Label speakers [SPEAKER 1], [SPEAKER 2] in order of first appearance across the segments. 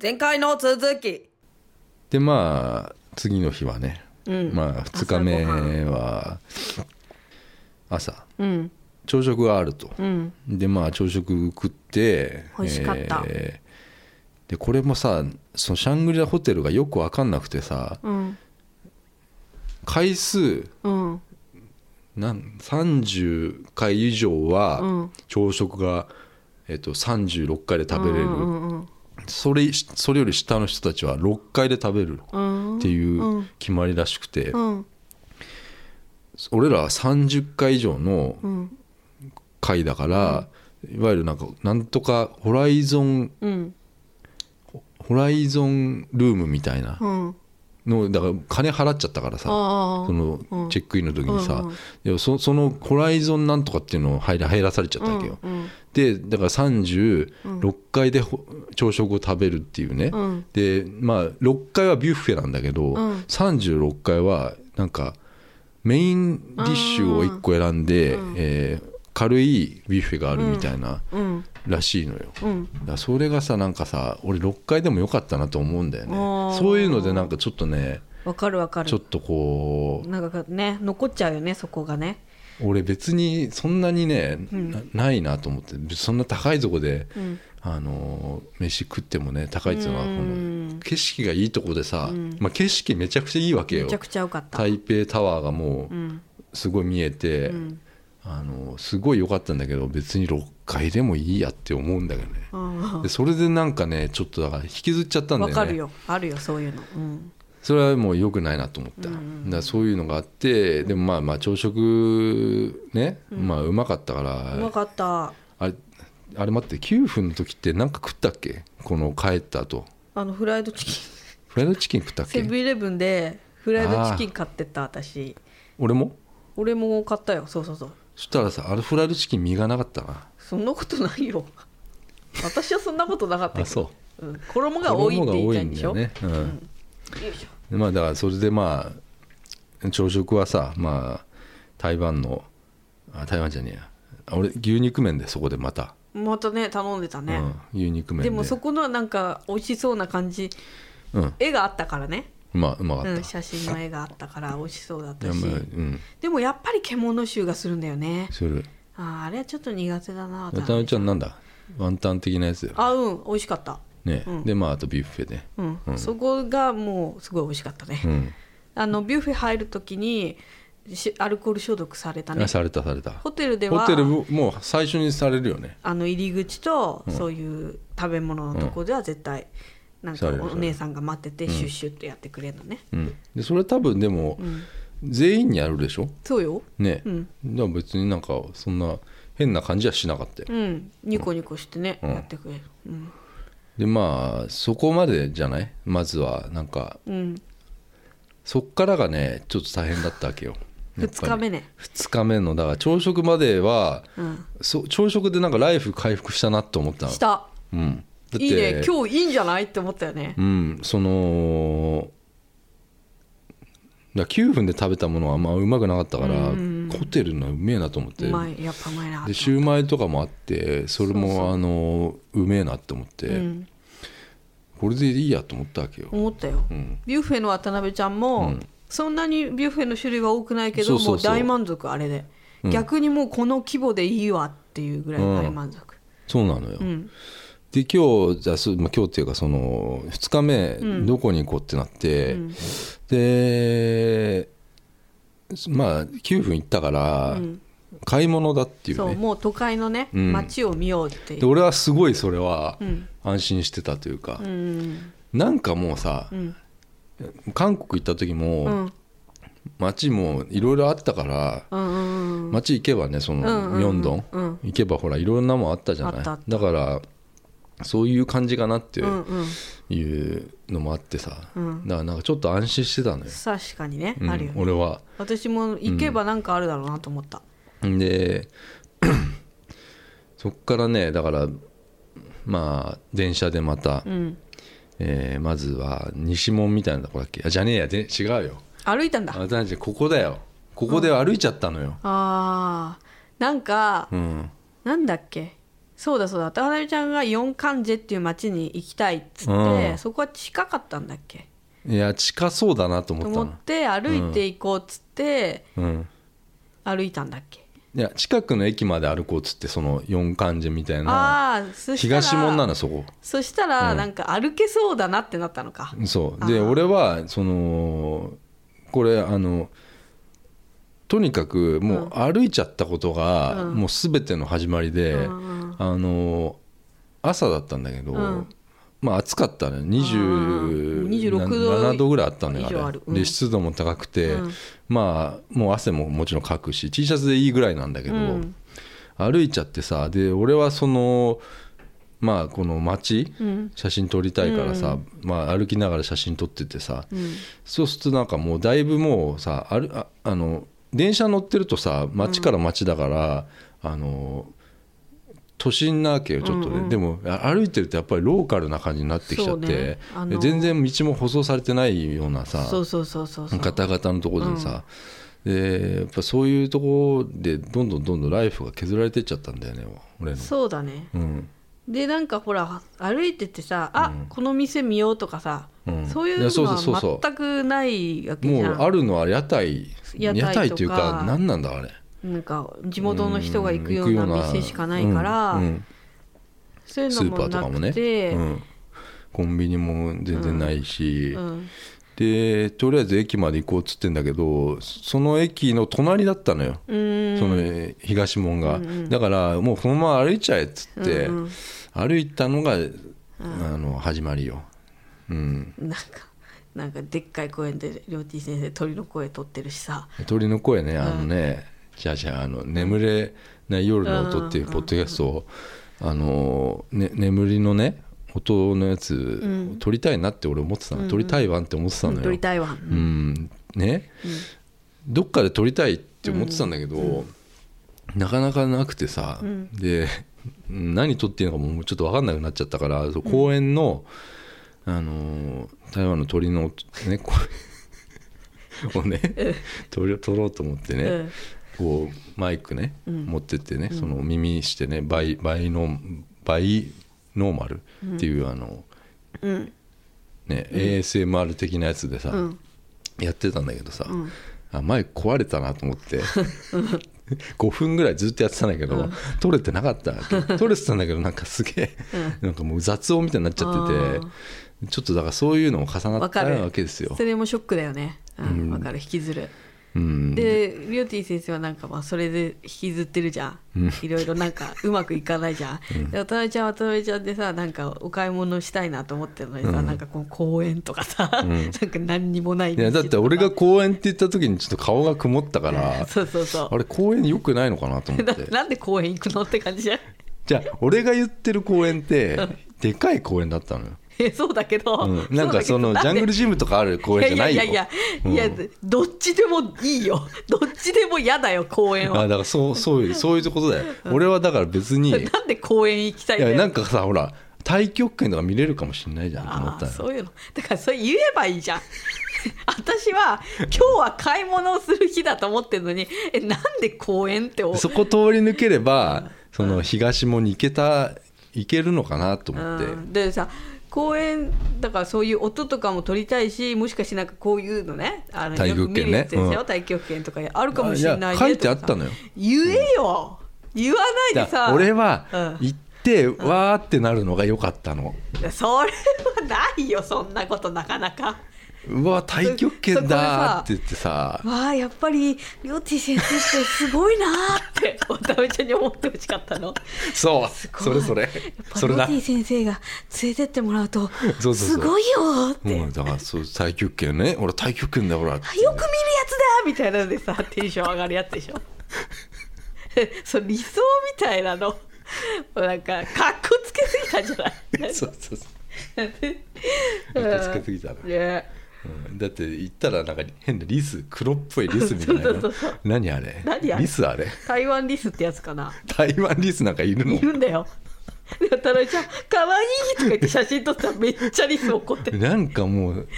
[SPEAKER 1] 前回の続き
[SPEAKER 2] でまあ次の日はね、まあ2日目は朝
[SPEAKER 1] うん
[SPEAKER 2] 朝食があると、
[SPEAKER 1] うん
[SPEAKER 2] でまあ朝食食って
[SPEAKER 1] 美味しかった
[SPEAKER 2] えーでこれもさそのシャングリラホテルがよく分かんなくてさ
[SPEAKER 1] うん
[SPEAKER 2] 回数
[SPEAKER 1] うん
[SPEAKER 2] なん30回以上
[SPEAKER 1] う
[SPEAKER 2] は
[SPEAKER 1] ん
[SPEAKER 2] 朝食が、えっと36回で食べれる、
[SPEAKER 1] うんうん
[SPEAKER 2] それそれより下の人たちは6回で食べる
[SPEAKER 1] うん
[SPEAKER 2] っていう決まりらしくて、
[SPEAKER 1] うん
[SPEAKER 2] 俺らは30回以上の
[SPEAKER 1] うん
[SPEAKER 2] 回だから、いわゆるなんかなんとかホライゾン
[SPEAKER 1] うん
[SPEAKER 2] ホライゾンルームみたいな
[SPEAKER 1] うん
[SPEAKER 2] のだから金払っちゃったからさ
[SPEAKER 1] あ
[SPEAKER 2] その
[SPEAKER 1] うん
[SPEAKER 2] チェックインの時にさ、
[SPEAKER 1] うんうん
[SPEAKER 2] いやそそのホライゾンなんとかっていうのを入ら入らされちゃったわけよ、
[SPEAKER 1] うん
[SPEAKER 2] でだから36階でほ朝食を食べるっていうね、
[SPEAKER 1] うん
[SPEAKER 2] でまあ6階はビュッフェなんだけど、
[SPEAKER 1] ん
[SPEAKER 2] 36階はなんかメインディッシュを1個選んで、えー軽いビュッフェがあるみたいな
[SPEAKER 1] うん
[SPEAKER 2] らしいのよ、
[SPEAKER 1] うん
[SPEAKER 2] だからそれがさなんかさ俺6階でもよかったなと思うんだよね
[SPEAKER 1] あー
[SPEAKER 2] そういうのでなんかちょっとね
[SPEAKER 1] わかるわか
[SPEAKER 2] ちょっ
[SPEAKER 1] る
[SPEAKER 2] とこ
[SPEAKER 1] なんかね残っちゃうよねそこがね
[SPEAKER 2] う俺別にそんなにね、なないなと思ってそんな高いとこで、
[SPEAKER 1] うん
[SPEAKER 2] あのー飯食ってもね高いっていうのはこ
[SPEAKER 1] うん
[SPEAKER 2] の景色がいいとこでさ、まあ、景色めちゃくちゃいいわけ
[SPEAKER 1] め
[SPEAKER 2] よ
[SPEAKER 1] ちゃくちゃ良かった
[SPEAKER 2] 台北タワーがも
[SPEAKER 1] う
[SPEAKER 2] うんすごい見えて、
[SPEAKER 1] うん
[SPEAKER 2] あのーすごい良かったんだけど別に6階でもいいやって思うんだけどね
[SPEAKER 1] うん
[SPEAKER 2] でそれでなんかねちょっとだから引きずっちゃったんだ
[SPEAKER 1] わ
[SPEAKER 2] よね
[SPEAKER 1] かるよあるよそういうのうん
[SPEAKER 2] それはもう良くないなと思った、だからそういうのがあってでもまあまあ朝食ね、まあうまかったか
[SPEAKER 1] うま
[SPEAKER 2] ら
[SPEAKER 1] かった
[SPEAKER 2] あれあれ待って9分の時って何か食ったっけこの帰った後
[SPEAKER 1] あのフライドチキン
[SPEAKER 2] フライドチキン食ったっ
[SPEAKER 1] セ
[SPEAKER 2] け
[SPEAKER 1] ブンイレブンでフライドチキン買ってった私
[SPEAKER 2] 俺も
[SPEAKER 1] 俺も買ったよそうそうそう
[SPEAKER 2] そしたらさあれフライドチキン身がなかったな
[SPEAKER 1] そんなことないよ 私はそんなことなかったけど、
[SPEAKER 2] あそう
[SPEAKER 1] ん、衣が多いって言いたいんでしょ
[SPEAKER 2] 衣が多いんだよね、
[SPEAKER 1] よいしょ
[SPEAKER 2] うんまあだからそれでまあ朝食はさまあ台湾のあ台湾じゃねえやあ俺牛肉麺でそこでまた、
[SPEAKER 1] またね頼んでたね、
[SPEAKER 2] うん、牛肉麺
[SPEAKER 1] で
[SPEAKER 2] で
[SPEAKER 1] もそこのはなんか美味しそうな感じ
[SPEAKER 2] うん
[SPEAKER 1] 絵があったからね、
[SPEAKER 2] まあうまかった、
[SPEAKER 1] うん、写真の絵があったから美味しそうだっ
[SPEAKER 2] いや
[SPEAKER 1] たし
[SPEAKER 2] まあうん
[SPEAKER 1] でもやっぱり獣臭がするんだよね
[SPEAKER 2] する
[SPEAKER 1] あーあれはちょっと苦手だな
[SPEAKER 2] 渡辺ちゃんなんだワンタン的なやつだよ
[SPEAKER 1] あうん美味しかった
[SPEAKER 2] ね、でまああとビュッフェで
[SPEAKER 1] うん、そこがもうすごい美味しかったね、
[SPEAKER 2] うん
[SPEAKER 1] あのビュッフェ入るときにしアルコール消毒されたね
[SPEAKER 2] あされたされたホ
[SPEAKER 1] ホテルで
[SPEAKER 2] テ
[SPEAKER 1] は
[SPEAKER 2] ルももう最初にされるよね
[SPEAKER 1] あの入り口とそういう食べ物のとこでは絶対なんか
[SPEAKER 2] される
[SPEAKER 1] お姉さんが待っててシュッシュッとやってくれるのね、
[SPEAKER 2] うんでそれ多分でも、全員にやるでしょ
[SPEAKER 1] そうよ
[SPEAKER 2] ね、
[SPEAKER 1] うん
[SPEAKER 2] だから別になんかそんな変な感じはしなかったよ、
[SPEAKER 1] うんニコニコしてね、
[SPEAKER 2] うん
[SPEAKER 1] やってくれるうん、
[SPEAKER 2] でまあそこまでじゃないまずはなんか
[SPEAKER 1] うん、
[SPEAKER 2] そっからがねちょっと大変だったわ けよ
[SPEAKER 1] 2日目ね
[SPEAKER 2] 2日目のだから朝食までは、
[SPEAKER 1] うん
[SPEAKER 2] そ朝食でなんかライフ回復したなと思ったの
[SPEAKER 1] した
[SPEAKER 2] うん、だって
[SPEAKER 1] いいね今日いいんじゃないって思ったよね
[SPEAKER 2] うんそのだから9分で食べたものはあんまうまくなかったから、ホテルのうめえなと思って
[SPEAKER 1] うまいやっぱうまいな
[SPEAKER 2] でシューマイとかもあってそれも
[SPEAKER 1] そうそう
[SPEAKER 2] あのうめえなって思って、
[SPEAKER 1] うん
[SPEAKER 2] これでいいやと思ったわけよ、
[SPEAKER 1] 思ったよ、
[SPEAKER 2] ん
[SPEAKER 1] ビュッフェの渡辺ちゃんも、そんなにビュッフェの種類は多くないけど
[SPEAKER 2] そうそうそう
[SPEAKER 1] もう大満足あれで、
[SPEAKER 2] うん
[SPEAKER 1] 逆にもうこの規模でいいわっていうぐらい大満足
[SPEAKER 2] そうなのよ、
[SPEAKER 1] うん
[SPEAKER 2] で今日じゃあすまあ今日っていうかその2日目、どこに行こうってなって、
[SPEAKER 1] うん
[SPEAKER 2] でまあ9分行ったから、
[SPEAKER 1] うん
[SPEAKER 2] 買い物だっていう
[SPEAKER 1] そう
[SPEAKER 2] ね
[SPEAKER 1] もう都会のね、
[SPEAKER 2] うん
[SPEAKER 1] 街を見ようってい
[SPEAKER 2] で
[SPEAKER 1] う
[SPEAKER 2] 俺はすごいそれは
[SPEAKER 1] うん
[SPEAKER 2] 安心してたというか
[SPEAKER 1] う、ん
[SPEAKER 2] なんかもうさ
[SPEAKER 1] う、ん
[SPEAKER 2] 韓国行った時
[SPEAKER 1] う
[SPEAKER 2] も
[SPEAKER 1] ん
[SPEAKER 2] 街もいろいろあったから、
[SPEAKER 1] うんうんうん
[SPEAKER 2] 街行けばねそ
[SPEAKER 1] うんうんう
[SPEAKER 2] の
[SPEAKER 1] ん
[SPEAKER 2] ミョンドン
[SPEAKER 1] うん
[SPEAKER 2] 行けばほらいろんなもんあったじゃ
[SPEAKER 1] あ
[SPEAKER 2] ない
[SPEAKER 1] ったあった
[SPEAKER 2] だからそういう感じかなって
[SPEAKER 1] うんうん
[SPEAKER 2] いうのもあってさ、
[SPEAKER 1] うん
[SPEAKER 2] だからなんかちょっと安心してたのよ、
[SPEAKER 1] 確かにね、
[SPEAKER 2] うん
[SPEAKER 1] あるよね
[SPEAKER 2] 俺は。
[SPEAKER 1] 私も行けばなんかあるだろうなと思った、
[SPEAKER 2] で そっからねだからまあ電車でまた、
[SPEAKER 1] うん、
[SPEAKER 2] えーまずは西門みたいなとこだっけあじゃねえやで違うよ
[SPEAKER 1] 歩いたんだ
[SPEAKER 2] あたちここだよここで歩いちゃったのよ
[SPEAKER 1] あーなんか、
[SPEAKER 2] うん、
[SPEAKER 1] なんだっけそうだそうだ渡辺ちゃんが四関ジェっていう町に行きたいっつって、
[SPEAKER 2] うん
[SPEAKER 1] そこは近かったんだっけ
[SPEAKER 2] いや近そうだなと思
[SPEAKER 1] と
[SPEAKER 2] っ
[SPEAKER 1] 思
[SPEAKER 2] た
[SPEAKER 1] っ
[SPEAKER 2] の
[SPEAKER 1] て歩いて行こうっつって
[SPEAKER 2] うん
[SPEAKER 1] 歩いたんだっけ、
[SPEAKER 2] いや近くの駅まで歩こうっつってその四関寺みたいな
[SPEAKER 1] ああそしたら
[SPEAKER 2] 東門なのそこ
[SPEAKER 1] そしたらなんか歩けそうだなってなったのか、
[SPEAKER 2] そう
[SPEAKER 1] あ
[SPEAKER 2] で
[SPEAKER 1] ー
[SPEAKER 2] 俺はそのこれあのとにかくもう歩いちゃったことが
[SPEAKER 1] うん
[SPEAKER 2] もう全ての始まりで、
[SPEAKER 1] うんうん
[SPEAKER 2] あの朝だったんだけど、
[SPEAKER 1] うん
[SPEAKER 2] まあ暑かったね
[SPEAKER 1] うん
[SPEAKER 2] 27
[SPEAKER 1] 26
[SPEAKER 2] 度ぐらいあったのよ
[SPEAKER 1] 以上
[SPEAKER 2] あ
[SPEAKER 1] あ
[SPEAKER 2] れ
[SPEAKER 1] るうん
[SPEAKER 2] で湿度も高くて、
[SPEAKER 1] うん
[SPEAKER 2] まあもう汗ももちろんかくし T シャツでいいぐらいなんだけど、
[SPEAKER 1] うん
[SPEAKER 2] 歩いちゃってさで俺はそのまあこの街、
[SPEAKER 1] うん
[SPEAKER 2] 写真撮りたいからさ、まあ、歩きながら写真撮っててさ、
[SPEAKER 1] うん
[SPEAKER 2] そうするとなんかもうだいぶもうさあるああの電車乗ってるとさ町から町だから、あの都心なわけよちょっとね、
[SPEAKER 1] うんうん
[SPEAKER 2] でもあ歩いてるとやっぱりローカルな感じになってきちゃっ
[SPEAKER 1] そう
[SPEAKER 2] て、
[SPEAKER 1] ねあの
[SPEAKER 2] 全然道も舗装されてないようなさ
[SPEAKER 1] そうそうそうそうそう
[SPEAKER 2] ガタガタのところでさ、でやっぱそういうところでどんどんどんどんライフが削られてっちゃったんだよね俺の。
[SPEAKER 1] そうだね
[SPEAKER 2] うん
[SPEAKER 1] でなんかほら歩いててさあ、この店見ようとかさ、
[SPEAKER 2] うん
[SPEAKER 1] そういう
[SPEAKER 2] い
[SPEAKER 1] の
[SPEAKER 2] やそうそうそうそ
[SPEAKER 1] は
[SPEAKER 2] う
[SPEAKER 1] 全くないわけじ
[SPEAKER 2] も
[SPEAKER 1] ゃん
[SPEAKER 2] うあるのは屋台
[SPEAKER 1] 屋台とか
[SPEAKER 2] というか何なんだあれ
[SPEAKER 1] なんか地元の人が行くような店しかないから、
[SPEAKER 2] うんうん
[SPEAKER 1] そういう
[SPEAKER 2] ス
[SPEAKER 1] の
[SPEAKER 2] ーパ
[SPEAKER 1] も
[SPEAKER 2] ーと
[SPEAKER 1] な
[SPEAKER 2] かも
[SPEAKER 1] く
[SPEAKER 2] ね、
[SPEAKER 1] て
[SPEAKER 2] うん、コンビニも全然ないし、
[SPEAKER 1] うん
[SPEAKER 2] でとりあえず駅まで行こうっつってんだけどその駅の隣だったのよ、
[SPEAKER 1] うん
[SPEAKER 2] そのえー東門が、だからもうこのまま歩いちゃえっつって、
[SPEAKER 1] うんうん
[SPEAKER 2] 歩いたのが、あの始まりよ、うん、
[SPEAKER 1] なんかなんかでっかい公園でりょうてぃ先生鳥の声取ってるしさ
[SPEAKER 2] 鳥の声ねあのね、じゃあじゃああの眠れない夜の音っていうポッドキャストを、あのね、眠りのね音のやつ、撮りたいなって俺思ってたの、撮りたいわんって思ってたのよ、
[SPEAKER 1] 鳥りたいわ
[SPEAKER 2] うんね、どっかで撮りたいって思ってたんだけど、なかなかなくてさ、で何撮っていいのかもうちょっと分かんなくなっちゃったからそう公園の、あのー台湾の鳥のねこ うをね撮り撮ろうと思ってね、
[SPEAKER 1] うん
[SPEAKER 2] こうマイクね、持ってってねその耳してねバイバイノンバイノーマルっていう、あの
[SPEAKER 1] うん
[SPEAKER 2] ね、ASMR 的なやつでさ、
[SPEAKER 1] うん
[SPEAKER 2] やってたんだけどさ、
[SPEAKER 1] ん
[SPEAKER 2] あマイク壊れたなと思って 5分ぐらいずっとやってたんだけど、取れてなかったわ け取れてたんだけどなんかすげえ、なんかもう雑音みたいになっちゃっててちょっとだからそういうのも重な
[SPEAKER 1] わ
[SPEAKER 2] っ
[SPEAKER 1] か
[SPEAKER 2] た
[SPEAKER 1] る
[SPEAKER 2] わけですよ
[SPEAKER 1] そ。れもショックだよねわ、うんわかる引きずる
[SPEAKER 2] うん、
[SPEAKER 1] でりょうてぃ先生はなんかまあそれで引きずってるじゃん、いろいろなんかうまくいかないじゃん、で渡辺ちゃんは渡辺ちゃんでさなんかお買い物したいなと思ってるのにさ、なんかこう公園とかさ、なんか何にもない
[SPEAKER 2] いやだって俺
[SPEAKER 1] 道
[SPEAKER 2] が公園って言った時にちょっと顔が曇ったか
[SPEAKER 1] とからそうそうそ
[SPEAKER 2] あれ公園良くないのかなと思
[SPEAKER 1] う
[SPEAKER 2] っ
[SPEAKER 1] な
[SPEAKER 2] て
[SPEAKER 1] なんで公園行くのって感じじゃん
[SPEAKER 2] じゃあ俺が言ってる公園ってでかい公園だったのよ、
[SPEAKER 1] えそうだけど、
[SPEAKER 2] うん、なんかそ
[SPEAKER 1] う
[SPEAKER 2] のジ
[SPEAKER 1] だけど
[SPEAKER 2] ャングルジムとかある公園じゃないよ
[SPEAKER 1] いやいやいやいや、どっちでもいいよどっちでも嫌だよ公園
[SPEAKER 2] あ
[SPEAKER 1] は
[SPEAKER 2] だからそうそういうそういうことだよ、俺はだから別にい
[SPEAKER 1] なんで公園行きたいんだよ
[SPEAKER 2] やなんかさほら太極拳とか見れるかもしれないじゃんと思
[SPEAKER 1] あ
[SPEAKER 2] っ
[SPEAKER 1] あ
[SPEAKER 2] た
[SPEAKER 1] ー
[SPEAKER 2] の
[SPEAKER 1] そういうのだからそれ言えばいいじゃん 私は今日は買い物をする日だと思ってるのにえなんで公園ってお
[SPEAKER 2] そこ通り抜ければその東もに行けた行けるのかなと思って、
[SPEAKER 1] うん、でさ公園だからそういう音とかも撮りたいしもしかしてなんかこういうのねあの
[SPEAKER 2] 太極拳ね
[SPEAKER 1] よく見るやつですよ、
[SPEAKER 2] うん
[SPEAKER 1] 太極拳とかあるかもしれない
[SPEAKER 2] い
[SPEAKER 1] ね
[SPEAKER 2] や書いてあ
[SPEAKER 1] とか
[SPEAKER 2] っ
[SPEAKER 1] さ
[SPEAKER 2] たのよ
[SPEAKER 1] 言えよ、言わない
[SPEAKER 2] だ
[SPEAKER 1] で
[SPEAKER 2] か
[SPEAKER 1] さ
[SPEAKER 2] ら俺は
[SPEAKER 1] うん
[SPEAKER 2] 行って、わーってなるのが良かったの
[SPEAKER 1] それはないよそんなことなかなか。
[SPEAKER 2] うわ太極拳だーって言ってさ
[SPEAKER 1] わあやっぱりりょうてぃ先生ってすごいなー って渡辺ちゃんに思ってほしかったの。
[SPEAKER 2] そう
[SPEAKER 1] ごい
[SPEAKER 2] それそれそれ
[SPEAKER 1] ロ
[SPEAKER 2] だ
[SPEAKER 1] ティ先生が連れてってもらうと
[SPEAKER 2] そうそう
[SPEAKER 1] すごいよーって、
[SPEAKER 2] うん、だからそう太極拳ね俺太極拳だほらって
[SPEAKER 1] よく見るやつだーみたいなのでさテンション上がるやつでしょ そう理想みたいなのなんかかっこつけすぎたんじゃない
[SPEAKER 2] そうそうそう
[SPEAKER 1] うん
[SPEAKER 2] かっこつけすぎたな
[SPEAKER 1] ね
[SPEAKER 2] うんだって言ったらなんか変なリス黒っぽいリスみたいな
[SPEAKER 1] そうそうそう
[SPEAKER 2] 何あれ
[SPEAKER 1] 何あれ
[SPEAKER 2] リスあれ
[SPEAKER 1] 台湾リスってやつかな
[SPEAKER 2] 台湾リスなんかいる の
[SPEAKER 1] いるんだよで渡辺ちゃん「かわいい!」とか言って写真撮ったらめっちゃリス怒ってる
[SPEAKER 2] なんかもう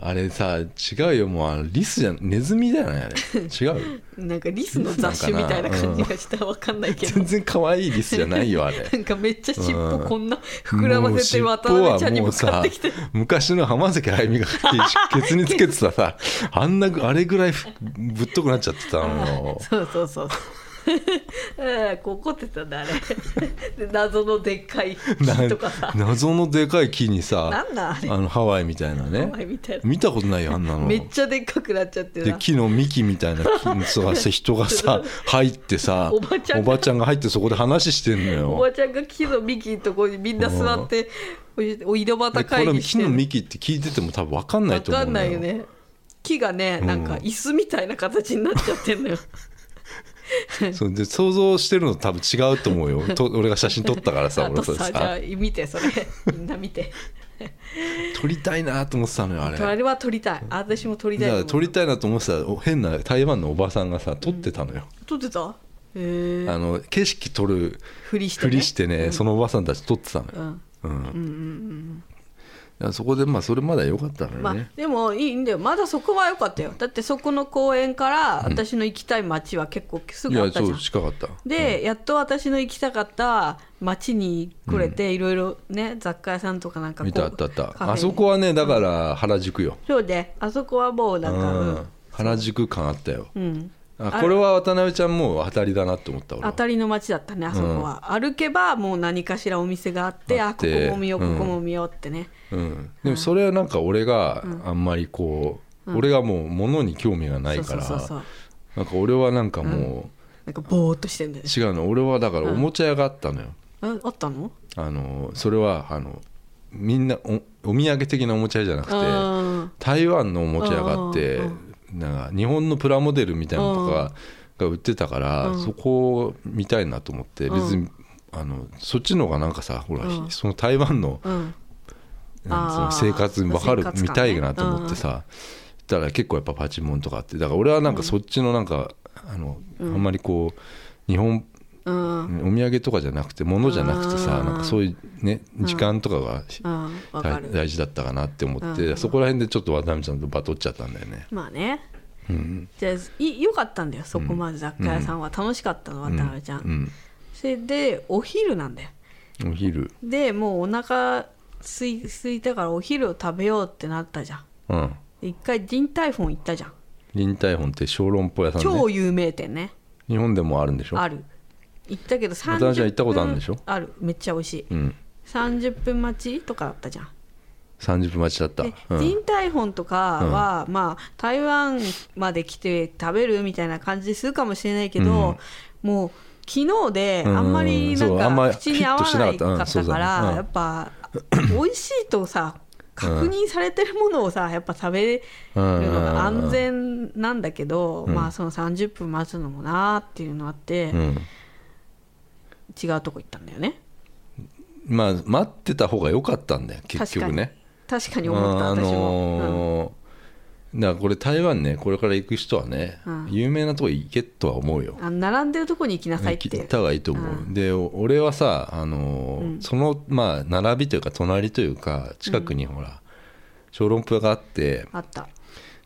[SPEAKER 2] あれさ違うよもうあのリスじゃんネズミだよねあれ違 う
[SPEAKER 1] なんかリスの雑種みたいな感じがしたわかんないけど
[SPEAKER 2] 全然可愛いリスじゃないよあれ
[SPEAKER 1] なんかめっちゃ尻尾
[SPEAKER 2] うん
[SPEAKER 1] こんな 膨らませて
[SPEAKER 2] もう
[SPEAKER 1] 渡辺ちゃんに向
[SPEAKER 2] 尻尾
[SPEAKER 1] か
[SPEAKER 2] は
[SPEAKER 1] って
[SPEAKER 2] もう
[SPEAKER 1] きて
[SPEAKER 2] さ昔の浜崎あゆみがケツにつけてたさあんなあれぐらいふぶっとくなっちゃってた のよ
[SPEAKER 1] そうそうそううんこう怒ってたんだあれで謎のでっかい木とかさ
[SPEAKER 2] な謎のでかい木にさ
[SPEAKER 1] なんなんあれ
[SPEAKER 2] あのハワイみたいなね
[SPEAKER 1] お前みたいな
[SPEAKER 2] 見たことないよあんなの
[SPEAKER 1] めっちゃでっかくなっちゃってる
[SPEAKER 2] で
[SPEAKER 1] な
[SPEAKER 2] 木の幹みたいな木に座して人 がさ入ってさ
[SPEAKER 1] おばちゃんが
[SPEAKER 2] が入ってそこで話してんの
[SPEAKER 1] おば
[SPEAKER 2] よ
[SPEAKER 1] ちゃんが木の幹のところにみんな座ってお井戸
[SPEAKER 2] で
[SPEAKER 1] 端
[SPEAKER 2] こ
[SPEAKER 1] 会
[SPEAKER 2] れ
[SPEAKER 1] 議し
[SPEAKER 2] 木
[SPEAKER 1] て
[SPEAKER 2] の
[SPEAKER 1] る
[SPEAKER 2] 幹って聞いてても多分分かんない
[SPEAKER 1] わ
[SPEAKER 2] と思
[SPEAKER 1] か
[SPEAKER 2] うの
[SPEAKER 1] んないよね木がねなんか椅子みたいな形になっちゃってんのよ
[SPEAKER 2] そうで想像してるのと多分違うと思うよと俺が写真撮ったか らさ
[SPEAKER 1] あ
[SPEAKER 2] 俺
[SPEAKER 1] と
[SPEAKER 2] それ
[SPEAKER 1] さじゃ
[SPEAKER 2] さ
[SPEAKER 1] あ見て それみんな見て
[SPEAKER 2] 撮りたいなと思ってたのよあれ
[SPEAKER 1] あれは撮りたいあ私も撮りたいと思
[SPEAKER 2] だから
[SPEAKER 1] う
[SPEAKER 2] 撮りたいなと思ってたお変な台湾のおばさんがさ撮ってたのよ、
[SPEAKER 1] 撮ってたへえ
[SPEAKER 2] あの景色撮る
[SPEAKER 1] ふりして
[SPEAKER 2] ふ
[SPEAKER 1] ね
[SPEAKER 2] りしてね、そのおばさんたち撮ってたのよ、
[SPEAKER 1] うん
[SPEAKER 2] うんだからそこでまあそれまだ良かったのよね、
[SPEAKER 1] まあ、でもいいんだよまだそこは良かったよだってそこの公園から私の行きたい街は結構す
[SPEAKER 2] い
[SPEAKER 1] ぐあっ
[SPEAKER 2] や
[SPEAKER 1] たじ
[SPEAKER 2] そ
[SPEAKER 1] ゃん
[SPEAKER 2] う近かった
[SPEAKER 1] で、やっと私の行きたかった街に来れて、いろいろね雑貨屋さんとかなんかこう
[SPEAKER 2] 見たあったあった
[SPEAKER 1] カフェに
[SPEAKER 2] あそこはねだから原宿よ、
[SPEAKER 1] そうであそこはもうな
[SPEAKER 2] うん
[SPEAKER 1] か
[SPEAKER 2] ん、原宿感あったよ、
[SPEAKER 1] うん、うん
[SPEAKER 2] あこれは渡辺ちゃんもう当たりだなって思った俺
[SPEAKER 1] 当
[SPEAKER 2] は
[SPEAKER 1] たりの街だったねあそこは、歩けばもう何かしらお店があって
[SPEAKER 2] あ
[SPEAKER 1] あ
[SPEAKER 2] って
[SPEAKER 1] ここも見ようこ
[SPEAKER 2] うん
[SPEAKER 1] こも見ようってね、
[SPEAKER 2] うん、でもそれはなんか俺があんまりこう、俺がもう物に興味がないから
[SPEAKER 1] そうそうそうそう
[SPEAKER 2] なんか俺はなんかも
[SPEAKER 1] なんかぼーっとしてんだよ
[SPEAKER 2] う
[SPEAKER 1] ね
[SPEAKER 2] 違うの俺はだからおもちゃ屋があったのよ、
[SPEAKER 1] ああったの
[SPEAKER 2] あのそれはあのみんなおお土産的なおもちゃ屋じゃなくて
[SPEAKER 1] うん
[SPEAKER 2] 台湾のおもちゃ屋があって
[SPEAKER 1] う
[SPEAKER 2] なんか日本のプラモデルみたいなのとかが売ってたから
[SPEAKER 1] うん
[SPEAKER 2] そこを見たいなと思って別にあのそっちの方がなんかさほら
[SPEAKER 1] うん
[SPEAKER 2] その台湾の
[SPEAKER 1] うん
[SPEAKER 2] なんつ
[SPEAKER 1] あー
[SPEAKER 2] うの生活分かる
[SPEAKER 1] 生活感ね
[SPEAKER 2] 見たいなと思ってさ行ったら結構やっぱパチモンとかあってだから俺はなんかそっちのなんかあのあんまりこう日本
[SPEAKER 1] うん
[SPEAKER 2] お土産とかじゃなくて物じゃなくてさ
[SPEAKER 1] うん
[SPEAKER 2] なんかそういうね時間とかが
[SPEAKER 1] うんわか
[SPEAKER 2] 大
[SPEAKER 1] る
[SPEAKER 2] 大事だったかなって思っ
[SPEAKER 1] う
[SPEAKER 2] て
[SPEAKER 1] ん
[SPEAKER 2] そこら辺でちょっと渡辺ちゃんとバトっちゃったんだよね
[SPEAKER 1] まあね
[SPEAKER 2] うん
[SPEAKER 1] じゃあいよかったんだよそこまで雑貨屋さんは、楽しかったの渡辺ちゃん、
[SPEAKER 2] うん
[SPEAKER 1] それでお昼なんだよ
[SPEAKER 2] お昼
[SPEAKER 1] でもうお腹すいすいたからお昼を食べようってなったじゃん
[SPEAKER 2] うん
[SPEAKER 1] で一回人体フォン行ったじゃん
[SPEAKER 2] 臨海本って小籠包屋さん
[SPEAKER 1] 超
[SPEAKER 2] ね
[SPEAKER 1] 有名店ね
[SPEAKER 2] 日本でもあるんでしょ
[SPEAKER 1] ある行ったけど30分
[SPEAKER 2] 私は行ったことあるんでしょ
[SPEAKER 1] あるめっちゃ美味しい
[SPEAKER 2] うん
[SPEAKER 1] 30分待ちとかだったじゃん
[SPEAKER 2] 30分待ちだった
[SPEAKER 1] で
[SPEAKER 2] うん
[SPEAKER 1] 人体本とかは、まあ台湾まで来て食べるみたいな感じするかもしれないけど、もう昨日であんまりな
[SPEAKER 2] うんんそうあんま
[SPEAKER 1] か
[SPEAKER 2] り
[SPEAKER 1] 口に合わな
[SPEAKER 2] フィットし
[SPEAKER 1] い
[SPEAKER 2] なかった
[SPEAKER 1] か
[SPEAKER 2] うん
[SPEAKER 1] っ
[SPEAKER 2] そ
[SPEAKER 1] た
[SPEAKER 2] うだ
[SPEAKER 1] か
[SPEAKER 2] ね
[SPEAKER 1] ら
[SPEAKER 2] うん
[SPEAKER 1] やっぱ美味しいとさ確認されてるものをさやっぱ食べるのが安全なんだけど、まあその30分待つのもなーっていうのあって、
[SPEAKER 2] うん
[SPEAKER 1] 違うとこ行ったんだよね
[SPEAKER 2] まあ待ってた方が良かったんだよ結
[SPEAKER 1] 確か
[SPEAKER 2] 局
[SPEAKER 1] に
[SPEAKER 2] ね
[SPEAKER 1] 確かに思った
[SPEAKER 2] あ
[SPEAKER 1] 私も、
[SPEAKER 2] のーだからこれ台湾ねこれから行く人はね
[SPEAKER 1] うん
[SPEAKER 2] 有名なとこ行けとは思うよ
[SPEAKER 1] うんあ並んでるとこに行きなさいって
[SPEAKER 2] 行った方がいいと思う、でお俺はさ、あのーそのまあ並びというか隣というか近くにほら、小籠包屋があって
[SPEAKER 1] あった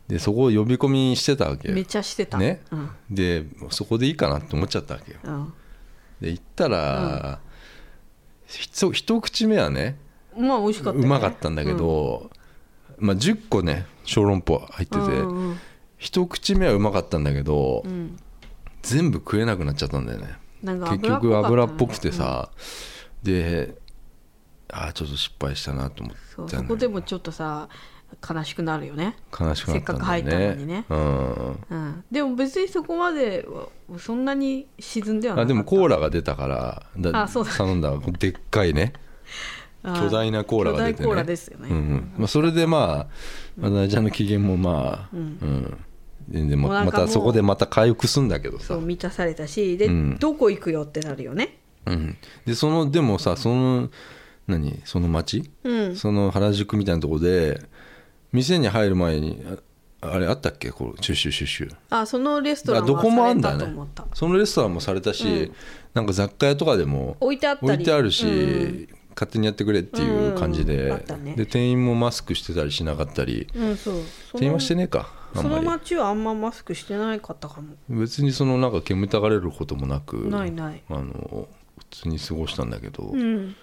[SPEAKER 2] でそこを呼び込みしてたわけよ
[SPEAKER 1] めちゃしてた
[SPEAKER 2] ね
[SPEAKER 1] うん
[SPEAKER 2] でそこでいいかなって思っちゃったわけよ
[SPEAKER 1] うん
[SPEAKER 2] で行ったら、ひと一口目はね
[SPEAKER 1] まあ美味しかった、ね、
[SPEAKER 2] うまかったんだけど、まあ、10個ね小籠包入ってて、
[SPEAKER 1] うんうん
[SPEAKER 2] 一口目はうまかったんだけど、
[SPEAKER 1] うん
[SPEAKER 2] 全部食えなくなっちゃったんだよね
[SPEAKER 1] なんか
[SPEAKER 2] 結局油っぽくてさ、でああちょっと失敗したなと思
[SPEAKER 1] そう
[SPEAKER 2] った
[SPEAKER 1] そ
[SPEAKER 2] の
[SPEAKER 1] こでもちょっとさ悲しくなるよね、
[SPEAKER 2] 悲しくなったんだよ
[SPEAKER 1] せっ
[SPEAKER 2] ね
[SPEAKER 1] かく入ったのにね
[SPEAKER 2] うん
[SPEAKER 1] うん、でも別にそこまではそんなに沈んではなか
[SPEAKER 2] あ
[SPEAKER 1] った
[SPEAKER 2] でもコーラが出たからだ
[SPEAKER 1] あそうだ
[SPEAKER 2] 頼んだでっかいね
[SPEAKER 1] あ
[SPEAKER 2] 巨大なコーラが出てね
[SPEAKER 1] 巨大コーラですよね、
[SPEAKER 2] うんうんまあ、それでまあ渡辺ちゃんの機嫌もまあ、うん全然ま
[SPEAKER 1] お腹も
[SPEAKER 2] またそこでまた回復すんだけど
[SPEAKER 1] そ
[SPEAKER 2] さ
[SPEAKER 1] う満たされたしで、
[SPEAKER 2] うん
[SPEAKER 1] どこ行くよってなるよね
[SPEAKER 2] うん、でそのでもさその何その町、
[SPEAKER 1] うん
[SPEAKER 2] その原宿みたいなとこで店に入る前にああれあったっけこうチュッシュシュッシュ
[SPEAKER 1] あそのレストラ
[SPEAKER 2] あ
[SPEAKER 1] ン
[SPEAKER 2] どこもあん
[SPEAKER 1] はさ
[SPEAKER 2] だ
[SPEAKER 1] れたと
[SPEAKER 2] ね
[SPEAKER 1] 思った
[SPEAKER 2] そのレストランもされたし、なんか雑貨屋とかでも
[SPEAKER 1] 置いてあったり
[SPEAKER 2] 置いてあるし、
[SPEAKER 1] うん
[SPEAKER 2] 勝手にやってくれっていう感じ
[SPEAKER 1] うん
[SPEAKER 2] で,、
[SPEAKER 1] あったね
[SPEAKER 2] で店員もマスクしてたりしなかったり
[SPEAKER 1] うんそうそ
[SPEAKER 2] 店員
[SPEAKER 1] の
[SPEAKER 2] はしてねえかあ
[SPEAKER 1] そ
[SPEAKER 2] ん
[SPEAKER 1] の
[SPEAKER 2] まり
[SPEAKER 1] 街はあんまマスクしてないかったかも
[SPEAKER 2] 別にそのなんか煙たがれることもなく
[SPEAKER 1] ないない
[SPEAKER 2] あの普通に過ごしたんだけど、
[SPEAKER 1] うん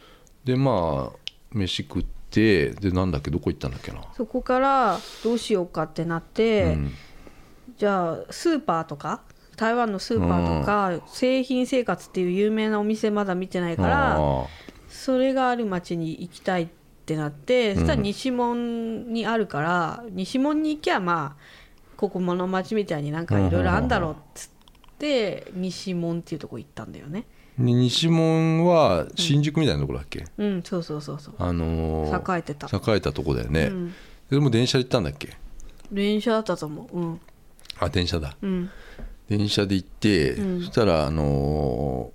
[SPEAKER 2] でまあ飯食ってでなんだっけどこ行ったんだっけな、
[SPEAKER 1] そこからどうしようかってなって、
[SPEAKER 2] うん
[SPEAKER 1] じゃあスーパーとか台湾のスーパーとか、製品生活っていう有名なお店まだ見てないから、
[SPEAKER 2] ああ
[SPEAKER 1] それがある町に行きたいってなってそしたら西門にあるから、西門に行きゃまあここの町みたいになんかいろいろあんだろうっつって西門っていうとこ行ったんだよね
[SPEAKER 2] に西門は新宿みたいなところだっけ、
[SPEAKER 1] うんそうそうそうそう
[SPEAKER 2] あのー
[SPEAKER 1] 栄えてた、
[SPEAKER 2] 栄えたとこだよね、
[SPEAKER 1] うん
[SPEAKER 2] でも電車で行ったんだっけ
[SPEAKER 1] 電車だったと思ううん
[SPEAKER 2] あ電車だ
[SPEAKER 1] うん
[SPEAKER 2] 電車で行って、
[SPEAKER 1] うん
[SPEAKER 2] そしたらあの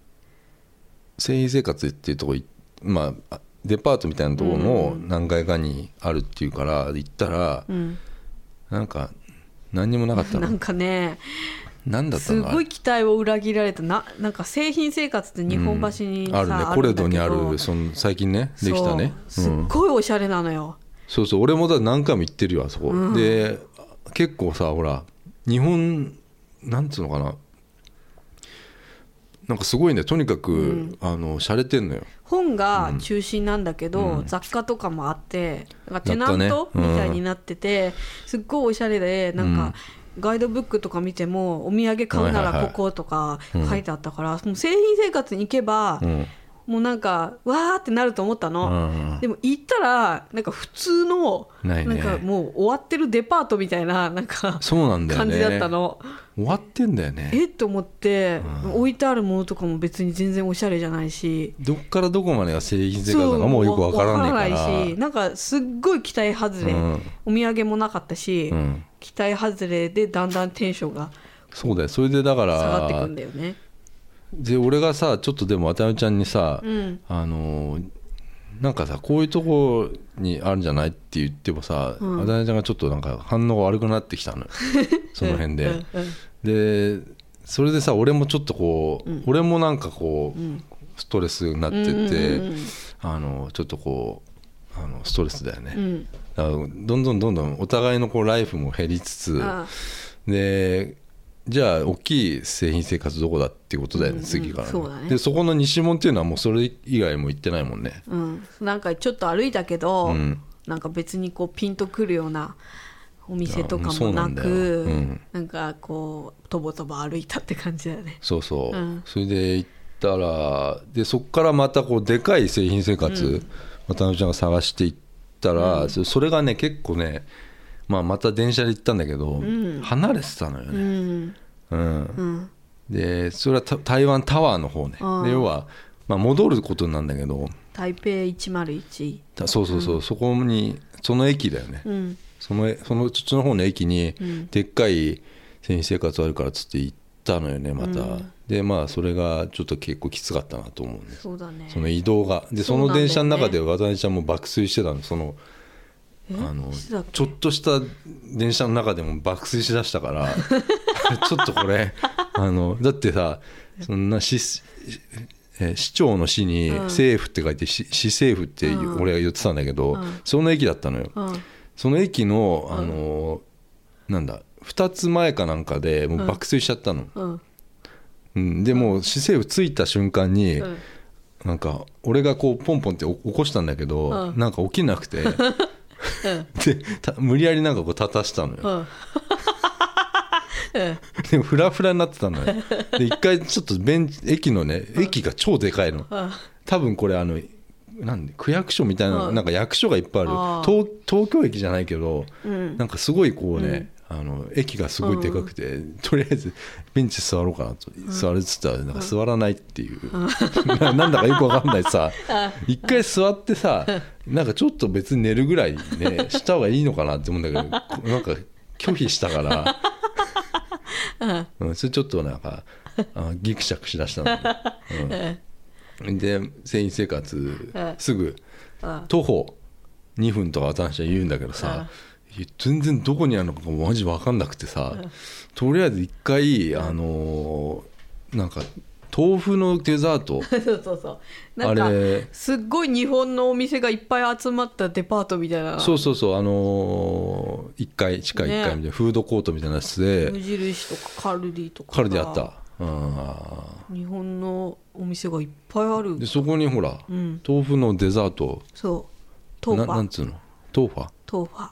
[SPEAKER 2] ー繊維生活っていうとこいまああデパートみたいなところの何階かにあるっていうから行ったら、
[SPEAKER 1] うん
[SPEAKER 2] なんか何にもなかった
[SPEAKER 1] な
[SPEAKER 2] の
[SPEAKER 1] んかね
[SPEAKER 2] 何だった
[SPEAKER 1] す
[SPEAKER 2] のあ
[SPEAKER 1] ご
[SPEAKER 2] れ
[SPEAKER 1] い期待を裏切られたななんか製品生活って日本橋にさ、
[SPEAKER 2] あるね
[SPEAKER 1] んだ
[SPEAKER 2] コレ
[SPEAKER 1] けど
[SPEAKER 2] ドにあるその最近ねできたね
[SPEAKER 1] そう
[SPEAKER 2] う
[SPEAKER 1] すっ
[SPEAKER 2] ん
[SPEAKER 1] ごいおしゃれなのよ、
[SPEAKER 2] そうそう俺もだ何回も行ってるよあそこ、
[SPEAKER 1] うん
[SPEAKER 2] で結構さほら日本なんつうのかななんかすごいねとにかく、
[SPEAKER 1] うん
[SPEAKER 2] あの洒落てんのよ
[SPEAKER 1] 本が中心なんだけど、
[SPEAKER 2] うん
[SPEAKER 1] 雑貨とかもあってなんか
[SPEAKER 2] 雑貨
[SPEAKER 1] テナント
[SPEAKER 2] ね
[SPEAKER 1] み
[SPEAKER 2] うん
[SPEAKER 1] たいになってて、すっごいおしゃれでなんか、ガイドブックとか見てもお土産買うな
[SPEAKER 2] はいはい
[SPEAKER 1] ら
[SPEAKER 2] はい
[SPEAKER 1] こことか
[SPEAKER 2] うん
[SPEAKER 1] 書いてあったから、もう製品生活に行けば、
[SPEAKER 2] うん、
[SPEAKER 1] もうなんかわーってなると思った
[SPEAKER 2] う
[SPEAKER 1] の、
[SPEAKER 2] ん、
[SPEAKER 1] でも行ったらなんか普通の
[SPEAKER 2] ないね
[SPEAKER 1] んかもう終わってるデパートみたいななんか
[SPEAKER 2] そうなんだよ
[SPEAKER 1] 感
[SPEAKER 2] ね
[SPEAKER 1] じだったの、
[SPEAKER 2] 終わってんだよね
[SPEAKER 1] えっと思って、
[SPEAKER 2] うん
[SPEAKER 1] 置いてあるものとかも別に全然おしゃれじゃないし
[SPEAKER 2] どっからどこまでが製品生活なのかもうよくわからねえから
[SPEAKER 1] わからないしなんかすっごい期待外れ、
[SPEAKER 2] うん
[SPEAKER 1] お土産もなかったし、
[SPEAKER 2] うん、
[SPEAKER 1] 期待外れでだんだんテンションが
[SPEAKER 2] そうだよそれでだ
[SPEAKER 1] 下
[SPEAKER 2] か
[SPEAKER 1] がってく
[SPEAKER 2] ら
[SPEAKER 1] んだよね
[SPEAKER 2] で俺がさちょっとでも渡辺ちゃんにさ、
[SPEAKER 1] うん
[SPEAKER 2] あのーなんかさこういうとこにあるんじゃないって言ってもさ、
[SPEAKER 1] うん
[SPEAKER 2] あだねちゃんがちょっとなんか反応が悪くなってきた のよその辺で、
[SPEAKER 1] うんうん
[SPEAKER 2] でそれでさ俺もちょっとこう、
[SPEAKER 1] うん
[SPEAKER 2] 俺もなんかこう、
[SPEAKER 1] うん
[SPEAKER 2] ストレスになってて、
[SPEAKER 1] うんうん
[SPEAKER 2] あのちょっとこうあのストレスだよね、
[SPEAKER 1] うん
[SPEAKER 2] だからどんどんどんどんお互いのこうライフも減りつつ
[SPEAKER 1] あ
[SPEAKER 2] でじゃあ大きい製品生活どこだっていうことだよね、
[SPEAKER 1] うんうん
[SPEAKER 2] 次からね、
[SPEAKER 1] そうだね
[SPEAKER 2] でそこの西門っていうのはもうそれ以外も行ってないもんね
[SPEAKER 1] うん、なんかちょっと歩いたけど、
[SPEAKER 2] うん
[SPEAKER 1] なんか別にこうピンとくるようなお店とか
[SPEAKER 2] いやそう
[SPEAKER 1] も
[SPEAKER 2] な
[SPEAKER 1] なん
[SPEAKER 2] だ
[SPEAKER 1] く
[SPEAKER 2] よ
[SPEAKER 1] な、
[SPEAKER 2] うんん
[SPEAKER 1] かこうとぼとぼ歩いたって感じだよね
[SPEAKER 2] そうそう、
[SPEAKER 1] うん
[SPEAKER 2] それで行ったらでそこからまたこうでかい製品生活、渡辺ちゃんが探していったら、そそれがね結構ね、まあ、また電車で行ったんだけど、
[SPEAKER 1] ん
[SPEAKER 2] 離れてたのよ
[SPEAKER 1] う
[SPEAKER 2] ね、
[SPEAKER 1] ん
[SPEAKER 2] う
[SPEAKER 1] う
[SPEAKER 2] ん
[SPEAKER 1] ん
[SPEAKER 2] でそれはた台湾タワーの方ね
[SPEAKER 1] あー
[SPEAKER 2] で要は、まあ、戻ることなんだけど
[SPEAKER 1] 台北101
[SPEAKER 2] たそうそうそう、そこにその駅だよね、
[SPEAKER 1] うん
[SPEAKER 2] そのそのそっちの方の駅に
[SPEAKER 1] うん
[SPEAKER 2] でっかい繊維生活あるからっつって行ったのよねまた、
[SPEAKER 1] うん
[SPEAKER 2] でまあそれがちょっと結構きつかったなと思うんです
[SPEAKER 1] そうだね
[SPEAKER 2] その移動がで
[SPEAKER 1] そ
[SPEAKER 2] そう
[SPEAKER 1] なん
[SPEAKER 2] の
[SPEAKER 1] だよね
[SPEAKER 2] 電車の中で渡辺ちゃんも爆睡してたのその
[SPEAKER 1] え
[SPEAKER 2] あの
[SPEAKER 1] してたっけ
[SPEAKER 2] ちょっとした電車の中でも爆睡しだしたから ちょっとこれあのだってさそんな市えー市長の市に
[SPEAKER 1] うん
[SPEAKER 2] 政府って書いて、市市政府って
[SPEAKER 1] うん
[SPEAKER 2] 俺が言ってたんだけど、
[SPEAKER 1] うん
[SPEAKER 2] その駅だったのよ、
[SPEAKER 1] うん
[SPEAKER 2] その駅の、あのーなんだ2つ前かなんかでもう爆睡しちゃったの、
[SPEAKER 1] うん
[SPEAKER 2] うんでもう市政府着いた瞬間に、
[SPEAKER 1] うん
[SPEAKER 2] なんか俺がこうポンポンって起起こしたんだけど、
[SPEAKER 1] うん
[SPEAKER 2] なんか起きなくて でた無理やりなんかこう立たしたのよ、
[SPEAKER 1] うんうん
[SPEAKER 2] でフラフラになってたのよで一回ちょっとベンチ駅のね駅が超でかいの
[SPEAKER 1] うん
[SPEAKER 2] 多分これあのなんで区役所みたいな、
[SPEAKER 1] うん
[SPEAKER 2] なんか役所がいっぱいある
[SPEAKER 1] あー
[SPEAKER 2] 東東京駅じゃないけど、
[SPEAKER 1] うん
[SPEAKER 2] なんかすごいこうね、あの駅がすごいでかくて、とりあえずベンチ座ろうかなと、座るっつったらなんか座らないっていう、 ななんだかよくわかんないさ一回座ってさなんかちょっと別に寝るぐらいねした方がいいのかなって思うんだけどこなんか拒否したから、うん、それちょっとなんかあギクシャクしだしたの、うん、で繊維生活すぐ
[SPEAKER 1] うん
[SPEAKER 2] 徒歩2分とか渡辺ちゃん言うんだけどさ、いや全然どこにあるのかがマジ分かんなくてさ、とりあえず一回あのーなんか豆腐のデザート
[SPEAKER 1] そうそうそうな
[SPEAKER 2] あ
[SPEAKER 1] んか
[SPEAKER 2] れ
[SPEAKER 1] すっごい日本のお店がいっぱい集まったデパートみたいな
[SPEAKER 2] そうそうそうあのー、1階地下1階みたいな、
[SPEAKER 1] ね
[SPEAKER 2] フードコートみたいなやつで
[SPEAKER 1] 無印とかカルディとか
[SPEAKER 2] カルディあったうん
[SPEAKER 1] 日本のお店がいっぱいある
[SPEAKER 2] でそこにほら、
[SPEAKER 1] うん
[SPEAKER 2] 豆腐のデザート
[SPEAKER 1] そうトー
[SPEAKER 2] な
[SPEAKER 1] フ
[SPEAKER 2] なん
[SPEAKER 1] ァ
[SPEAKER 2] つうの豆腐
[SPEAKER 1] トーファ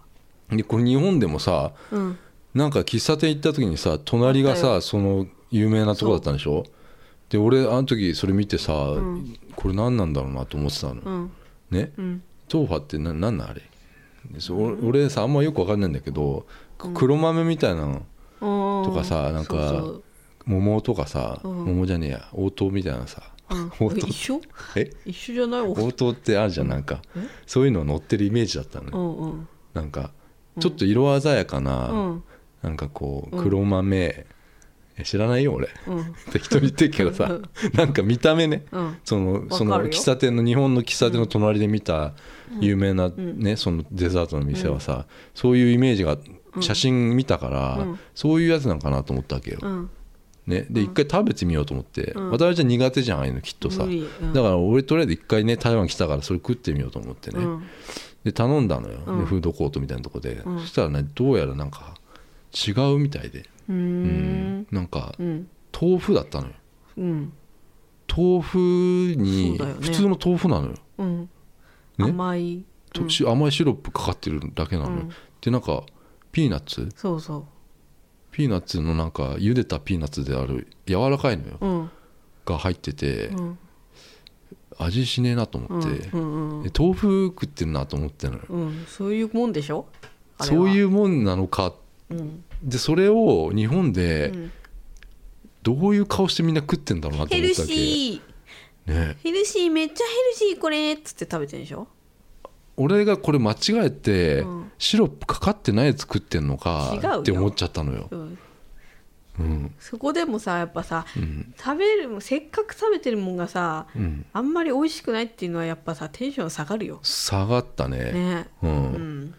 [SPEAKER 2] でこれ日本でもさ
[SPEAKER 1] うん
[SPEAKER 2] なんか喫茶店行った時にさ隣が
[SPEAKER 1] あった
[SPEAKER 2] さその有名なとこだったんでしょで俺あの時それ見てさ、
[SPEAKER 1] ん
[SPEAKER 2] これ何なんだろうなと思ってたの、
[SPEAKER 1] うん
[SPEAKER 2] ね
[SPEAKER 1] うん
[SPEAKER 2] 豆腐ってななんなんあれでそ俺さあんまよく分かんないんだけど、黒豆みたいなの
[SPEAKER 1] と
[SPEAKER 2] とかさなんか桃とかさ、
[SPEAKER 1] うん
[SPEAKER 2] 桃じゃねえや応答みたいなさ 応答
[SPEAKER 1] 一緒
[SPEAKER 2] え
[SPEAKER 1] 一緒じゃないお
[SPEAKER 2] 応答ってあるじゃんなんか
[SPEAKER 1] え
[SPEAKER 2] そういうの乗ってるイメージだったの
[SPEAKER 1] う
[SPEAKER 2] よ
[SPEAKER 1] んうん
[SPEAKER 2] なんかちょっと色鮮やかな、
[SPEAKER 1] うん
[SPEAKER 2] なんかこ
[SPEAKER 1] う
[SPEAKER 2] うん黒豆、え知らないよ俺
[SPEAKER 1] うん
[SPEAKER 2] 適当に言ってるけどさなんか見た目ね
[SPEAKER 1] うん
[SPEAKER 2] その
[SPEAKER 1] よ
[SPEAKER 2] その喫茶店の日本の喫茶店の隣で見た有名な、
[SPEAKER 1] ん
[SPEAKER 2] ねそのデザートの店はさ、そういうイメージが写真見たから、
[SPEAKER 1] うん
[SPEAKER 2] そういうやつなんかなと思ったわけよ、
[SPEAKER 1] うん
[SPEAKER 2] ね、で一回食べてみようと思って、
[SPEAKER 1] うん
[SPEAKER 2] 渡辺ちゃん苦手じゃんああいうのきっとさ、
[SPEAKER 1] 無理うん
[SPEAKER 2] だから俺とりあえず一回ね台湾来たからそれ食ってみようと思ってね、
[SPEAKER 1] うん
[SPEAKER 2] で頼んだのよ、
[SPEAKER 1] うん
[SPEAKER 2] でフードコートみたいなとこで、
[SPEAKER 1] ん
[SPEAKER 2] そしたらねどうやらなんか違うみたいで、
[SPEAKER 1] うーん
[SPEAKER 2] なんか
[SPEAKER 1] うん
[SPEAKER 2] 豆腐だったのよ
[SPEAKER 1] うん
[SPEAKER 2] 豆腐に
[SPEAKER 1] そうだよね
[SPEAKER 2] 普通の豆腐なのよ
[SPEAKER 1] うん
[SPEAKER 2] ね
[SPEAKER 1] 甘い
[SPEAKER 2] とし甘いシロップかかってるだけなのよ、
[SPEAKER 1] うん
[SPEAKER 2] でなんかピーナッツ
[SPEAKER 1] そうそ
[SPEAKER 2] ピーナッツのなんか茹でたピーナッツである柔らかいのよ
[SPEAKER 1] ううん
[SPEAKER 2] が入ってて、
[SPEAKER 1] うん
[SPEAKER 2] 味しねえなと
[SPEAKER 1] う
[SPEAKER 2] 思
[SPEAKER 1] ん
[SPEAKER 2] って、
[SPEAKER 1] うんうん
[SPEAKER 2] で豆腐食ってるなと思ってるのよ
[SPEAKER 1] うんそういうもんでしょあれは
[SPEAKER 2] そういうもんなのか
[SPEAKER 1] うん
[SPEAKER 2] でそれを日本
[SPEAKER 1] う
[SPEAKER 2] で
[SPEAKER 1] ん
[SPEAKER 2] どういう顔してみんな食ってんだろうなと
[SPEAKER 1] ヘ
[SPEAKER 2] 思っ
[SPEAKER 1] ル
[SPEAKER 2] たわけ、
[SPEAKER 1] シー
[SPEAKER 2] ね、
[SPEAKER 1] ヘルシーめっちゃヘルシーこれっつって食べてるでしょ
[SPEAKER 2] 俺がこれ間違えて、
[SPEAKER 1] うん
[SPEAKER 2] シロップかかってないやつ食ってんの
[SPEAKER 1] 違う
[SPEAKER 2] か
[SPEAKER 1] よ
[SPEAKER 2] って思っちゃったのよ
[SPEAKER 1] うん
[SPEAKER 2] うん
[SPEAKER 1] そこでもさやっぱさ
[SPEAKER 2] うん
[SPEAKER 1] 食べるもんせっかく食べてるもんがさ
[SPEAKER 2] うん
[SPEAKER 1] あんまり美味しくないっていうのはやっぱさテンション下がるよ
[SPEAKER 2] 下がったね
[SPEAKER 1] ね
[SPEAKER 2] う
[SPEAKER 1] うんん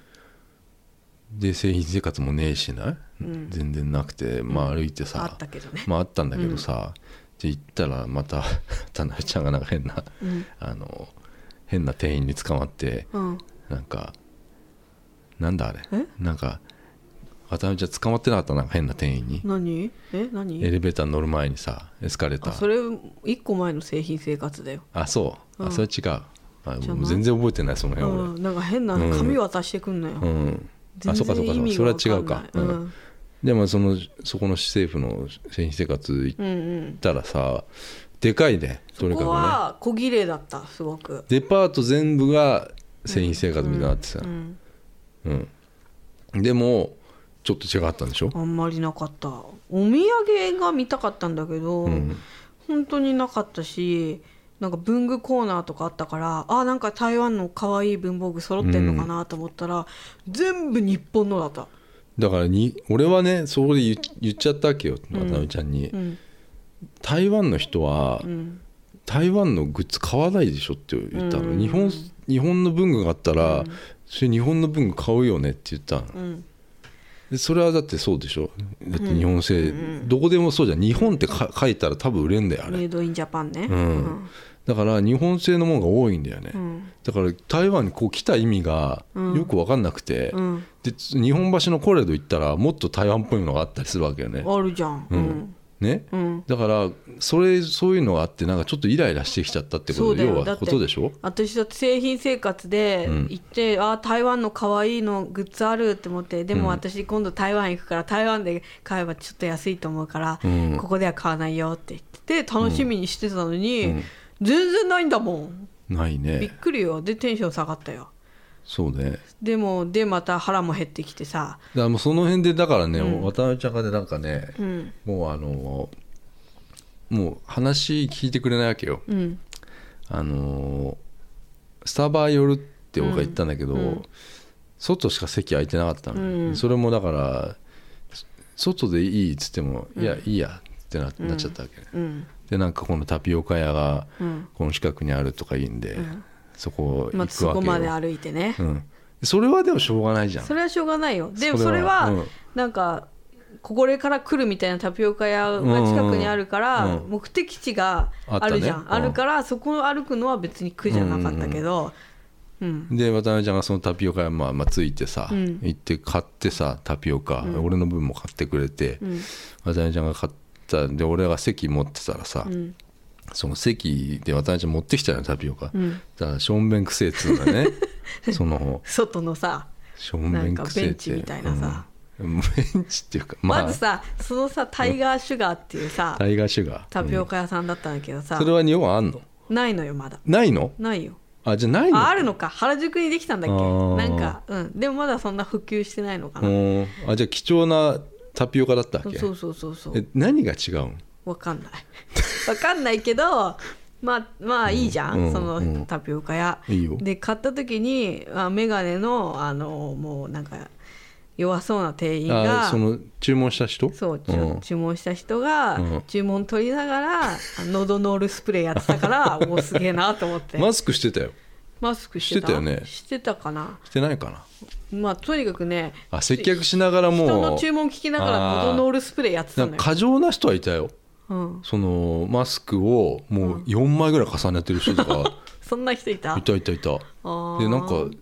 [SPEAKER 2] で製品生活もねえしな、
[SPEAKER 1] うん
[SPEAKER 2] 全然なくて、まあ、歩いて
[SPEAKER 1] あ
[SPEAKER 2] さ
[SPEAKER 1] ったけどね
[SPEAKER 2] まああったんだけどさ、で行ったらまた 田辺ちゃんがなんか変な
[SPEAKER 1] うん
[SPEAKER 2] あの変な店員に捕まって
[SPEAKER 1] うん
[SPEAKER 2] なんかなんだあれ
[SPEAKER 1] え
[SPEAKER 2] なんか渡辺ちゃん捕まってなかったなんか変な店員に
[SPEAKER 1] 何え
[SPEAKER 2] エ
[SPEAKER 1] 何
[SPEAKER 2] レベーターに乗る前にさエスカレータ
[SPEAKER 1] あ
[SPEAKER 2] ー
[SPEAKER 1] それ一個前の製品生活だよ
[SPEAKER 2] あそう、
[SPEAKER 1] うん
[SPEAKER 2] あそれ違うあ
[SPEAKER 1] じゃない
[SPEAKER 2] もう全然覚えてないその辺
[SPEAKER 1] うんなんか変な紙渡してくんなよ
[SPEAKER 2] 俺うん
[SPEAKER 1] 全
[SPEAKER 2] あそうかそう
[SPEAKER 1] 然
[SPEAKER 2] か
[SPEAKER 1] 意
[SPEAKER 2] そうか
[SPEAKER 1] 味
[SPEAKER 2] そ
[SPEAKER 1] が
[SPEAKER 2] れ
[SPEAKER 1] わ
[SPEAKER 2] は違うか
[SPEAKER 1] か、んない
[SPEAKER 2] うんでもそのそこの市政府の選手生活行っ
[SPEAKER 1] うんうん
[SPEAKER 2] たらさでかいねとに
[SPEAKER 1] こ
[SPEAKER 2] か
[SPEAKER 1] こ
[SPEAKER 2] くね
[SPEAKER 1] は小綺麗だったすごく
[SPEAKER 2] デパート全部が繊維生活みたいになってさ
[SPEAKER 1] う、ん
[SPEAKER 2] うんでもちょっと違ったんでしょ、
[SPEAKER 1] あんまりなかったお土産が見たかったんだけど、
[SPEAKER 2] うん
[SPEAKER 1] 本当になかったしなんか文具コーナーとかあったからあなんか台湾の可愛い文房具揃ってんのかなと思ったら、全部日本のだった、
[SPEAKER 2] だからに俺はねそこで言言っちゃったわけよ渡辺ちゃんに、
[SPEAKER 1] うん
[SPEAKER 2] 台湾の人は
[SPEAKER 1] うん
[SPEAKER 2] 台湾のグッズ買わないでしょって言ったの、
[SPEAKER 1] うん
[SPEAKER 2] 日本日本の文具があったら、
[SPEAKER 1] うん
[SPEAKER 2] それ日本の文具買うよねって言ったの
[SPEAKER 1] うん、
[SPEAKER 2] でそれはだってそうでしょだって日本製、
[SPEAKER 1] うん
[SPEAKER 2] どこでもそうじゃん日本ってか書いたら多分売れんだよあれ、
[SPEAKER 1] メイドインジャパンね、
[SPEAKER 2] うんだから日本製のものが多いんだよね、
[SPEAKER 1] うん
[SPEAKER 2] だから台湾にこう来た意味が
[SPEAKER 1] うん
[SPEAKER 2] よく分かんなくて、
[SPEAKER 1] うん
[SPEAKER 2] で日本橋のコレド行ったらもっと台湾っぽいものがあったりするわけよね
[SPEAKER 1] あるじゃん、
[SPEAKER 2] う
[SPEAKER 1] うんん
[SPEAKER 2] ね
[SPEAKER 1] うん、
[SPEAKER 2] だからそれそういうのがあってなんかちょっとイライラしてきちゃったってこ
[SPEAKER 1] そ
[SPEAKER 2] と
[SPEAKER 1] うだよ
[SPEAKER 2] 要
[SPEAKER 1] だ
[SPEAKER 2] は
[SPEAKER 1] って
[SPEAKER 2] ことでしょ
[SPEAKER 1] 私だって製品生活で
[SPEAKER 2] うん
[SPEAKER 1] 行って、あー台湾の可愛いのグッズあるって思ってで
[SPEAKER 2] うん
[SPEAKER 1] も私今度台湾行くから台湾で買えばちょっと安いと思うから、
[SPEAKER 2] うん
[SPEAKER 1] ここでは買わないよって言ってて楽しみにしてたのに、
[SPEAKER 2] うん
[SPEAKER 1] 全然ないんだもん
[SPEAKER 2] な
[SPEAKER 1] び
[SPEAKER 2] い
[SPEAKER 1] っ
[SPEAKER 2] ね
[SPEAKER 1] くりよでテンション下がったよ
[SPEAKER 2] そうね
[SPEAKER 1] でもでまた腹も減ってきてさ
[SPEAKER 2] だからもうその辺でだからね、渡辺ちゃんがねなんかね、
[SPEAKER 1] うん
[SPEAKER 2] もうあのもう話聞いてくれないわけよ
[SPEAKER 1] うん
[SPEAKER 2] あのスタバ寄るって俺が言ったんだけど、外しか席空いてなかったの、
[SPEAKER 1] うん
[SPEAKER 2] それもだからそ外でいいっつっても、いやいいやってななっちゃったわけ、
[SPEAKER 1] うん
[SPEAKER 2] でなんかこのタピオカ屋が
[SPEAKER 1] うん
[SPEAKER 2] この近くにあるとか言うんで、そこ行く
[SPEAKER 1] ま
[SPEAKER 2] わ
[SPEAKER 1] あ、
[SPEAKER 2] け
[SPEAKER 1] そ
[SPEAKER 2] よ、
[SPEAKER 1] こまで歩いてね、
[SPEAKER 2] うん、それはでもしょうがないじゃん
[SPEAKER 1] それはしょうがないよでも
[SPEAKER 2] そ
[SPEAKER 1] そ
[SPEAKER 2] れ
[SPEAKER 1] れ
[SPEAKER 2] は
[SPEAKER 1] は
[SPEAKER 2] うん
[SPEAKER 1] なんかこれから来るみたいなタピオカ屋が近くにあるから、
[SPEAKER 2] うんうん
[SPEAKER 1] 目的地があるじゃん
[SPEAKER 2] あ
[SPEAKER 1] あ,、
[SPEAKER 2] ったねうん
[SPEAKER 1] るからそこを歩くのは別に苦じゃなかったけど、うん
[SPEAKER 2] で渡辺ちゃんがそのタピオカ屋まあまあついてさ、
[SPEAKER 1] うん
[SPEAKER 2] 行って買ってさタピオカ、俺の分も買ってくれて、
[SPEAKER 1] うん
[SPEAKER 2] 渡辺ちゃんが買ったで俺が席持ってたらさ、
[SPEAKER 1] うん
[SPEAKER 2] その席で渡辺ちゃん持ってきたのよタピオカ、
[SPEAKER 1] うん
[SPEAKER 2] だからしょんべんくせえっつうん だねその
[SPEAKER 1] 外のさ
[SPEAKER 2] しょんべんくせえって
[SPEAKER 1] なんかベンチみたいなさ、
[SPEAKER 2] うんベンチっていうかまあ
[SPEAKER 1] まずさそのさタイガーシュガーっていうさ
[SPEAKER 2] タイガーシュガー
[SPEAKER 1] タピオ
[SPEAKER 2] カ、
[SPEAKER 1] カ屋さんだったんだけど
[SPEAKER 2] うん
[SPEAKER 1] さ、
[SPEAKER 2] それは日本あんの
[SPEAKER 1] ないのよまだ
[SPEAKER 2] ないの
[SPEAKER 1] ないよ
[SPEAKER 2] あじゃあないの
[SPEAKER 1] ああるのか原宿にできたんだっ
[SPEAKER 2] あ
[SPEAKER 1] け
[SPEAKER 2] ー
[SPEAKER 1] なんかうんでもまだそんな普及してないのか
[SPEAKER 2] う
[SPEAKER 1] な、
[SPEAKER 2] んあじゃあ貴重なタピオカだったわけ
[SPEAKER 1] そうそうそうそう
[SPEAKER 2] え何が違うん
[SPEAKER 1] わかんない わかんないけどまあまあいいじゃん、
[SPEAKER 2] うん
[SPEAKER 1] そ
[SPEAKER 2] うんう
[SPEAKER 1] の
[SPEAKER 2] ん
[SPEAKER 1] タピオカ屋、
[SPEAKER 2] いいよ
[SPEAKER 1] で買った時にあメガネのあのもうなんか弱そうな店員
[SPEAKER 2] あ
[SPEAKER 1] が
[SPEAKER 2] その注文した人
[SPEAKER 1] そう、注
[SPEAKER 2] ん
[SPEAKER 1] 注文した人が
[SPEAKER 2] うん
[SPEAKER 1] 注文取りながらあ喉ノールスプレーやってたから おおすげえなと思って、
[SPEAKER 2] マスクしてたよ
[SPEAKER 1] マスクしてた
[SPEAKER 2] してたよね
[SPEAKER 1] してたかな
[SPEAKER 2] してないかな
[SPEAKER 1] まあとにかくね
[SPEAKER 2] あ接客しながらもう
[SPEAKER 1] 人の注文聞きながら
[SPEAKER 2] あー
[SPEAKER 1] 喉ノールスプレーやってた
[SPEAKER 2] な
[SPEAKER 1] の
[SPEAKER 2] ん
[SPEAKER 1] よ
[SPEAKER 2] か、過剰な人はいたよ
[SPEAKER 1] うん、
[SPEAKER 2] そのマスクをもう4枚ぐらい重ねてる人と か
[SPEAKER 1] そんな人いた
[SPEAKER 2] いたいたいた
[SPEAKER 1] あー
[SPEAKER 2] でなんか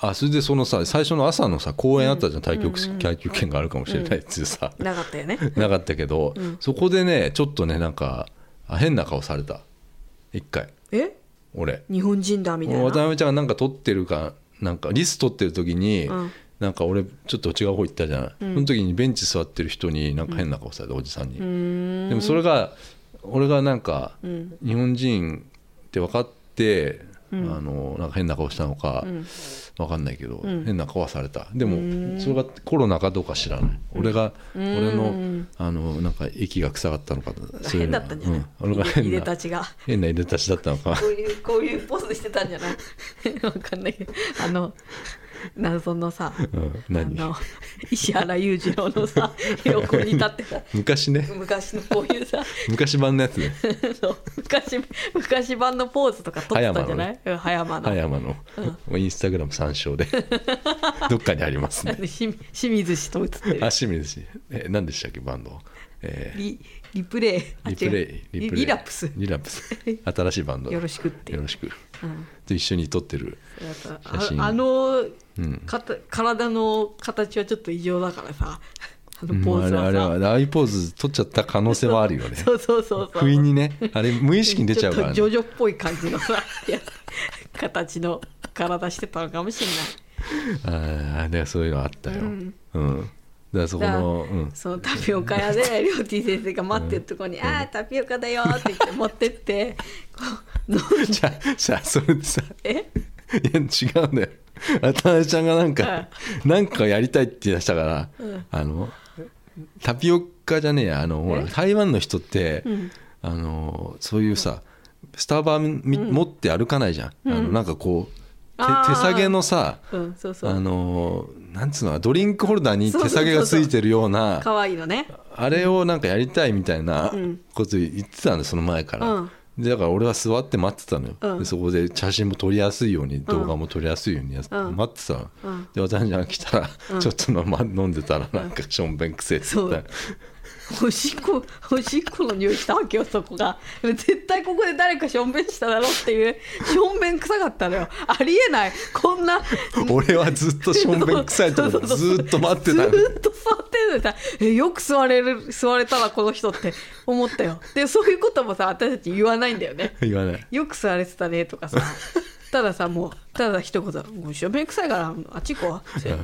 [SPEAKER 2] あそれでそのさ最初の朝のさ公演あったじゃん対局対局権があるかもしれないっていうさ、
[SPEAKER 1] なかったよね
[SPEAKER 2] なかったけど、そこでねちょっとねなんかあ変な顔された一回
[SPEAKER 1] え
[SPEAKER 2] 俺
[SPEAKER 1] 日本人だみたい
[SPEAKER 2] 渡
[SPEAKER 1] な
[SPEAKER 2] 辺ちゃんがなんか撮ってるかなんかリス取ってる時に、
[SPEAKER 1] うん
[SPEAKER 2] なんか俺ちょっと違う方行ったじゃない、その時にベンチ座ってる人になんか変な顔された、おじさんに、
[SPEAKER 1] うーん
[SPEAKER 2] でもそれが俺がなんか
[SPEAKER 1] うん
[SPEAKER 2] 日本人って分かって、あのなんか変な顔したのか、分かんないけど、
[SPEAKER 1] ん
[SPEAKER 2] 変な顔はされたでもそれがコロナかどうか知らない、俺が
[SPEAKER 1] ん
[SPEAKER 2] 俺のあのなんか息が臭かったのかそういう
[SPEAKER 1] 変
[SPEAKER 2] の
[SPEAKER 1] だったんじゃない、
[SPEAKER 2] うん、俺が
[SPEAKER 1] い
[SPEAKER 2] 変
[SPEAKER 1] でた
[SPEAKER 2] な
[SPEAKER 1] ちが
[SPEAKER 2] 変ないでたちだったのか
[SPEAKER 1] こういうこういうポーズしてたんじゃない わかんないけどあの謎のさ、
[SPEAKER 2] うん
[SPEAKER 1] あ
[SPEAKER 2] 何
[SPEAKER 1] の石原裕次郎の さ横に立ってた
[SPEAKER 2] 昔ね
[SPEAKER 1] 昔のこういうさ
[SPEAKER 2] 昔版のやつね
[SPEAKER 1] そう昔昔版のポーズとか撮ってたんじゃないうん葉山の,、
[SPEAKER 2] 葉山の、インスタグラム 参照でどっかにありますね
[SPEAKER 1] なんで清清水氏と写ってる
[SPEAKER 2] あ清水氏え何でしたっけバンド、えー
[SPEAKER 1] リリプレイあ
[SPEAKER 2] リプ
[SPEAKER 1] 違
[SPEAKER 2] レイ
[SPEAKER 1] うリ
[SPEAKER 2] プレイ
[SPEAKER 1] リラプス
[SPEAKER 2] リラ プス新しいバンドだ
[SPEAKER 1] よろしくっていう
[SPEAKER 2] よろしく
[SPEAKER 1] うん
[SPEAKER 2] で一緒に撮ってる
[SPEAKER 1] やっぱ
[SPEAKER 2] 写真
[SPEAKER 1] ああの
[SPEAKER 2] うん
[SPEAKER 1] かた体の形はちょっと異常だから さあのポ
[SPEAKER 2] もう
[SPEAKER 1] ー
[SPEAKER 2] あ
[SPEAKER 1] ズ
[SPEAKER 2] れ
[SPEAKER 1] は
[SPEAKER 2] あれ
[SPEAKER 1] さ、
[SPEAKER 2] はああいうポーズ撮っちゃった可能性はあるよね
[SPEAKER 1] そうそうそうそう
[SPEAKER 2] 不意にねあれ無意識に出ちゃうから、ね、
[SPEAKER 1] ちょっとジョジョっぽい感じのさいや形の体してたのかもしれ
[SPEAKER 2] ああねそういうのあったよ、うんだからそこ
[SPEAKER 1] ないだから
[SPEAKER 2] の、うん、
[SPEAKER 1] そのタピオカ屋でりょうてぃ先生が待ってるとこに「ああタピオカだよ」って言って持ってってこう飲ん
[SPEAKER 2] じゃあじゃあそれでさ
[SPEAKER 1] で
[SPEAKER 2] いや違うんだよ渡辺ちゃんがなんか、なんかやりたいって言い出したから、あのタピオカじゃねえやあのほら台湾の人って、あのそういうさスタバみ、持って歩かないじゃん、あのなんかこう手
[SPEAKER 1] あー
[SPEAKER 2] 手提げのさ
[SPEAKER 1] うんそうそ
[SPEAKER 2] あ
[SPEAKER 1] う
[SPEAKER 2] のなんつうのドリンクホルダーに手提げがついてるような
[SPEAKER 1] 可愛いのね
[SPEAKER 2] あれをなんかやりたいみたいなこと言ってたんでその前から、
[SPEAKER 1] うん
[SPEAKER 2] でだから俺は座って待ってたのよ、
[SPEAKER 1] うん
[SPEAKER 2] でそこで写真も撮りやすいように動画も撮りやすいようにやっ
[SPEAKER 1] うん
[SPEAKER 2] 待ってたの、
[SPEAKER 1] うん
[SPEAKER 2] で私が来たら、ちょっと飲,、ま、飲んでたらなんかしょんべんくせえって言ったよ
[SPEAKER 1] おしっこおしっこの匂いしたわけよそこが絶対ここで誰かしょんべんしただろうっていうしょんべん臭かったのよありえないこんな
[SPEAKER 2] 俺はずっとしょんべんくさいと思って
[SPEAKER 1] そうそうそう
[SPEAKER 2] ずっと待って
[SPEAKER 1] ず
[SPEAKER 2] たの
[SPEAKER 1] ーっと座ってるのにさえよく座れる座れたなこの人って思ったよでそういうこともさ私たち言わないんだよね
[SPEAKER 2] 言わない
[SPEAKER 1] よく座れてたねとかさたださもうただ一言「もうしょんべん臭いからあっち行 こう」って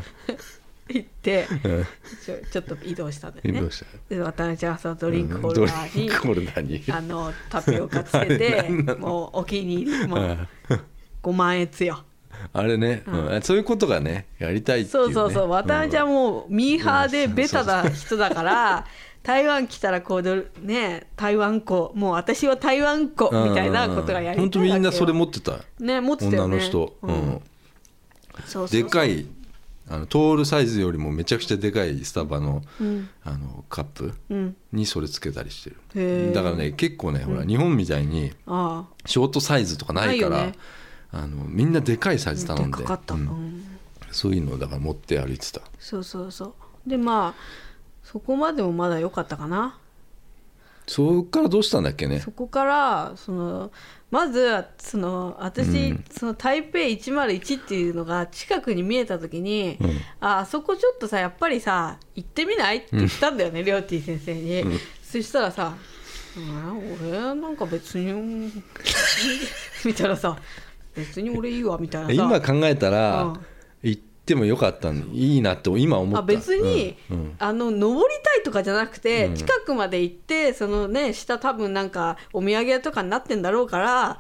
[SPEAKER 1] 言って
[SPEAKER 2] うん
[SPEAKER 1] ちょちょっと移動したんだよね
[SPEAKER 2] 移動した
[SPEAKER 1] で渡辺ちゃんはそのドリンクホ
[SPEAKER 2] ド
[SPEAKER 1] ル
[SPEAKER 2] リ
[SPEAKER 1] ダーに
[SPEAKER 2] ンクホルダーに
[SPEAKER 1] あのタピオカつけ
[SPEAKER 2] あれ
[SPEAKER 1] て
[SPEAKER 2] 何なの
[SPEAKER 1] もうお気に入りも
[SPEAKER 2] う
[SPEAKER 1] うん5万円つよ
[SPEAKER 2] あれね、うんそういうことがねやりたいっていう、
[SPEAKER 1] そ
[SPEAKER 2] ね、
[SPEAKER 1] うそうそう渡辺ちゃん
[SPEAKER 2] も、
[SPEAKER 1] もうミーハーでベタな人だから台湾来たらこうどね台湾子もう私は台湾子みたいなことがやりたいわけよ
[SPEAKER 2] 本当みんなそれ持ってた
[SPEAKER 1] ね持ってたよ
[SPEAKER 2] 女
[SPEAKER 1] ね
[SPEAKER 2] の人、
[SPEAKER 1] うん
[SPEAKER 2] うん
[SPEAKER 1] そうそうそう
[SPEAKER 2] でかいあのトールサイズよりもめちゃくちゃでかいスタバの,、あのカップ
[SPEAKER 1] うん
[SPEAKER 2] にそれつけたりして
[SPEAKER 1] へ
[SPEAKER 2] る
[SPEAKER 1] ー
[SPEAKER 2] だからね結構ねほら、日本みたいに
[SPEAKER 1] あ
[SPEAKER 2] ショートサイズとかないか
[SPEAKER 1] な
[SPEAKER 2] ら
[SPEAKER 1] いよね
[SPEAKER 2] あのみんなでかいサイズ
[SPEAKER 1] あ
[SPEAKER 2] 頼
[SPEAKER 1] で
[SPEAKER 2] んで
[SPEAKER 1] かかった、
[SPEAKER 2] う
[SPEAKER 1] うんん
[SPEAKER 2] そういうのをだから持って歩いてた
[SPEAKER 1] そうそうそうでまあそこまでもまだ良かったかな
[SPEAKER 2] そっからどうしたんだっけね
[SPEAKER 1] そこからそのまずその私、
[SPEAKER 2] うん
[SPEAKER 1] その台北101っていうのが近くに見えた時に、
[SPEAKER 2] うん
[SPEAKER 1] ああそこちょっとさやっぱりさ行ってみないって言ったんだよね、りょうてぃ先生に、そしたらさ「うん俺なんか別に うん」みたいなさ「別に俺いいわ」みたいなさ
[SPEAKER 2] 今考えたら、
[SPEAKER 1] うん
[SPEAKER 2] 行ってもよかったんいいなって今思った
[SPEAKER 1] あ別に、
[SPEAKER 2] うんうん
[SPEAKER 1] あの登りたいとかじゃなくて、近くまで行ってそのね下多分なんかお土産屋とかになってんだろうから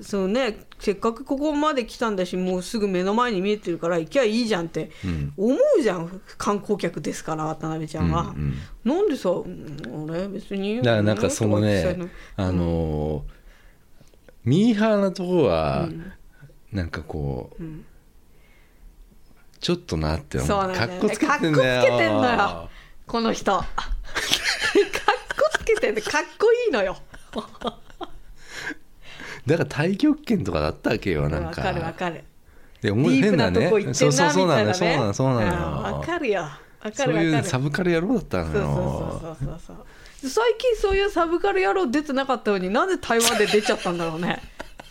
[SPEAKER 1] そのねせっかくここまで来たんだしもうすぐ目の前に見えてるから行きゃいいじゃんって思うじゃん、観光客ですから渡辺ちゃんは。
[SPEAKER 2] うん
[SPEAKER 1] なんでさ、うん俺別に
[SPEAKER 2] だからなんかそ
[SPEAKER 1] と
[SPEAKER 2] の
[SPEAKER 1] か
[SPEAKER 2] ね
[SPEAKER 1] 言って
[SPEAKER 2] あのーミーハーなとこは、なんかこう、
[SPEAKER 1] ん
[SPEAKER 2] ちょっとなって思
[SPEAKER 1] そうなんだよ
[SPEAKER 2] か
[SPEAKER 1] ね
[SPEAKER 2] っこつけてんだ
[SPEAKER 1] かっこつ
[SPEAKER 2] よ
[SPEAKER 1] けてんのよこの 人かっこつけてんのかっこいいのよ
[SPEAKER 2] だから太極拳とかだったわけよなん
[SPEAKER 1] わ
[SPEAKER 2] か
[SPEAKER 1] かるわかる
[SPEAKER 2] で
[SPEAKER 1] デ
[SPEAKER 2] 思い
[SPEAKER 1] ィープ
[SPEAKER 2] 変な
[SPEAKER 1] なと
[SPEAKER 2] ね
[SPEAKER 1] こ行って
[SPEAKER 2] そ
[SPEAKER 1] ん
[SPEAKER 2] うそう
[SPEAKER 1] なみたい
[SPEAKER 2] そうなの
[SPEAKER 1] なね
[SPEAKER 2] よそうなのそうな
[SPEAKER 1] あー
[SPEAKER 2] の
[SPEAKER 1] わ
[SPEAKER 2] よ
[SPEAKER 1] かるよわか
[SPEAKER 2] そう
[SPEAKER 1] るわかる
[SPEAKER 2] いうサブカル野郎だったの
[SPEAKER 1] そう
[SPEAKER 2] よ
[SPEAKER 1] そうそうそうそうそう最近そういうサブカル野郎出てなかったのになんで台湾で出ちゃったんだろうね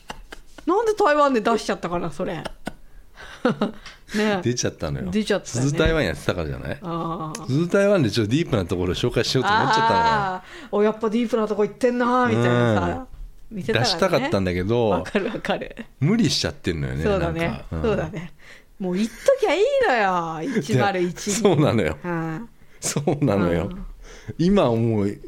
[SPEAKER 1] なんで台湾で出しちゃったかなそれ ね
[SPEAKER 2] 出ちゃったのよ
[SPEAKER 1] 出ちゃったよね
[SPEAKER 2] 鈴台湾やってたからじゃない
[SPEAKER 1] あー
[SPEAKER 2] 鈴台湾でちょっとディープなところを紹介しようと思っちゃった
[SPEAKER 1] あーおやっぱディープなとこ行ってんなーみたいなさ、見せ
[SPEAKER 2] のよ出したかったん
[SPEAKER 1] だ
[SPEAKER 2] だけ
[SPEAKER 1] わ
[SPEAKER 2] ど
[SPEAKER 1] かるわかる、
[SPEAKER 2] 無理しちゃってんのよね
[SPEAKER 1] そうだ
[SPEAKER 2] なん
[SPEAKER 1] ね
[SPEAKER 2] か、ん
[SPEAKER 1] そうだねもう行っときゃいいのよ101に
[SPEAKER 2] そうなのよ
[SPEAKER 1] うん
[SPEAKER 2] そうなのよ、
[SPEAKER 1] うん
[SPEAKER 2] 今思い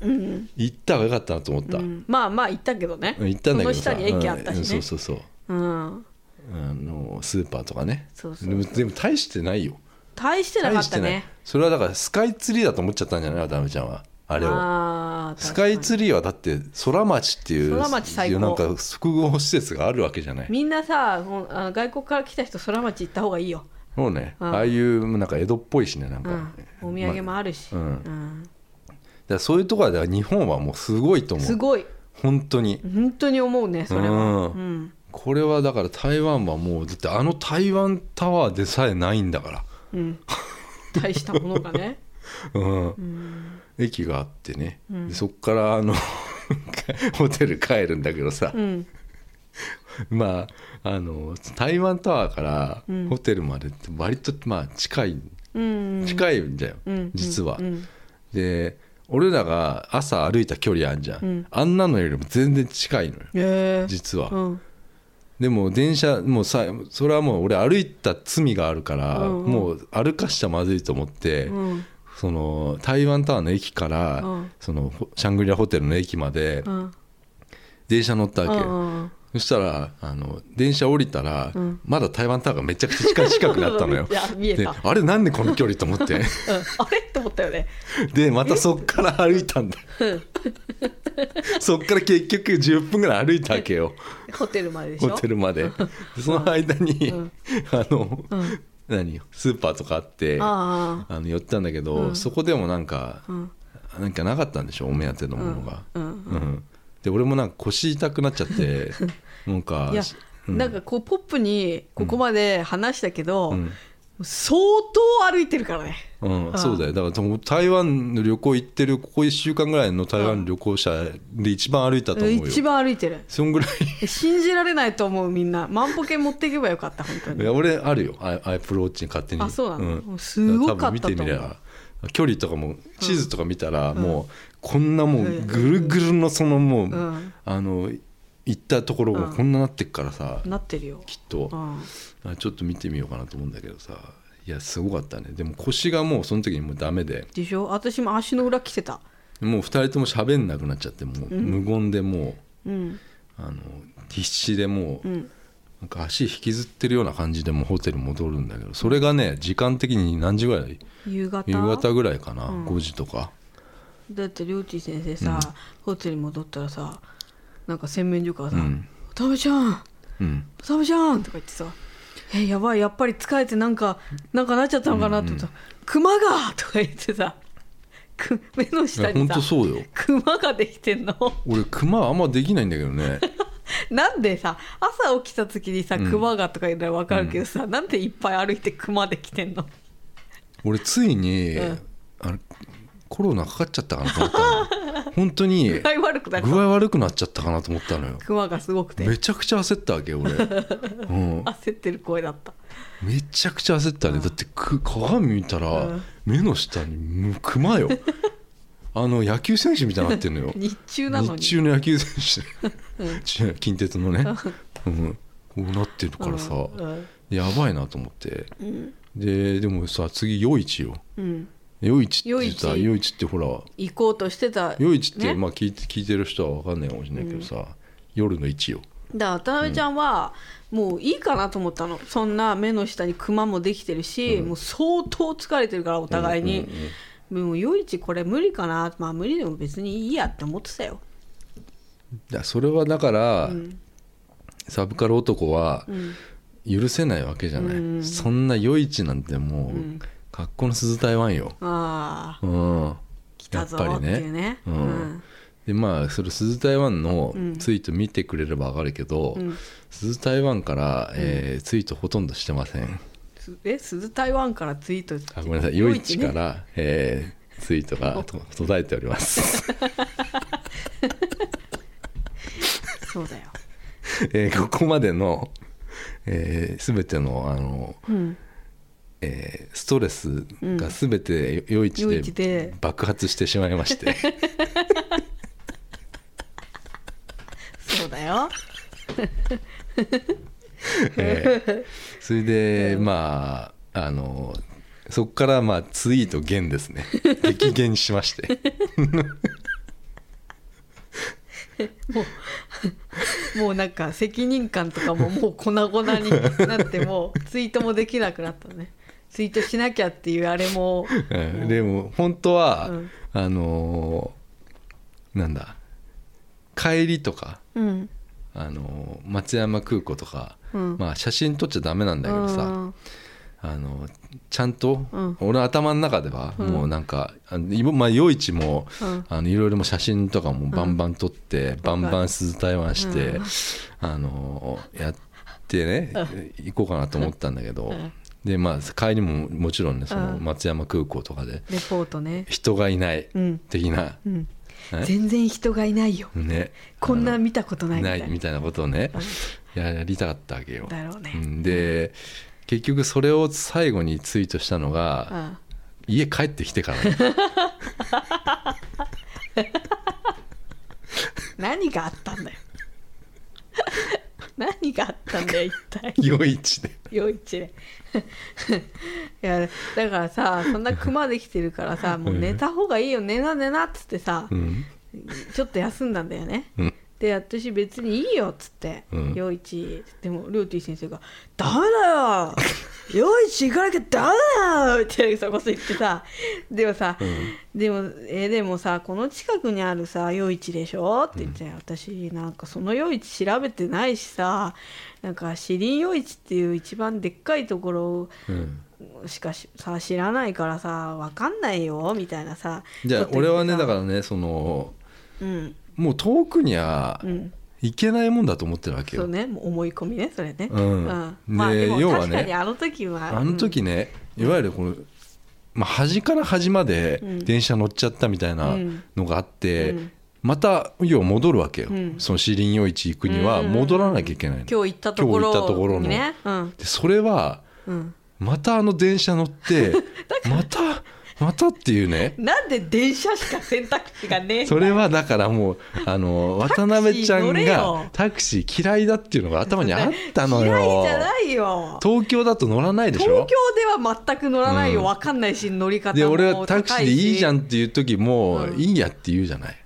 [SPEAKER 2] 行った方がよかったなと思った、
[SPEAKER 1] うんまあまあ行ったけどね
[SPEAKER 2] 行ったんだけど
[SPEAKER 1] そ
[SPEAKER 2] さ
[SPEAKER 1] の下に駅あったしね、
[SPEAKER 2] うんそうそうそう
[SPEAKER 1] うん、
[SPEAKER 2] あのスーパーとかね
[SPEAKER 1] そうそう
[SPEAKER 2] でもでも大してないよ
[SPEAKER 1] 大してなか
[SPEAKER 2] 大
[SPEAKER 1] っ
[SPEAKER 2] したてない、
[SPEAKER 1] ね
[SPEAKER 2] それはだからスカイツリーだと思っちゃったんじゃない渡辺ちゃんはあれを
[SPEAKER 1] あー
[SPEAKER 2] スカイ
[SPEAKER 1] 確か
[SPEAKER 2] ツリーはだって空町っていう
[SPEAKER 1] 空町最高
[SPEAKER 2] なんか複合施設があるわけじゃない
[SPEAKER 1] にみんなさもうあの外国から来た人空町行った方がいいよ、
[SPEAKER 2] もうね、
[SPEAKER 1] うん
[SPEAKER 2] ああいうなんか江戸っぽいしねなん
[SPEAKER 1] う
[SPEAKER 2] か、
[SPEAKER 1] ん、お土産も
[SPEAKER 2] まあ
[SPEAKER 1] あるし、
[SPEAKER 2] うん
[SPEAKER 1] うん
[SPEAKER 2] だからそういうところはだから日本はもうすごいと思
[SPEAKER 1] す
[SPEAKER 2] う
[SPEAKER 1] ごい
[SPEAKER 2] 本当に
[SPEAKER 1] 本当に思うねそれは、
[SPEAKER 2] うん
[SPEAKER 1] うん
[SPEAKER 2] これはだから台湾はもうだってあの台湾タワーでさえないんだか
[SPEAKER 1] うん、大したものがね、
[SPEAKER 2] ら、うん
[SPEAKER 1] うん
[SPEAKER 2] 駅があってね、
[SPEAKER 1] うん
[SPEAKER 2] でそっからあの ホテル帰るんだけどさ
[SPEAKER 1] う、ん、
[SPEAKER 2] まああの台湾タワーから
[SPEAKER 1] うん
[SPEAKER 2] ホテルまでって割とまあ近い
[SPEAKER 1] うん、い、
[SPEAKER 2] 近いんだよ、
[SPEAKER 1] うん、
[SPEAKER 2] 実は、
[SPEAKER 1] うん
[SPEAKER 2] で俺らが朝歩いた距離あんじゃん、
[SPEAKER 1] うん
[SPEAKER 2] あんなのよりも全然近いのよ
[SPEAKER 1] えー
[SPEAKER 2] 実は、
[SPEAKER 1] うん、
[SPEAKER 2] でも電車もうさそれはもう俺歩いた罪があるから、
[SPEAKER 1] うんうん
[SPEAKER 2] もう歩かしちゃまずいと思って、
[SPEAKER 1] うん、
[SPEAKER 2] その台湾タワーの駅から、
[SPEAKER 1] うん
[SPEAKER 2] そのほシャングリラホテルの駅まで
[SPEAKER 1] うん、
[SPEAKER 2] 電車乗ったわけ、
[SPEAKER 1] うん
[SPEAKER 2] そしたらあの電車降りたら、
[SPEAKER 1] うん
[SPEAKER 2] まだ台湾タワーがめちゃくちゃ近い近くなったのよ
[SPEAKER 1] いや見え
[SPEAKER 2] で
[SPEAKER 1] た、
[SPEAKER 2] あれなんでこの距離と思っ て
[SPEAKER 1] うん、あれって思ったよね
[SPEAKER 2] でまたそっから歩い たんだそっから結局10分ぐらい歩いたわけよ
[SPEAKER 1] ホテルまででし
[SPEAKER 2] ホ
[SPEAKER 1] ょ
[SPEAKER 2] テルまででその間に、
[SPEAKER 1] うん
[SPEAKER 2] あの、
[SPEAKER 1] ん
[SPEAKER 2] 何スーパーとかあってあ
[SPEAKER 1] ああ
[SPEAKER 2] の寄ったんだけど、
[SPEAKER 1] うん
[SPEAKER 2] そこでもなんか、
[SPEAKER 1] うん
[SPEAKER 2] なんかなかったんでしょお目当ての
[SPEAKER 1] う
[SPEAKER 2] ものが
[SPEAKER 1] ん、、うん
[SPEAKER 2] うんで俺もなんか腰痛くなっちゃって なんか
[SPEAKER 1] いや、
[SPEAKER 2] うん
[SPEAKER 1] なんかこうポップにここまで話したけど、
[SPEAKER 2] うん
[SPEAKER 1] 相当歩いてるからね
[SPEAKER 2] うん
[SPEAKER 1] あ
[SPEAKER 2] そうだよだからもう台湾の旅行行ってるここ1週間ぐらいの台湾旅行者で一番歩いたと思うよ
[SPEAKER 1] 一番歩いてる
[SPEAKER 2] そんぐらい
[SPEAKER 1] 信じられないと思うみんな万歩計持っていけばよかった本当
[SPEAKER 2] い
[SPEAKER 1] に
[SPEAKER 2] や俺あるよアイアイプローチに勝手に
[SPEAKER 1] あそうなの
[SPEAKER 2] ん
[SPEAKER 1] すごかったと思う
[SPEAKER 2] だら多分見てみりゃ距離とかも地図とか見たらもうこんなもうぐるぐるのそのもう、
[SPEAKER 1] ん
[SPEAKER 2] あの行ったところがこんななってっからさ、
[SPEAKER 1] なってるよ、
[SPEAKER 2] きっと
[SPEAKER 1] うん、
[SPEAKER 2] あちょっと見てみようかなと思うんだけどさいやすごかったねでも腰がもうその時にもうダメで
[SPEAKER 1] でしょ私も足の裏来てた
[SPEAKER 2] もう2人とも喋んなくなっちゃってもう無言でも
[SPEAKER 1] うん
[SPEAKER 2] う、あの必死でもう、
[SPEAKER 1] うん
[SPEAKER 2] なんか足引きずってるような感じでもうホテル戻るんだけどそれがね時間的に何時ぐらい
[SPEAKER 1] 夕方
[SPEAKER 2] 夕方ぐらいかな、
[SPEAKER 1] うん
[SPEAKER 2] 5時とか
[SPEAKER 1] だってりょうちぃ先生さ、ホテルに戻ったらさなんか洗面所からさ「
[SPEAKER 2] うん
[SPEAKER 1] おたべちゃん
[SPEAKER 2] うん
[SPEAKER 1] 「サブじゃん!」とか言ってさ「えやばいやっぱり疲れてなんかなんかなっちゃったのかな」と思ったら「クマが!」とか言ってさく目の
[SPEAKER 2] い
[SPEAKER 1] 下
[SPEAKER 2] や
[SPEAKER 1] に
[SPEAKER 2] 本
[SPEAKER 1] さ
[SPEAKER 2] 当そうよ
[SPEAKER 1] クマができてんの
[SPEAKER 2] 俺クマあんまできないんだけどね
[SPEAKER 1] なんでさ朝起きた時にさ「
[SPEAKER 2] ん
[SPEAKER 1] クマが」とか言うのは分かるけどさ、なんでいっぱい歩いてクマできてんの
[SPEAKER 2] 俺ついに、
[SPEAKER 1] うん
[SPEAKER 2] あれコロナかかっちゃったかなと思ったの本当に
[SPEAKER 1] 具合悪く なっ
[SPEAKER 2] 具
[SPEAKER 1] た
[SPEAKER 2] 合悪くなっちゃったかなと思ったのよ
[SPEAKER 1] クマがすごくて
[SPEAKER 2] めちゃくちゃ焦ったわ けよ俺、うん、
[SPEAKER 1] 焦ってる声だった
[SPEAKER 2] めちゃくちゃ焦った
[SPEAKER 1] う
[SPEAKER 2] ね、
[SPEAKER 1] ん
[SPEAKER 2] だってく鏡見たら、
[SPEAKER 1] うん
[SPEAKER 2] 目の下にむク マよあの野球選手みたいになってんのよ
[SPEAKER 1] 日中なの
[SPEAKER 2] 日
[SPEAKER 1] に
[SPEAKER 2] 中の野球選手、 近鉄のね、うん、こうなってるからさ、
[SPEAKER 1] うん
[SPEAKER 2] やばいなと思って
[SPEAKER 1] うん
[SPEAKER 2] ででもさ次夜市よ
[SPEAKER 1] うん
[SPEAKER 2] 夜市ってさ
[SPEAKER 1] 夜市
[SPEAKER 2] 夜市ってほら
[SPEAKER 1] 行こうとしてた
[SPEAKER 2] 夜市って、
[SPEAKER 1] ね
[SPEAKER 2] まあ聞いて聞いてる人は分かんないかもしれないけどさ、夜の市よ
[SPEAKER 1] だから渡辺ちゃんはもういいかなと思ったの、そんな目の下にクマもできてるし、もう相当疲れてるからお互いに、もう夜市これ無理かなまあ無理でも別にいいやって思ってたよ
[SPEAKER 2] だそれはだから、
[SPEAKER 1] うん
[SPEAKER 2] サブカル男は
[SPEAKER 1] うん
[SPEAKER 2] 許せないわけじゃない、
[SPEAKER 1] うん
[SPEAKER 2] そんな夜市なんてもう、
[SPEAKER 1] ん
[SPEAKER 2] 格好の鈴台湾よ、
[SPEAKER 1] ああ
[SPEAKER 2] うん、
[SPEAKER 1] 来たぞっていうね
[SPEAKER 2] うんでまあそれ鈴台湾の
[SPEAKER 1] うん
[SPEAKER 2] ツイート見てくれれば分かるけど、
[SPEAKER 1] うんうん
[SPEAKER 2] 鈴台湾から、えーツイートほとんどしてません
[SPEAKER 1] すえ鈴台湾からツイート
[SPEAKER 2] あごめんなさい
[SPEAKER 1] 夜
[SPEAKER 2] 夜
[SPEAKER 1] 市
[SPEAKER 2] 市
[SPEAKER 1] ね
[SPEAKER 2] から、えーツイートがと途絶えております
[SPEAKER 1] そうだよ、
[SPEAKER 2] えーここまでの、えー、全てのあの、
[SPEAKER 1] うん、
[SPEAKER 2] えーストレスが全て夜市
[SPEAKER 1] 夜市
[SPEAKER 2] で
[SPEAKER 1] で
[SPEAKER 2] 爆発してしまいまして、
[SPEAKER 1] そうだよ
[SPEAKER 2] えーそれで、まああのそこからまあツイート減です ね激減しまして
[SPEAKER 1] もうなんか責任感とかももう粉々になってもうツイートもできなくなったねツイートしなきゃっていうあれも
[SPEAKER 2] うんでも本当は、
[SPEAKER 1] うん
[SPEAKER 2] あのーなんだ帰りとか、
[SPEAKER 1] うん
[SPEAKER 2] あのー松山空港とか、
[SPEAKER 1] うん
[SPEAKER 2] まあ、写真撮っちゃダメなんだけどさ、あのちゃんと、
[SPEAKER 1] うん
[SPEAKER 2] 俺の頭の中では
[SPEAKER 1] うん
[SPEAKER 2] もうなんか、あのいぼまあ、夜市も、
[SPEAKER 1] うん
[SPEAKER 2] あのいろいろも写真とかもバンバン撮って、バンバン鈴台湾して、
[SPEAKER 1] うん
[SPEAKER 2] あのやってね、行こうかなと思ったんだけど、
[SPEAKER 1] うん
[SPEAKER 2] でまあ帰りももちろんねその
[SPEAKER 1] うん
[SPEAKER 2] 松山空港とかで
[SPEAKER 1] レポートね
[SPEAKER 2] 人がいない
[SPEAKER 1] うん
[SPEAKER 2] 的な、
[SPEAKER 1] うん
[SPEAKER 2] え
[SPEAKER 1] 全然人がいないよ
[SPEAKER 2] ね
[SPEAKER 1] こん
[SPEAKER 2] あ
[SPEAKER 1] な
[SPEAKER 2] の
[SPEAKER 1] 見たことないみた
[SPEAKER 2] ないい
[SPEAKER 1] な
[SPEAKER 2] みたいなことをね、やりたかったわけよ。
[SPEAKER 1] だろうね
[SPEAKER 2] うんで結局それを最後にツイートしたのが、
[SPEAKER 1] あ
[SPEAKER 2] 家帰ってきてから ね
[SPEAKER 1] あ何があったんだよ 何があったんだよ一体
[SPEAKER 2] 夜市で
[SPEAKER 1] 夜市で いやだからさそんなクマできてるからさもう寝た方がいいよ寝な寝なっつってさ
[SPEAKER 2] うん
[SPEAKER 1] ちょっと休んだんだよね
[SPEAKER 2] うん
[SPEAKER 1] で私別にいいよっつって「
[SPEAKER 2] うん
[SPEAKER 1] 陽一」でもりょうてぃ先生が「ダメ だよ陽一行かなきゃダメだよ!」ってそこそ言ってさでもさ、でもえでもさこの近くにあるさ夜市でしょって言って、私なんかその夜市調べてないしさなんか四輪夜市っていう一番でっかいところ
[SPEAKER 2] うん
[SPEAKER 1] しかしさ知らないからさわかんないよみたいなさ
[SPEAKER 2] じゃあ
[SPEAKER 1] こと言って
[SPEAKER 2] 俺
[SPEAKER 1] さ
[SPEAKER 2] はねだからねその
[SPEAKER 1] うん
[SPEAKER 2] もう遠くには
[SPEAKER 1] うん
[SPEAKER 2] 行けないもんだと思ってるわけ
[SPEAKER 1] そう
[SPEAKER 2] よ、
[SPEAKER 1] ねもう思い込みねそれね、
[SPEAKER 2] うん
[SPEAKER 1] まあ
[SPEAKER 2] ね
[SPEAKER 1] でも
[SPEAKER 2] 要は
[SPEAKER 1] 確
[SPEAKER 2] ね
[SPEAKER 1] かにあの時は
[SPEAKER 2] あの時ねいわゆるこの、まあ、端から端まで
[SPEAKER 1] うん
[SPEAKER 2] 電車乗っちゃったみたいな
[SPEAKER 1] うん
[SPEAKER 2] のがあって、
[SPEAKER 1] うん
[SPEAKER 2] また要は戻るわけよ、
[SPEAKER 1] うん
[SPEAKER 2] その四輪夜市行くには戻らなきゃいけないの、
[SPEAKER 1] 今日行ったところ
[SPEAKER 2] 今日行ったところの
[SPEAKER 1] にねうん
[SPEAKER 2] でそれは
[SPEAKER 1] うん
[SPEAKER 2] またあの電車乗って またまたっていうね
[SPEAKER 1] なんで電車しか選択肢がねえんだ
[SPEAKER 2] それはだからもうあ の渡辺ちゃ
[SPEAKER 1] タクシー乗
[SPEAKER 2] ん
[SPEAKER 1] れ
[SPEAKER 2] が
[SPEAKER 1] よ
[SPEAKER 2] タクシー嫌いだっていうのが頭にあったのよ
[SPEAKER 1] 嫌いじゃないよ
[SPEAKER 2] 東京だと乗らないでし
[SPEAKER 1] 東
[SPEAKER 2] ょ
[SPEAKER 1] 京では全く乗らないよ、
[SPEAKER 2] うん
[SPEAKER 1] わかんないし乗り方も
[SPEAKER 2] で俺はタクシーでいいじゃ
[SPEAKER 1] ん
[SPEAKER 2] んっていう時も
[SPEAKER 1] うん
[SPEAKER 2] いいやって言うじゃない、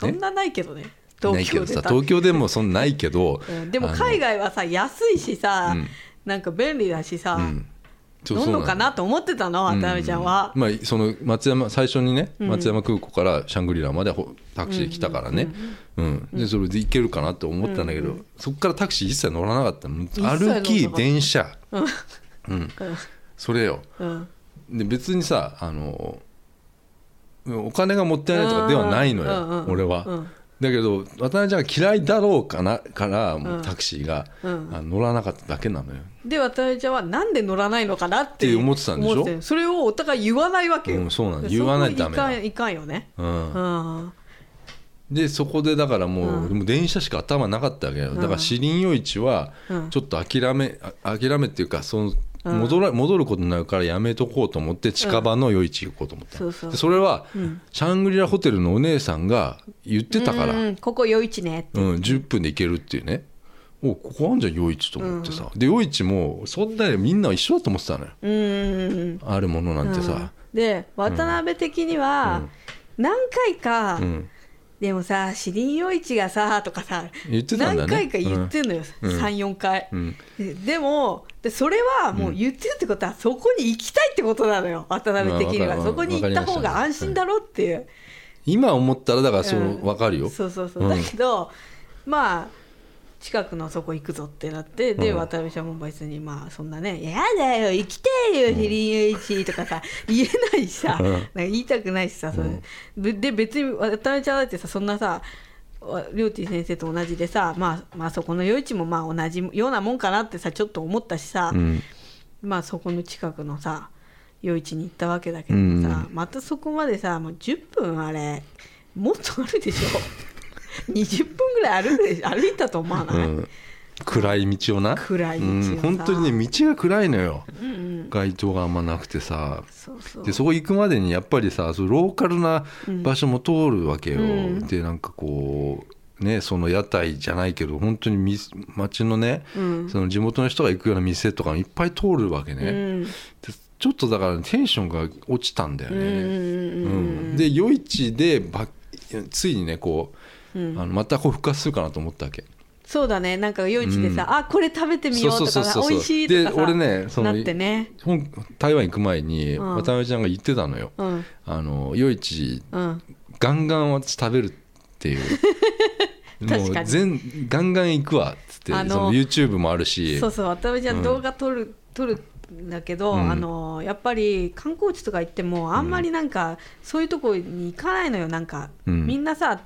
[SPEAKER 1] そんなないけどね
[SPEAKER 2] な
[SPEAKER 1] 東
[SPEAKER 2] いけ
[SPEAKER 1] 京
[SPEAKER 2] ど
[SPEAKER 1] で
[SPEAKER 2] さ
[SPEAKER 1] タクシー
[SPEAKER 2] 東京でもそんなないけど、
[SPEAKER 1] うんでも海外はさ安いしさ、
[SPEAKER 2] うん
[SPEAKER 1] なんか便利だしさ、
[SPEAKER 2] あのそう
[SPEAKER 1] 乗んの
[SPEAKER 2] そうな
[SPEAKER 1] かなと思ってたの渡辺ちゃんは、
[SPEAKER 2] まあ、その松山最初にね松山空港からシャングリラまでほタクシーで来たからね、うんでそれで行けるかなと思ったんだけど、そこからタクシー一切乗らなかったの
[SPEAKER 1] 乗らなか
[SPEAKER 2] 歩
[SPEAKER 1] った
[SPEAKER 2] き電車、
[SPEAKER 1] うん
[SPEAKER 2] うん、それよ
[SPEAKER 1] うん
[SPEAKER 2] で別にさあのお金がもったいないとかではないのよ、
[SPEAKER 1] うんうんうん
[SPEAKER 2] 俺は、
[SPEAKER 1] うん
[SPEAKER 2] だけど渡辺ちゃんが嫌いだろうかなからもううんタクシーが、
[SPEAKER 1] うん
[SPEAKER 2] あ乗らなかっただけなのよ。
[SPEAKER 1] で渡辺ちゃんはなんで乗らないのかなって
[SPEAKER 2] って思ってたんでしょ
[SPEAKER 1] 思るそれをお互い言わないわけよ、
[SPEAKER 2] うんそうなの
[SPEAKER 1] で
[SPEAKER 2] 言わないと
[SPEAKER 1] そこ
[SPEAKER 2] ダメない
[SPEAKER 1] かんいかんよね
[SPEAKER 2] うん
[SPEAKER 1] うん
[SPEAKER 2] でそこでだからもう,、
[SPEAKER 1] うん
[SPEAKER 2] でも電車しか頭なかったわけよ、だから四輪夜市は
[SPEAKER 1] うん
[SPEAKER 2] ちょっと諦め、あ諦めっていうかその
[SPEAKER 1] うん
[SPEAKER 2] 戻ら戻ることになるからやめとこうと思って近場の夜市行こうと思った、
[SPEAKER 1] そうそう
[SPEAKER 2] でそれは、
[SPEAKER 1] うん
[SPEAKER 2] シャングリラホテルのお姉さんが言ってたから、
[SPEAKER 1] うんここ夜市ねって
[SPEAKER 2] うん、10分で行けるっていうねおここあんじゃん夜市と思ってさ、で夜市もそんなにみんな一緒だと思ってたのよ
[SPEAKER 1] うんうんうん
[SPEAKER 2] あるものなんて
[SPEAKER 1] うん
[SPEAKER 2] さ、
[SPEAKER 1] で渡辺的には、何回か、
[SPEAKER 2] うん
[SPEAKER 1] でもさ「シリンヨイチがさ」とかさ
[SPEAKER 2] 言ってたんだね
[SPEAKER 1] 何回か言ってんのよ、
[SPEAKER 2] うん
[SPEAKER 1] 34回、
[SPEAKER 2] うん
[SPEAKER 1] ででもでそれはもう言ってるってことはそこに行きたいってことなのよ渡辺的には、
[SPEAKER 2] まあわか
[SPEAKER 1] そこ
[SPEAKER 2] るわ
[SPEAKER 1] に行った方が安心だろうっていう、
[SPEAKER 2] 今思ったらだからその、
[SPEAKER 1] うん
[SPEAKER 2] 分かるよ
[SPEAKER 1] そうそうそう、
[SPEAKER 2] うん
[SPEAKER 1] だけどまあ近くのそこ行くぞってなってで、
[SPEAKER 2] うん
[SPEAKER 1] 渡辺さんも別にまあそんなね「やだよ行きたいよヘリンユイチ」とかさ言えないしさ、
[SPEAKER 2] うん
[SPEAKER 1] なんか言いたくないしさそれ、ぶで別に渡辺ちゃんだってさそんなさわりょうてぃ先生と同じでさ、まあ、まあそこの夜市もまあ同じようなもんかなってさちょっと思ったしさ、
[SPEAKER 2] うん
[SPEAKER 1] まあそこの近くのさ夜市に行ったわけだけどさ、またそこまでさもう10分あれもっとあるでしょ 20分ぐらい歩くでしょ歩いたと思わ
[SPEAKER 2] う
[SPEAKER 1] ない、
[SPEAKER 2] ん、暗い道をな
[SPEAKER 1] 暗い道をさ
[SPEAKER 2] うん、本当にね道が暗いのよ、街灯があんまなくてさ
[SPEAKER 1] そうそう
[SPEAKER 2] でそこ行くまでにやっぱりさそのローカルな場所も通るわけよ、
[SPEAKER 1] うん
[SPEAKER 2] でなんかこうねその屋台じゃないけど本当にみ街のね、
[SPEAKER 1] うん
[SPEAKER 2] その地元の人が行くような店とかもいっぱい通るわけね、
[SPEAKER 1] うん
[SPEAKER 2] でちょっとだからテンションが落ちたんだよ
[SPEAKER 1] うんう
[SPEAKER 2] ね、
[SPEAKER 1] んうん
[SPEAKER 2] うんで夜市でばついにねこう、
[SPEAKER 1] うん
[SPEAKER 2] あのまたこう復活するかなと思ったわけ
[SPEAKER 1] そうだねなんか夜市でさ、あこれ食べてみようとかさ美味しいと
[SPEAKER 2] で
[SPEAKER 1] かさ
[SPEAKER 2] 俺ねその
[SPEAKER 1] なってね
[SPEAKER 2] 本台湾行く前に
[SPEAKER 1] うん
[SPEAKER 2] 渡辺ちゃんが言ってたのよ、
[SPEAKER 1] うん
[SPEAKER 2] あの夜市
[SPEAKER 1] うん
[SPEAKER 2] ガンガン私食べるっていう
[SPEAKER 1] 確
[SPEAKER 2] も
[SPEAKER 1] か
[SPEAKER 2] う
[SPEAKER 1] に
[SPEAKER 2] 全ガンガン行くわっつって
[SPEAKER 1] あの
[SPEAKER 2] その YouTube もあるし
[SPEAKER 1] そうそう渡辺ちゃ
[SPEAKER 2] うん
[SPEAKER 1] ん動画撮る、撮るんだけど、
[SPEAKER 2] うん
[SPEAKER 1] あのやっぱり観光地とか行ってもあんまりなんか、そういうとこに行かないのよなんか、
[SPEAKER 2] うん
[SPEAKER 1] みんなさ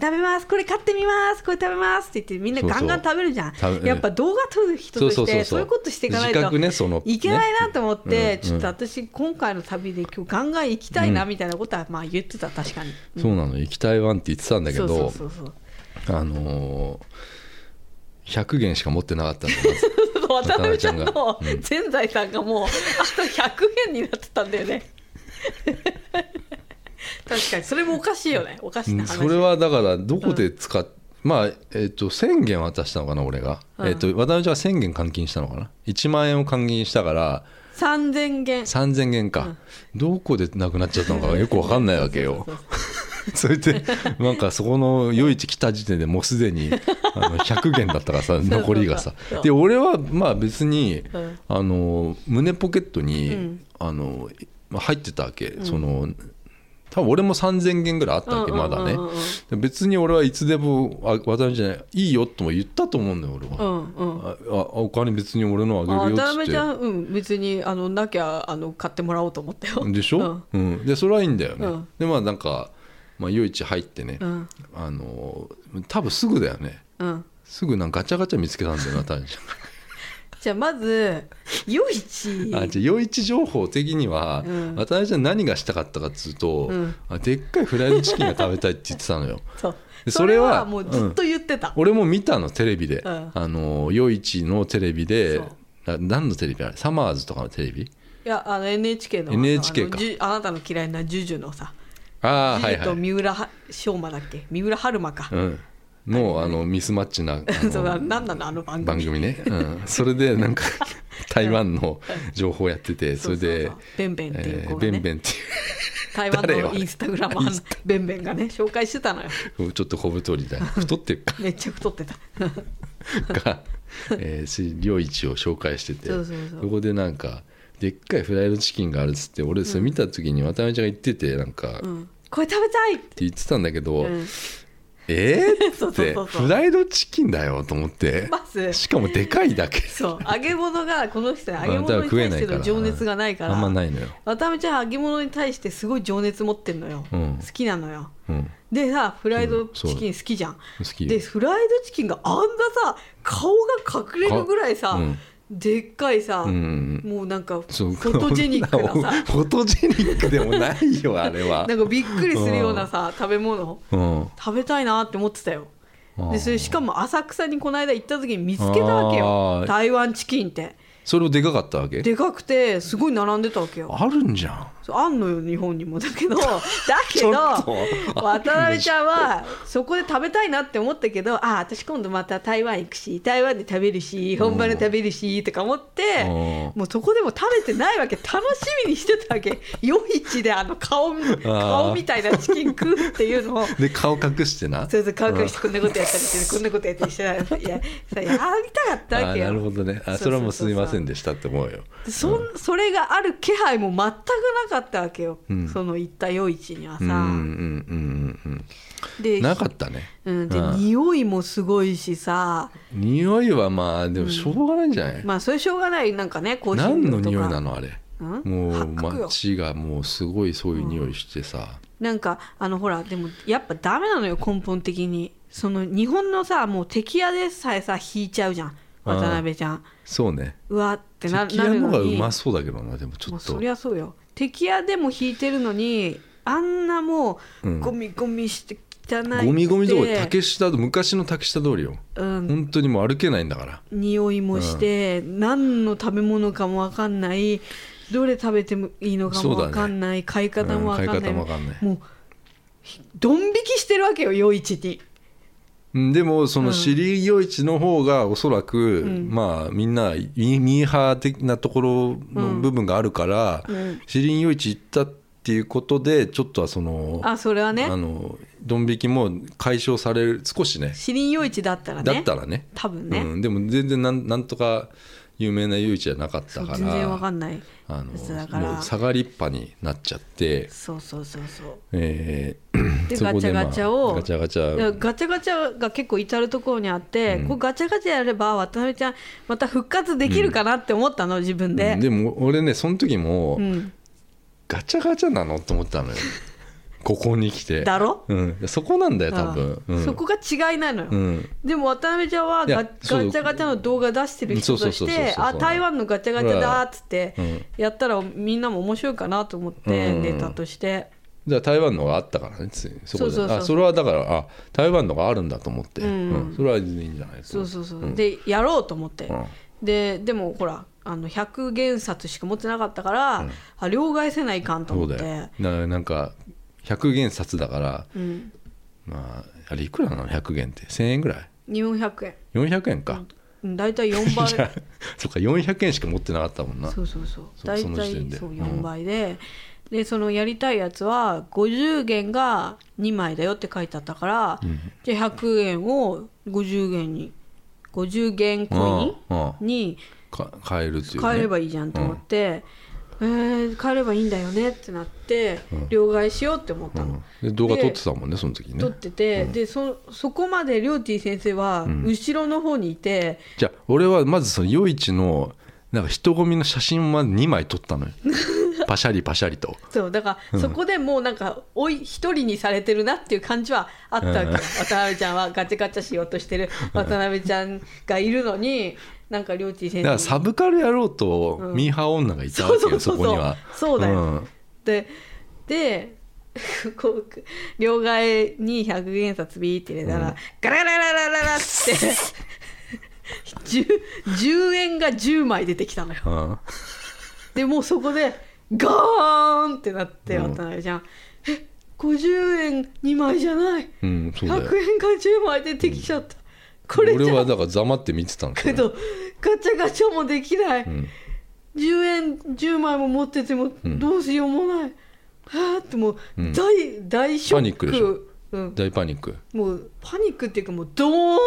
[SPEAKER 1] 食べますこれ買ってみますこれ食べますって言ってみんな
[SPEAKER 2] そうそう
[SPEAKER 1] ガンガン食べるじゃん
[SPEAKER 2] 食べ
[SPEAKER 1] やっぱ動画撮る人としてそういうことしていかない
[SPEAKER 2] 自覚
[SPEAKER 1] と
[SPEAKER 2] ねその
[SPEAKER 1] いけない
[SPEAKER 2] ね
[SPEAKER 1] なと思って、
[SPEAKER 2] ねうん
[SPEAKER 1] ちょっと私今回の旅で今日ガンガン行きたいなみたいなことはまあ言ってた確かに、うん
[SPEAKER 2] そうなの行きたいわんって言ってたんだけど
[SPEAKER 1] そうそうそうそう
[SPEAKER 2] あのー、100元しか持ってなかったんだまず
[SPEAKER 1] 渡辺ちゃん
[SPEAKER 2] 渡
[SPEAKER 1] の
[SPEAKER 2] 辺ちゃんがうん
[SPEAKER 1] 全財産がもうあと100円になってたんだよ ね確かにそれもおかしいよねおかし
[SPEAKER 2] う
[SPEAKER 1] なん話
[SPEAKER 2] それはだからどこで使っ、まあえっ、と1000元渡したのかな俺が、
[SPEAKER 1] うん
[SPEAKER 2] えっ、と渡辺ちゃんは1000元換金したのかな1万円を換金したから
[SPEAKER 1] 3000元
[SPEAKER 2] 3000元か、どこでなくなっちゃったのかよくわかんないわけよ
[SPEAKER 1] そう
[SPEAKER 2] それでなんかそこの夜市来た時点でもうすでにあの100元だったからさ
[SPEAKER 1] うそう
[SPEAKER 2] 残りがさ
[SPEAKER 1] そう
[SPEAKER 2] で俺はまあ別に、
[SPEAKER 1] うん
[SPEAKER 2] あの胸ポケットに、
[SPEAKER 1] うん
[SPEAKER 2] あのまあ入ってたわけ、その多分俺も3000元ぐらいあったわけ
[SPEAKER 1] うんうん
[SPEAKER 2] ま
[SPEAKER 1] うんう
[SPEAKER 2] だ
[SPEAKER 1] ん
[SPEAKER 2] ね、で別に俺はいつでもあ渡辺じゃないいいよとも言ったと思うんだよ俺
[SPEAKER 1] う
[SPEAKER 2] は、
[SPEAKER 1] んうん
[SPEAKER 2] ああお金別に俺の
[SPEAKER 1] あ
[SPEAKER 2] あげるよ
[SPEAKER 1] 渡
[SPEAKER 2] っつっ
[SPEAKER 1] 辺
[SPEAKER 2] て
[SPEAKER 1] ちゃんうん別にあのなきゃあの買ってもらおうと思ったよ
[SPEAKER 2] でしょ、うんでそれはいいんだよね、
[SPEAKER 1] うん
[SPEAKER 2] でまあなんか、まあ、夜市入ってね、
[SPEAKER 1] うんうん
[SPEAKER 2] あの多分すぐだよね
[SPEAKER 1] うん
[SPEAKER 2] すぐなんかガチャガチャ見つけたん だよな多分
[SPEAKER 1] じゃあまず夜市
[SPEAKER 2] あじゃあ夜市情報的には、
[SPEAKER 1] うん
[SPEAKER 2] 渡辺ちゃん何がしたかったかっつうと、
[SPEAKER 1] うん
[SPEAKER 2] あでっかいフライドチキンが食べたいって言ってたのよ
[SPEAKER 1] そう
[SPEAKER 2] で
[SPEAKER 1] それ
[SPEAKER 2] それは
[SPEAKER 1] はもうずっと言ってた、
[SPEAKER 2] 俺も見たのテレビで、
[SPEAKER 1] うん
[SPEAKER 2] あの夜市のテレビで
[SPEAKER 1] そう
[SPEAKER 2] な何のテレビあれサマーズとかのテレビ
[SPEAKER 1] いやあの NHK の
[SPEAKER 2] NHK
[SPEAKER 1] あの
[SPEAKER 2] か
[SPEAKER 1] じゅあなたの嫌いなジュジュのさ
[SPEAKER 2] ああ
[SPEAKER 1] ジ
[SPEAKER 2] はい
[SPEAKER 1] ュ
[SPEAKER 2] はい
[SPEAKER 1] と、三浦は昌磨だっけ三浦春馬か、
[SPEAKER 2] うん、のあのミスマッチなあ の
[SPEAKER 1] そうだ何なのあの番組
[SPEAKER 2] 番 組ね、うん、それでなんか台湾の情報やっててそれで
[SPEAKER 1] うううベンベンっていう
[SPEAKER 2] えー
[SPEAKER 1] 子が
[SPEAKER 2] ベン
[SPEAKER 1] ね
[SPEAKER 2] ベンって
[SPEAKER 1] 台湾
[SPEAKER 2] 誰よあ
[SPEAKER 1] の
[SPEAKER 2] れ
[SPEAKER 1] インスタグラマーのベンベンがね紹介してたのよ
[SPEAKER 2] いう ちょっと小太 りだ太ってるか
[SPEAKER 1] めっちゃ太ってた
[SPEAKER 2] が、えーし、領域を紹介してて
[SPEAKER 1] そうそうそう
[SPEAKER 2] こでなんかでっかいフライドチキンがあるっつって俺それ見た時に渡辺ちゃんが言っててなんか、
[SPEAKER 1] う
[SPEAKER 2] って
[SPEAKER 1] んこれ食べたいって
[SPEAKER 2] 言ってたんだけど、
[SPEAKER 1] うん
[SPEAKER 2] え ー、
[SPEAKER 1] そう
[SPEAKER 2] っ
[SPEAKER 1] そう
[SPEAKER 2] て
[SPEAKER 1] そうそう
[SPEAKER 2] フライドチキンだよと思って
[SPEAKER 1] まず
[SPEAKER 2] しかもでかいだけ
[SPEAKER 1] そう揚げ物がこの人
[SPEAKER 2] ま
[SPEAKER 1] は
[SPEAKER 2] あ
[SPEAKER 1] 揚げ物に対して
[SPEAKER 2] だから
[SPEAKER 1] の情熱がないから
[SPEAKER 2] あんまないのよ、
[SPEAKER 1] 渡辺ちゃん揚げ物に対してすごい情熱持ってんのよ、
[SPEAKER 2] うん
[SPEAKER 1] 好きなのよ
[SPEAKER 2] うん
[SPEAKER 1] でさフライドチキン好きじゃん、
[SPEAKER 2] 好き
[SPEAKER 1] でフライドチキンがあんなさ顔が隠れるぐらいさ、
[SPEAKER 2] かうん
[SPEAKER 1] でっかいさ、
[SPEAKER 2] うん
[SPEAKER 1] もうなんかフ
[SPEAKER 2] そう
[SPEAKER 1] ォトジェニックなさ
[SPEAKER 2] フォトジェニックでもな いよあれは
[SPEAKER 1] なんかびっくりするようなさ食べ物
[SPEAKER 2] うん
[SPEAKER 1] 食べたいなって思ってたよ
[SPEAKER 2] あ
[SPEAKER 1] で
[SPEAKER 2] ー
[SPEAKER 1] それしかも浅草にこの間行った時に見つけたわけ
[SPEAKER 2] あ
[SPEAKER 1] よ
[SPEAKER 2] ー
[SPEAKER 1] 台湾チキンって
[SPEAKER 2] それをでかかったわけ
[SPEAKER 1] でかくてすごい並んでたわけよ
[SPEAKER 2] あるんじゃん
[SPEAKER 1] そうあんのよ日本にもだけどだけ
[SPEAKER 2] ちょ
[SPEAKER 1] ど
[SPEAKER 2] っと
[SPEAKER 1] 渡辺ちゃんはそこで食べたいなって思ったけどあ私今度また台湾行くし台湾で食べるし本場で食べるしとか思って
[SPEAKER 2] う
[SPEAKER 1] もうそこでも食べてないわけ楽しみにしてたわ け夜市であの顔顔みたいなチキン食うっていうのを
[SPEAKER 2] で顔隠してな
[SPEAKER 1] そうそう乾かしてこんなことやったりしてこんなことやったりしてないやさやりたかったわ
[SPEAKER 2] あ
[SPEAKER 1] け
[SPEAKER 2] なるほ
[SPEAKER 1] よ
[SPEAKER 2] どねあ
[SPEAKER 1] そうそうそうそう
[SPEAKER 2] それはもうすみませんでしたって思うよ
[SPEAKER 1] そんそれがある気配も全くなかったわけよ、その行った夜市にはさ、
[SPEAKER 2] うんうんうんうんう
[SPEAKER 1] で
[SPEAKER 2] んなかったね
[SPEAKER 1] うん、で
[SPEAKER 2] うん
[SPEAKER 1] 匂いもすごいしさ
[SPEAKER 2] 匂いはまあでもしょうがないんじゃない、
[SPEAKER 1] まあそれしょうがないなんかね香辛
[SPEAKER 2] 何
[SPEAKER 1] 料
[SPEAKER 2] の
[SPEAKER 1] とか
[SPEAKER 2] 匂いなのあれ
[SPEAKER 1] うん
[SPEAKER 2] もう
[SPEAKER 1] 八角よ
[SPEAKER 2] 街がもうすごいそういう匂いしてさ、
[SPEAKER 1] なんかあのほらでもやっぱダメなのよ根本的にその日本のさもう敵屋でさえさ引いちゃうじゃん渡辺ちゃん
[SPEAKER 2] そうね
[SPEAKER 1] うわってな
[SPEAKER 2] 関
[SPEAKER 1] な
[SPEAKER 2] 屋
[SPEAKER 1] る
[SPEAKER 2] のが
[SPEAKER 1] の
[SPEAKER 2] う
[SPEAKER 1] に
[SPEAKER 2] まそうだけどなでもち
[SPEAKER 1] も
[SPEAKER 2] ょ
[SPEAKER 1] う
[SPEAKER 2] っと
[SPEAKER 1] そりゃそうよ敵屋でも引いてるのにあんなも
[SPEAKER 2] う
[SPEAKER 1] うんゴミゴミして汚いくて
[SPEAKER 2] ゴミゴミ通り竹下通り昔の竹下通りよ
[SPEAKER 1] うん
[SPEAKER 2] 本当にもう歩けないんだから
[SPEAKER 1] 匂いもして、何の食べ物かも分かんないどれ食べてもいいのかも
[SPEAKER 2] そうだね
[SPEAKER 1] 分かんない、買い方も分かんない,、
[SPEAKER 2] うん買い方もわかんない
[SPEAKER 1] もうひドン引きしてるわけよ夜市に
[SPEAKER 2] うんでもその尻魚市の方がおそらく、
[SPEAKER 1] ん
[SPEAKER 2] まあみんなミミーハー的なところの部分があるから、
[SPEAKER 1] うん
[SPEAKER 2] 尻魚市行ったっていうことでちょっとはその
[SPEAKER 1] あそれは
[SPEAKER 2] あ
[SPEAKER 1] ね
[SPEAKER 2] のドン引きも解消される少しね
[SPEAKER 1] シリン夜市だったらね
[SPEAKER 2] だったらね
[SPEAKER 1] 多分ね、
[SPEAKER 2] うん、でも全然なんなんとか有名な夜市じゃなかった
[SPEAKER 1] そう
[SPEAKER 2] から
[SPEAKER 1] 全然分かんない
[SPEAKER 2] あの
[SPEAKER 1] やつだから
[SPEAKER 2] もう下がりっぱになっちゃって、
[SPEAKER 1] そうそうそうそう
[SPEAKER 2] えー
[SPEAKER 1] で
[SPEAKER 2] そこでまあ
[SPEAKER 1] ガチャガチャを
[SPEAKER 2] ガチャガチ
[SPEAKER 1] だから
[SPEAKER 2] ャ
[SPEAKER 1] ガチャガチャが結構至る所にあって、
[SPEAKER 2] うん
[SPEAKER 1] こうガチャガチャやれば渡辺ちゃんまた復活できるかなって思ったの、自分で、
[SPEAKER 2] うんでも俺ねその時も、
[SPEAKER 1] うん
[SPEAKER 2] ガチャガチャなのと思ったのよここに来て
[SPEAKER 1] だろ
[SPEAKER 2] うん、そこなんだよ多分、
[SPEAKER 1] うん
[SPEAKER 2] うん、
[SPEAKER 1] そこが違いないのよ、
[SPEAKER 2] うん
[SPEAKER 1] でも渡辺ちゃんはい
[SPEAKER 2] や
[SPEAKER 1] ガガチ
[SPEAKER 2] そう
[SPEAKER 1] ャガチャの動画出してる人とし
[SPEAKER 2] そうそうそうそう
[SPEAKER 1] て
[SPEAKER 2] そう
[SPEAKER 1] あ台湾のガチャガチャだっつって
[SPEAKER 2] うん
[SPEAKER 1] やったらみんなも面白いかなと思って
[SPEAKER 2] うん
[SPEAKER 1] ネタとして
[SPEAKER 2] じゃあ台湾のがあったからねついにそこで
[SPEAKER 1] そうそうそう
[SPEAKER 2] あそれはだからあ台湾のがあるんだと思って、
[SPEAKER 1] うん
[SPEAKER 2] それは全然いいんじゃない
[SPEAKER 1] そうそうそううでやろうと思って
[SPEAKER 2] うん
[SPEAKER 1] ででもほらあの100原冊しか持ってなかったからあ両替せないかんと
[SPEAKER 2] そ
[SPEAKER 1] 思
[SPEAKER 2] う
[SPEAKER 1] っ
[SPEAKER 2] だよ
[SPEAKER 1] て
[SPEAKER 2] ななんか100元札だから
[SPEAKER 1] うん
[SPEAKER 2] まああれいくらなの100元って1000円ぐらい
[SPEAKER 1] 400円
[SPEAKER 2] 400円か、
[SPEAKER 1] うん大体4倍
[SPEAKER 2] いやそっか400円しか持ってなかったもんな
[SPEAKER 1] そうそうそう
[SPEAKER 2] そ
[SPEAKER 1] 大
[SPEAKER 2] その時点
[SPEAKER 1] 体
[SPEAKER 2] で
[SPEAKER 1] そう
[SPEAKER 2] うん
[SPEAKER 1] 4倍で、でそのやりたいやつは50元が2枚だよって書いてあったから、
[SPEAKER 2] ん
[SPEAKER 1] じゃあ100円を50元に50元コ
[SPEAKER 2] うん
[SPEAKER 1] インに
[SPEAKER 2] か買えるっていう、ね、
[SPEAKER 1] 変えればいいじゃんと思って、えー変えればいいんだよねってなって、両替しようって思ったの。
[SPEAKER 2] うんで動画撮ってたもんねその時ね
[SPEAKER 1] 撮ってて、でそそこまでりょうてぃ先生は後ろの方にいて、
[SPEAKER 2] じゃあ俺はまずその夜市のなんか人混みの写真をまず2枚撮った のよパシャリパシャリと
[SPEAKER 1] そうだからそこでもうなんかおい一人にされてるなっていう感じはあったわけよ、
[SPEAKER 2] うん
[SPEAKER 1] 渡辺ちゃんはガチャガチャしようとしてる渡辺ちゃんがいるのになんかりょうちぃ先生
[SPEAKER 2] だから
[SPEAKER 1] に
[SPEAKER 2] サブカルやろうと
[SPEAKER 1] うん
[SPEAKER 2] ミーハー女がいたわけよ、
[SPEAKER 1] そうそうそうそう
[SPEAKER 2] そこには
[SPEAKER 1] そうだよ
[SPEAKER 2] ん
[SPEAKER 1] でで こう両替に100元札ビーって入れたら、ガラガラガラガラって 10, 10円が10枚出てきた のよ
[SPEAKER 2] うん
[SPEAKER 1] でもうそこでガーンってなって
[SPEAKER 2] うん
[SPEAKER 1] 渡辺ちゃん、え50円2枚じゃない
[SPEAKER 2] うん、そうだ
[SPEAKER 1] 100円
[SPEAKER 2] よ
[SPEAKER 1] が10枚出てきちゃった、これじ
[SPEAKER 2] 俺
[SPEAKER 1] ゃ
[SPEAKER 2] はだから黙って見てたの
[SPEAKER 1] けどガチャガチャもできない、
[SPEAKER 2] ん
[SPEAKER 1] 10円10枚も持ってても
[SPEAKER 2] ん
[SPEAKER 1] どうしようもない、はあってもう
[SPEAKER 2] うん
[SPEAKER 1] 大,、大ショック
[SPEAKER 2] パニックでしょ
[SPEAKER 1] うん、
[SPEAKER 2] 大パニック
[SPEAKER 1] もうパニックっていうかもうドーンっ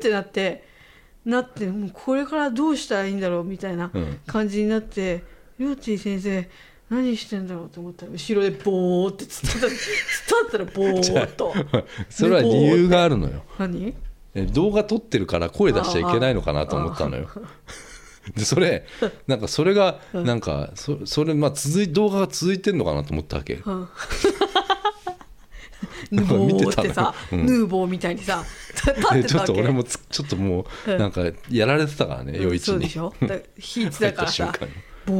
[SPEAKER 1] てなってなってもうこれからどうしたらいいんだろうみたいな
[SPEAKER 2] うん
[SPEAKER 1] 感じになって、りょうちぃ先生何してんだろうと思ったら後ろでボーって突っ立った突っ立ったらボーっと
[SPEAKER 2] それは理由があるのよ
[SPEAKER 1] 何
[SPEAKER 2] え動画撮ってるから声出しちゃいけないのかなと思ったのよ でそれなんかそれがなんか そそれまあ続い動画が続いてんのかなと思ったわけ
[SPEAKER 1] うんヌボ
[SPEAKER 2] 見て
[SPEAKER 1] ー
[SPEAKER 2] た
[SPEAKER 1] っ
[SPEAKER 2] の
[SPEAKER 1] てさ、
[SPEAKER 2] うん
[SPEAKER 1] ヌーボーみたいにさ 立ってたわけ
[SPEAKER 2] でちょっと俺もつちょっともう
[SPEAKER 1] うん
[SPEAKER 2] なんかやられてたからね余一
[SPEAKER 1] そうで
[SPEAKER 2] に
[SPEAKER 1] し ょだ火一だから
[SPEAKER 2] 入
[SPEAKER 1] さ
[SPEAKER 2] った瞬間に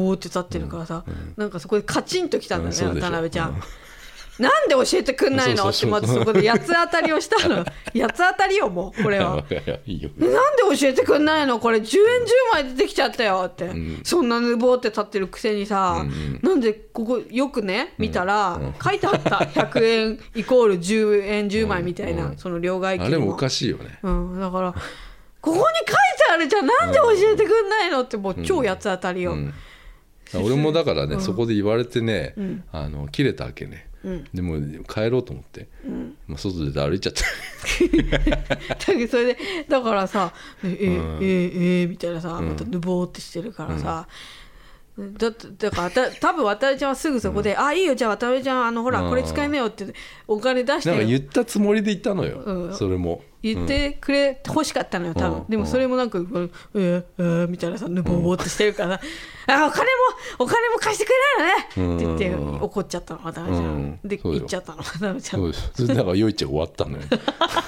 [SPEAKER 1] ボーって立ってるからさ、なんかそこでカチンときたんだ
[SPEAKER 2] うん
[SPEAKER 1] よ
[SPEAKER 2] そう
[SPEAKER 1] ね
[SPEAKER 2] でしょ
[SPEAKER 1] 渡辺ちゃん、
[SPEAKER 2] うん
[SPEAKER 1] なんで教えてくんないの
[SPEAKER 2] そう
[SPEAKER 1] って
[SPEAKER 2] そうそう
[SPEAKER 1] まずそこで八つ当たりをした の八つ当たりよもうこれは
[SPEAKER 2] いいよ
[SPEAKER 1] なんで教えてくんないのこれ10円10枚出てきちゃったよって、
[SPEAKER 2] ん
[SPEAKER 1] そんなぬぼーって立ってるくせにさ、
[SPEAKER 2] うんうん
[SPEAKER 1] なんでここよくね見たら、
[SPEAKER 2] うん
[SPEAKER 1] 書いてあった100円 イコール10円10枚みたいな、
[SPEAKER 2] うん
[SPEAKER 1] その両替機
[SPEAKER 2] あれもおかしいよね
[SPEAKER 1] うん、だからここに書いてあるじゃんなんで教えてくんないのってもう超八つ当たりよ、
[SPEAKER 2] うん俺もだからね、そこで言われてね、あの切れたわけね、でも帰ろうと思って、まあ、外で歩いち ゃった
[SPEAKER 1] だけどそれでだからさ「ええ
[SPEAKER 2] うん
[SPEAKER 1] えええみたいなさまたぬぼーってしてるからさ、だってだからた多分渡辺ちゃんはすぐそこで「あいいよじゃあ渡辺ちゃんあのほら
[SPEAKER 2] うん
[SPEAKER 1] これ使いなよ」ってお金出し
[SPEAKER 2] なんか言
[SPEAKER 1] て
[SPEAKER 2] ったつもりで言ったのよ、
[SPEAKER 1] うん
[SPEAKER 2] そ れも
[SPEAKER 1] 言ってくれて欲しかったのよ多分、
[SPEAKER 2] うん
[SPEAKER 1] でもそれもなんか「ええええみたいなさぬぼーってしてる からさ「あお金もお金も貸してくれないのね」って言って怒っちゃったの渡辺ちゃん、
[SPEAKER 2] うん
[SPEAKER 1] で
[SPEAKER 2] そうよ
[SPEAKER 1] 行っちゃったの渡辺ちゃん
[SPEAKER 2] そうですそれでだからよいちゃん終わったのよ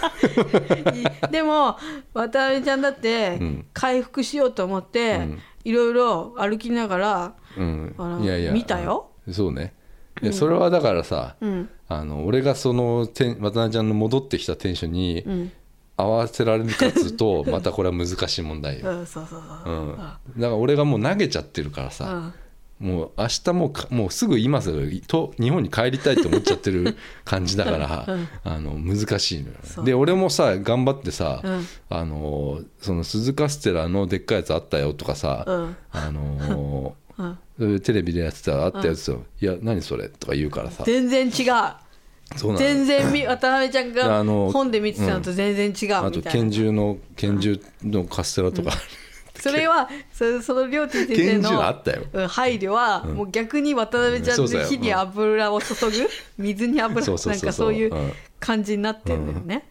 [SPEAKER 1] い でも渡辺ちゃんだって
[SPEAKER 2] うん
[SPEAKER 1] 回復しようと思って、いろいろ歩きながら、
[SPEAKER 2] うん
[SPEAKER 1] あら
[SPEAKER 2] いやいや
[SPEAKER 1] 見たよ
[SPEAKER 2] そうねいやそれはだからさ、
[SPEAKER 1] うん
[SPEAKER 2] あの俺がそのテン渡辺ちゃんの戻ってきたテンションに
[SPEAKER 1] うん
[SPEAKER 2] 合わせられるかっつうと またこれは難しい問題
[SPEAKER 1] う
[SPEAKER 2] よ、
[SPEAKER 1] ん、そうそうそう
[SPEAKER 2] う、
[SPEAKER 1] うんん
[SPEAKER 2] だから俺がもう投げちゃってるからさ、
[SPEAKER 1] うん
[SPEAKER 2] もう明日もうかもうすぐ今すぐと日本に帰りたいと思っちゃって る感じだから、あの難しいのよ
[SPEAKER 1] そ
[SPEAKER 2] ね。
[SPEAKER 1] う
[SPEAKER 2] で俺もさ頑張ってさ、
[SPEAKER 1] うん
[SPEAKER 2] あのその鈴カステラのでっかいやつあったよとかさ、
[SPEAKER 1] うん
[SPEAKER 2] あの
[SPEAKER 1] うん
[SPEAKER 2] テレビでやってたあったやつよ、いや何それとか言うからさ
[SPEAKER 1] 全然違う
[SPEAKER 2] そうなの
[SPEAKER 1] 全然み渡辺ちゃんが
[SPEAKER 2] あの
[SPEAKER 1] 本で見てたのと全然違う
[SPEAKER 2] あと
[SPEAKER 1] みたいな、
[SPEAKER 2] 拳銃の拳銃のカステラとか、
[SPEAKER 1] それはそその両手先生
[SPEAKER 2] 拳銃あ
[SPEAKER 1] の
[SPEAKER 2] ったよ
[SPEAKER 1] うん配慮は、もう逆に渡辺ちゃん
[SPEAKER 2] う
[SPEAKER 1] の
[SPEAKER 2] んそうだよ
[SPEAKER 1] 火に油を注ぐ、 水に油
[SPEAKER 2] そうそうそうそう
[SPEAKER 1] なんかそういううん感じになってるんだよね、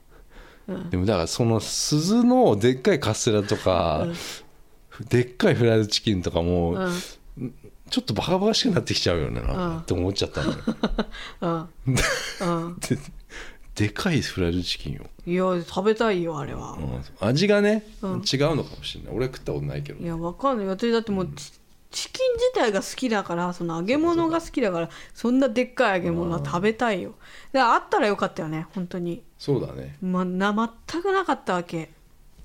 [SPEAKER 2] でもだからその鈴のでっかいカステラとか、でっかいフライドチキンとかも、
[SPEAKER 1] うん
[SPEAKER 2] ちょっとバカバカしくなってきちゃうよねな、
[SPEAKER 1] うん
[SPEAKER 2] って思っちゃ ったのよ
[SPEAKER 1] うん うん
[SPEAKER 2] ででかいフライドチキンよ、
[SPEAKER 1] いや食べたいよあれは
[SPEAKER 2] う、ん味がね、
[SPEAKER 1] うん
[SPEAKER 2] 違うのかもしれない俺は食ったことないけど
[SPEAKER 1] いやわかんない私だってもうチチキン自体が好きだからその揚げ物が好きだからそんなでっかい揚げ物は食べたいよだからあったらよかったよね本当に
[SPEAKER 2] そうだね、
[SPEAKER 1] まな全くなかったわけ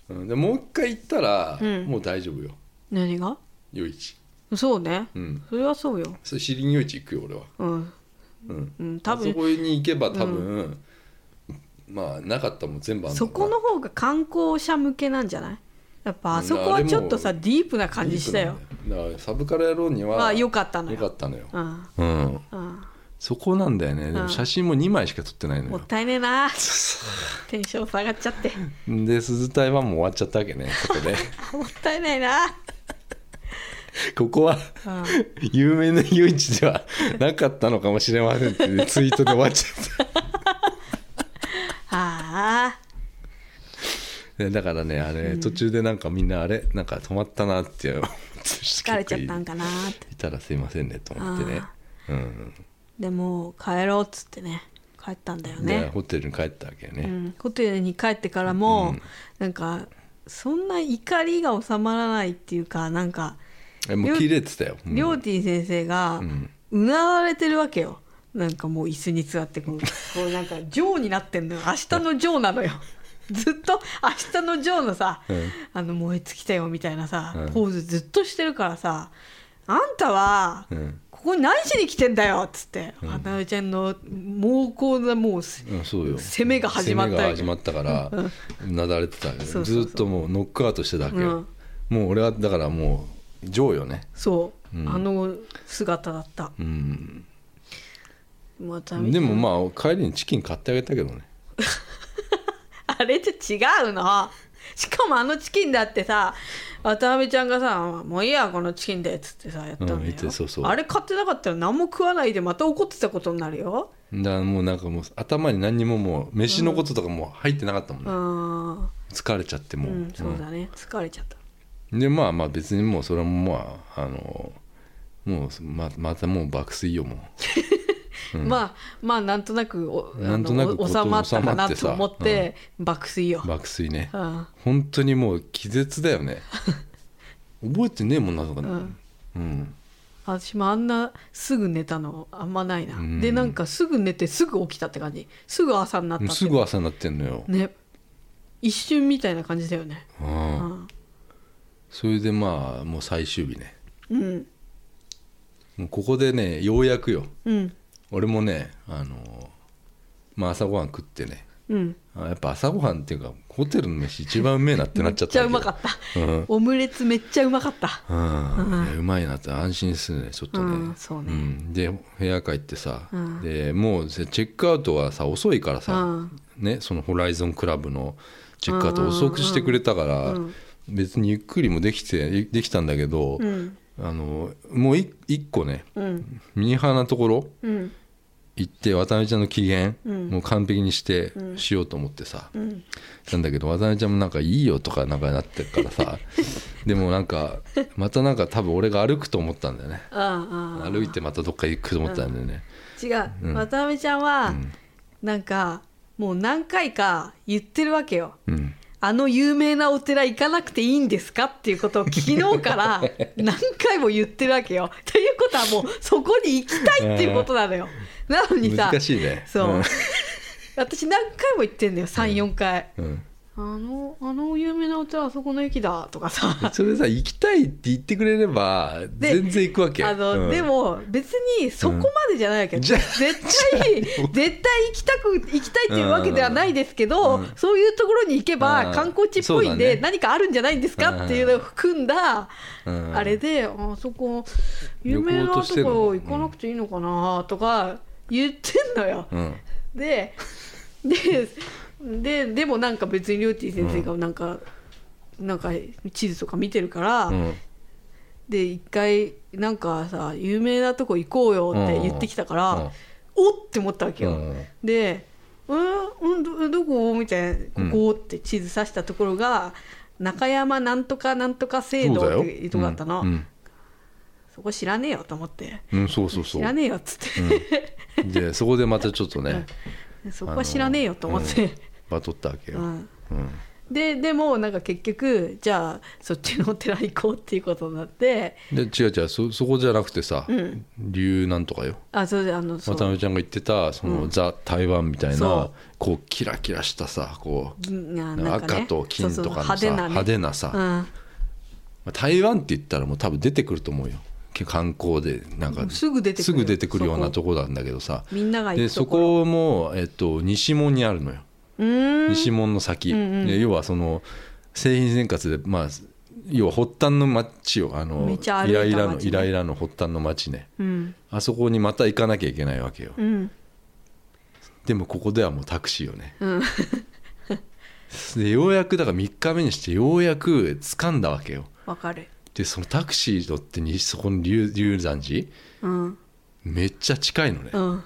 [SPEAKER 2] うん、でもう一回行ったら、
[SPEAKER 1] うん
[SPEAKER 2] もう大丈夫よ
[SPEAKER 1] 何が
[SPEAKER 2] 夜市
[SPEAKER 1] そうね、
[SPEAKER 2] うん
[SPEAKER 1] それはそうよ
[SPEAKER 2] それ知りに夜市行くよ俺は
[SPEAKER 1] うん、
[SPEAKER 2] うん
[SPEAKER 1] うん、多
[SPEAKER 2] あそ
[SPEAKER 1] 分
[SPEAKER 2] こに行けば多分、まあなかったもん全部あんだ
[SPEAKER 1] そこの方が観光者向けなんじゃないやっぱあそこはちょっとさ
[SPEAKER 2] うん
[SPEAKER 1] ディープな感じしたよ
[SPEAKER 2] だからサブカラ野郎には
[SPEAKER 1] あ良かったの
[SPEAKER 2] よ
[SPEAKER 1] よ
[SPEAKER 2] かったのよ
[SPEAKER 1] うん
[SPEAKER 2] うん
[SPEAKER 1] うん
[SPEAKER 2] そこなんだよねで
[SPEAKER 1] うん
[SPEAKER 2] も写真も2枚しか撮ってないの
[SPEAKER 1] も
[SPEAKER 2] よ
[SPEAKER 1] ったいねえなテンション下がっちゃって
[SPEAKER 2] で鈴台はもう終わっちゃったわけねそこで
[SPEAKER 1] もったいないな
[SPEAKER 2] ここは
[SPEAKER 1] うん
[SPEAKER 2] 有名な夜市ではなかったのかもしれませんっていうツイートで終わっちゃっ
[SPEAKER 1] ああ
[SPEAKER 2] たでだからねあれ途中でなんかみんなあれなんか止まったなって思って
[SPEAKER 1] 疲
[SPEAKER 2] 疲
[SPEAKER 1] れちゃったんかなって
[SPEAKER 2] いたらすいませんねと思ってねうん
[SPEAKER 1] でも帰ろうっつってね帰ったんだよ
[SPEAKER 2] で
[SPEAKER 1] ね、
[SPEAKER 2] ホテルに帰ったわけよ
[SPEAKER 1] う
[SPEAKER 2] ね、
[SPEAKER 1] ん、ホテルに帰ってからも、なんかそんな怒りが収まらないっていうかなんか
[SPEAKER 2] えもう切れてたよ、うん
[SPEAKER 1] りょうてぃ先生が
[SPEAKER 2] ん
[SPEAKER 1] うなられてるわけよなんかもう椅子に座ってこうこうなんかジョーになってんのよ明日のジョーなのよずっと明日のジョーのさ、
[SPEAKER 2] うん
[SPEAKER 1] あの燃え尽きたよみたいなさ、
[SPEAKER 2] うん
[SPEAKER 1] ポーズずっとしてるからさあんたは、
[SPEAKER 2] うん
[SPEAKER 1] ここに何しに来てんだよっつって、花江ちゃんの猛攻なもうす、
[SPEAKER 2] うん、そうよ
[SPEAKER 1] 攻めが始まったよ
[SPEAKER 2] 攻めが始まったからなだれてたよねず
[SPEAKER 1] そうそうそう
[SPEAKER 2] ーっともうノックアウトしてたわけ
[SPEAKER 1] う
[SPEAKER 2] よ
[SPEAKER 1] ん、
[SPEAKER 2] もう俺はだからもうジョーよね
[SPEAKER 1] そう、
[SPEAKER 2] うん
[SPEAKER 1] あの姿だった、
[SPEAKER 2] うん
[SPEAKER 1] また
[SPEAKER 2] でもまあ帰りにチキン買ってあげたけどね
[SPEAKER 1] あれと違うのしかもあのチキンだってさ渡辺ちゃんがさ「もういいやこのチキンで」っつってさやったんだよ、
[SPEAKER 2] うん言ってそうそう
[SPEAKER 1] あれ買ってなかったら何も食わないでまた怒ってたことになるよ
[SPEAKER 2] だからもうなんかもう頭に何にももう飯のこととかもう入ってなかったもん
[SPEAKER 1] う
[SPEAKER 2] ね、
[SPEAKER 1] ん
[SPEAKER 2] 疲れちゃっても
[SPEAKER 1] う
[SPEAKER 2] う、
[SPEAKER 1] んそうだね疲れちゃった
[SPEAKER 2] うんでまあまあ別にもうそれはもうまああのもうままたもう爆睡よも
[SPEAKER 1] まあまあなんとなくおあの
[SPEAKER 2] なんとなくこう
[SPEAKER 1] 収まったか
[SPEAKER 2] 収まっ
[SPEAKER 1] な
[SPEAKER 2] てさ
[SPEAKER 1] と思って、爆睡よ、
[SPEAKER 2] 爆睡ね
[SPEAKER 1] うん
[SPEAKER 2] 本当にもう気絶だよ ね覚えてねえもんなとかね
[SPEAKER 1] うん
[SPEAKER 2] うん
[SPEAKER 1] 私もあんなすぐ寝たのあんまないな、
[SPEAKER 2] うん
[SPEAKER 1] でなんかすぐ寝てすぐ起きたって感じすぐ朝になった
[SPEAKER 2] もう
[SPEAKER 1] って
[SPEAKER 2] すぐ朝になってんのよ、
[SPEAKER 1] ね一瞬みたいな感じだよね
[SPEAKER 2] うん
[SPEAKER 1] うん、
[SPEAKER 2] それでまあもう最終日ね
[SPEAKER 1] うん
[SPEAKER 2] もうここでねようやくよ
[SPEAKER 1] うん
[SPEAKER 2] 俺もねあのまあ朝ごはん食ってね
[SPEAKER 1] うん
[SPEAKER 2] あやっぱ朝ごはんっていうかホテルの飯一番うめえなってなっちゃ
[SPEAKER 1] めった
[SPEAKER 2] っ
[SPEAKER 1] ちゃう
[SPEAKER 2] わ
[SPEAKER 1] ま
[SPEAKER 2] け
[SPEAKER 1] かった、
[SPEAKER 2] うん
[SPEAKER 1] オムレツめっちゃうまかった
[SPEAKER 2] うん
[SPEAKER 1] うん
[SPEAKER 2] いやうまいなって安心するねちょっとね,、
[SPEAKER 1] うんそうね
[SPEAKER 2] んで部屋帰ってさ、
[SPEAKER 1] うん
[SPEAKER 2] でもうぜチェックアウトはさ遅いからさ、
[SPEAKER 1] うん
[SPEAKER 2] ね、そのホライゾンクラブのチェックアウト遅くしてくれたから、
[SPEAKER 1] うん
[SPEAKER 2] 別にゆっくりもできてできたんだけど、
[SPEAKER 1] うん
[SPEAKER 2] あのもうい一個ね
[SPEAKER 1] うん
[SPEAKER 2] ミニハーなところ
[SPEAKER 1] うん
[SPEAKER 2] 行って渡辺ちゃんの機嫌、
[SPEAKER 1] うん
[SPEAKER 2] もう完璧にして、
[SPEAKER 1] うん
[SPEAKER 2] しようと思ってさ
[SPEAKER 1] うん
[SPEAKER 2] なんだけど渡辺ちゃんもなんかいいよとかなんかなってるか らさでもなんかまたなんか多分俺が歩くと思ったんだよね
[SPEAKER 1] ああ
[SPEAKER 2] 歩いてまたどっか行くと思ったんだよね、
[SPEAKER 1] 違う、
[SPEAKER 2] うん
[SPEAKER 1] 渡辺ちゃんは、
[SPEAKER 2] ん
[SPEAKER 1] なんかもう何回か言ってるわけよ
[SPEAKER 2] うん、
[SPEAKER 1] あの有名なお寺行かなくていいんですかっていうことを昨日から 何回も言ってるわけよ。ということはもうそこに行きたいっていうことなのよ。なのにさ
[SPEAKER 2] 難しいね
[SPEAKER 1] そう、私何回も言ってんだよ34回、
[SPEAKER 2] うんうん
[SPEAKER 1] あのあの有名なお寺あそこの駅だとか さ
[SPEAKER 2] それさ行きたいって言ってくれれば
[SPEAKER 1] で
[SPEAKER 2] 全然行くわけ
[SPEAKER 1] あの、
[SPEAKER 2] うん
[SPEAKER 1] でも別にそこまでじゃないわけ、
[SPEAKER 2] うんじゃ
[SPEAKER 1] 絶対 絶対行きたく行きたいっていうわけではないですけど、
[SPEAKER 2] うん
[SPEAKER 1] そういうところに行け
[SPEAKER 2] う
[SPEAKER 1] ば
[SPEAKER 2] ん
[SPEAKER 1] 観光地っぽいん
[SPEAKER 2] そうだ
[SPEAKER 1] で、
[SPEAKER 2] ね
[SPEAKER 1] 何かあるんじゃないんですかっていうのを含んだ、
[SPEAKER 2] うん
[SPEAKER 1] あれであそこ有名な
[SPEAKER 2] 旅行
[SPEAKER 1] と
[SPEAKER 2] としての
[SPEAKER 1] こ行かなくていいのかなとか言ってんのよ。
[SPEAKER 2] うん
[SPEAKER 1] ででででもなんか別にりょうてぃ先生がなんか、なんか地図とか見てるから。
[SPEAKER 2] うん
[SPEAKER 1] で一回なんかさ有名なとこ行こうよって言ってきたから、
[SPEAKER 2] うん
[SPEAKER 1] おっって思ったわけ
[SPEAKER 2] う
[SPEAKER 1] よ、
[SPEAKER 2] ん
[SPEAKER 1] で「うんうんどどこ?」みたいな
[SPEAKER 2] う
[SPEAKER 1] 「
[SPEAKER 2] ん
[SPEAKER 1] ここ」って地図指したところが中山なんとかなんとか制
[SPEAKER 2] そう
[SPEAKER 1] 度
[SPEAKER 2] だよ
[SPEAKER 1] っていうとこだったのそ,、
[SPEAKER 2] うん
[SPEAKER 1] こ知らねえよと思って
[SPEAKER 2] うんうんそうそうそ
[SPEAKER 1] 知ら
[SPEAKER 2] う
[SPEAKER 1] ねえよっつって、
[SPEAKER 2] でそこでまたちょっとね
[SPEAKER 1] そこは知らねえよと思って、
[SPEAKER 2] バトったわけ
[SPEAKER 1] う
[SPEAKER 2] よ、
[SPEAKER 1] ん
[SPEAKER 2] うん
[SPEAKER 1] ででもなんか結局じゃあそっちのお寺行こうっていうことになって
[SPEAKER 2] で違う違うそそこじゃなくてさ、
[SPEAKER 1] ん
[SPEAKER 2] 理由なんとかよ
[SPEAKER 1] あそれであのそ
[SPEAKER 2] 渡
[SPEAKER 1] う
[SPEAKER 2] 辺ちゃんが言ってたその、
[SPEAKER 1] うん
[SPEAKER 2] ザ・台湾みたいな
[SPEAKER 1] そ
[SPEAKER 2] こうキラキラしたさこう
[SPEAKER 1] 銀あなんかね
[SPEAKER 2] 赤と金とかの
[SPEAKER 1] そ
[SPEAKER 2] さ
[SPEAKER 1] うそう派手なね
[SPEAKER 2] 派手なさ、ま
[SPEAKER 1] うん
[SPEAKER 2] あ台湾って言ったらもう多分出てくると思うよけ観光でなんか
[SPEAKER 1] すぐ出てくる
[SPEAKER 2] すぐ出てくるようなとこなんだけどさ
[SPEAKER 1] みんなが行
[SPEAKER 2] で
[SPEAKER 1] くと
[SPEAKER 2] そ
[SPEAKER 1] ころ
[SPEAKER 2] こも、えっと、西門にあるのよ、
[SPEAKER 1] うーん
[SPEAKER 2] 西門の先、で要はその製品生活でまあ要は発端の街をあの
[SPEAKER 1] めちゃ歩
[SPEAKER 2] イ
[SPEAKER 1] いた
[SPEAKER 2] ラ
[SPEAKER 1] 街ね
[SPEAKER 2] イラのイライラの発端の街ね
[SPEAKER 1] うん
[SPEAKER 2] あそこにまた行かなきゃいけないわけよ
[SPEAKER 1] うん
[SPEAKER 2] でもここではもうタクシーよね
[SPEAKER 1] うん
[SPEAKER 2] でようやくだから3日目にしてようやく掴んだわけよ
[SPEAKER 1] わかる
[SPEAKER 2] でそのタクシー乗ってにそこの龍龍山寺
[SPEAKER 1] うん
[SPEAKER 2] めっちゃ近いのね
[SPEAKER 1] うん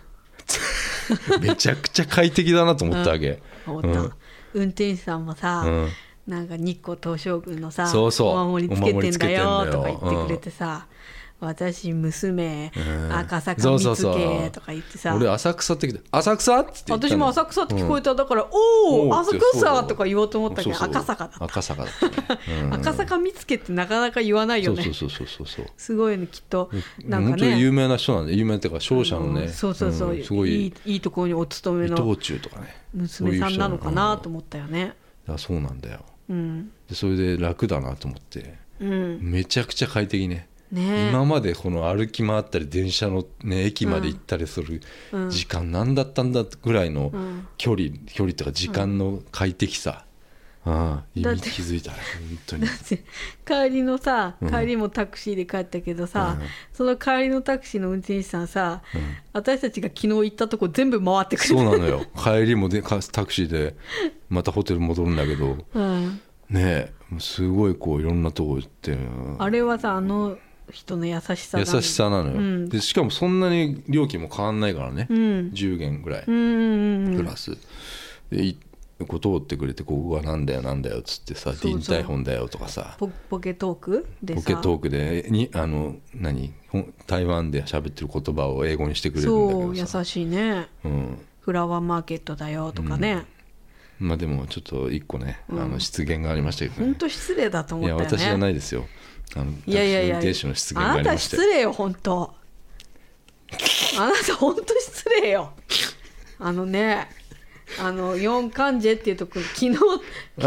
[SPEAKER 2] めちゃくちゃ快適だなと思ったわけ、
[SPEAKER 1] 思った、
[SPEAKER 2] うん
[SPEAKER 1] 運転手さんもさ、
[SPEAKER 2] うん
[SPEAKER 1] なんか日光東照宮のさ
[SPEAKER 2] そうそう
[SPEAKER 1] お守りつけてんだよ
[SPEAKER 2] お守りつけて
[SPEAKER 1] と
[SPEAKER 2] ん
[SPEAKER 1] か
[SPEAKER 2] だ
[SPEAKER 1] 言
[SPEAKER 2] よ
[SPEAKER 1] ってくれてさ、私娘、
[SPEAKER 2] うん
[SPEAKER 1] 赤坂
[SPEAKER 2] そう
[SPEAKER 1] 見
[SPEAKER 2] そう
[SPEAKER 1] つ
[SPEAKER 2] そう
[SPEAKER 1] けとか言ってさ
[SPEAKER 2] 俺浅草って来て「浅草?」って言ったの
[SPEAKER 1] 私も浅草って聞こえた、だから「
[SPEAKER 2] お
[SPEAKER 1] お
[SPEAKER 2] う
[SPEAKER 1] お
[SPEAKER 2] っ
[SPEAKER 1] 浅
[SPEAKER 2] てそ
[SPEAKER 1] 草!」
[SPEAKER 2] う
[SPEAKER 1] とか言おうと思ったけど
[SPEAKER 2] そうそう
[SPEAKER 1] 赤坂だっ
[SPEAKER 2] 赤坂だったね、
[SPEAKER 1] た、赤坂見つけってなかなか言わないよね
[SPEAKER 2] そうそうそうそうそう
[SPEAKER 1] すごいねきっとなんか
[SPEAKER 2] 本当に有
[SPEAKER 1] ね
[SPEAKER 2] 名な人なんで有名っていうか商社のね、
[SPEAKER 1] うんそうそうそう、
[SPEAKER 2] んすごい
[SPEAKER 1] いいいいところにお勤め
[SPEAKER 2] 伊
[SPEAKER 1] の
[SPEAKER 2] 藤忠とかね
[SPEAKER 1] 娘さんなのかなと思
[SPEAKER 2] 思
[SPEAKER 1] ったよね
[SPEAKER 2] うんだからそうなんだよ
[SPEAKER 1] うん
[SPEAKER 2] でそれで楽だなと思って
[SPEAKER 1] うん
[SPEAKER 2] めちゃくちゃ快適ね
[SPEAKER 1] ね
[SPEAKER 2] 今までこの歩き回ったり電車の、ね、駅まで行ったりする
[SPEAKER 1] うん
[SPEAKER 2] 時間何だったんだぐらいの
[SPEAKER 1] うん
[SPEAKER 2] 距離、距離とか時間の快適さ、ああ
[SPEAKER 1] だ
[SPEAKER 2] 今
[SPEAKER 1] って
[SPEAKER 2] 気づいたね本当に
[SPEAKER 1] 帰りのさ
[SPEAKER 2] うん
[SPEAKER 1] 帰りもタクシーで帰ったけどさ、
[SPEAKER 2] うん
[SPEAKER 1] その帰りのタクシーの運転手さんさ、私たちが昨日行ったとこ全部回ってくる
[SPEAKER 2] そうなの よ帰りもでかタクシーでまたホテル戻るんだけど
[SPEAKER 1] うん、
[SPEAKER 2] ねえもうすごいこういろんなとこ行ってうん
[SPEAKER 1] あれはさあの人の優しさ
[SPEAKER 2] 優
[SPEAKER 1] だ
[SPEAKER 2] しさなのよ、
[SPEAKER 1] うん
[SPEAKER 2] でしかもそんなに料金も変わんないからね、
[SPEAKER 1] うん
[SPEAKER 2] 10元ぐらい
[SPEAKER 1] うんうんうん
[SPEAKER 2] プラス、でいこう通ってくれてここがなんだよなんだよっつって
[SPEAKER 1] そう
[SPEAKER 2] さ「
[SPEAKER 1] そう
[SPEAKER 2] 臨台本だよ」とかさ
[SPEAKER 1] ポポケトークで
[SPEAKER 2] ポ
[SPEAKER 1] さ
[SPEAKER 2] ケトークでにあの何ほん台湾で喋ってる言葉を英語にしてくれる
[SPEAKER 1] そう
[SPEAKER 2] んだけ
[SPEAKER 1] 優
[SPEAKER 2] どさ
[SPEAKER 1] しいね
[SPEAKER 2] うん、
[SPEAKER 1] フラワーマーケットだよとかね、
[SPEAKER 2] まあでもちょっと一個ね、あの失言がありましたけど、
[SPEAKER 1] ほ
[SPEAKER 2] ね
[SPEAKER 1] んと失礼だと思
[SPEAKER 2] い
[SPEAKER 1] っ
[SPEAKER 2] や
[SPEAKER 1] たよね
[SPEAKER 2] 私じゃないですよあの
[SPEAKER 1] いやいやいや
[SPEAKER 2] タクシー運転手の失言が
[SPEAKER 1] あ
[SPEAKER 2] あ
[SPEAKER 1] な
[SPEAKER 2] り
[SPEAKER 1] た
[SPEAKER 2] まして
[SPEAKER 1] 失礼よ本当あなた本当失礼よあのねあの四関ジェっていうとこ昨日昨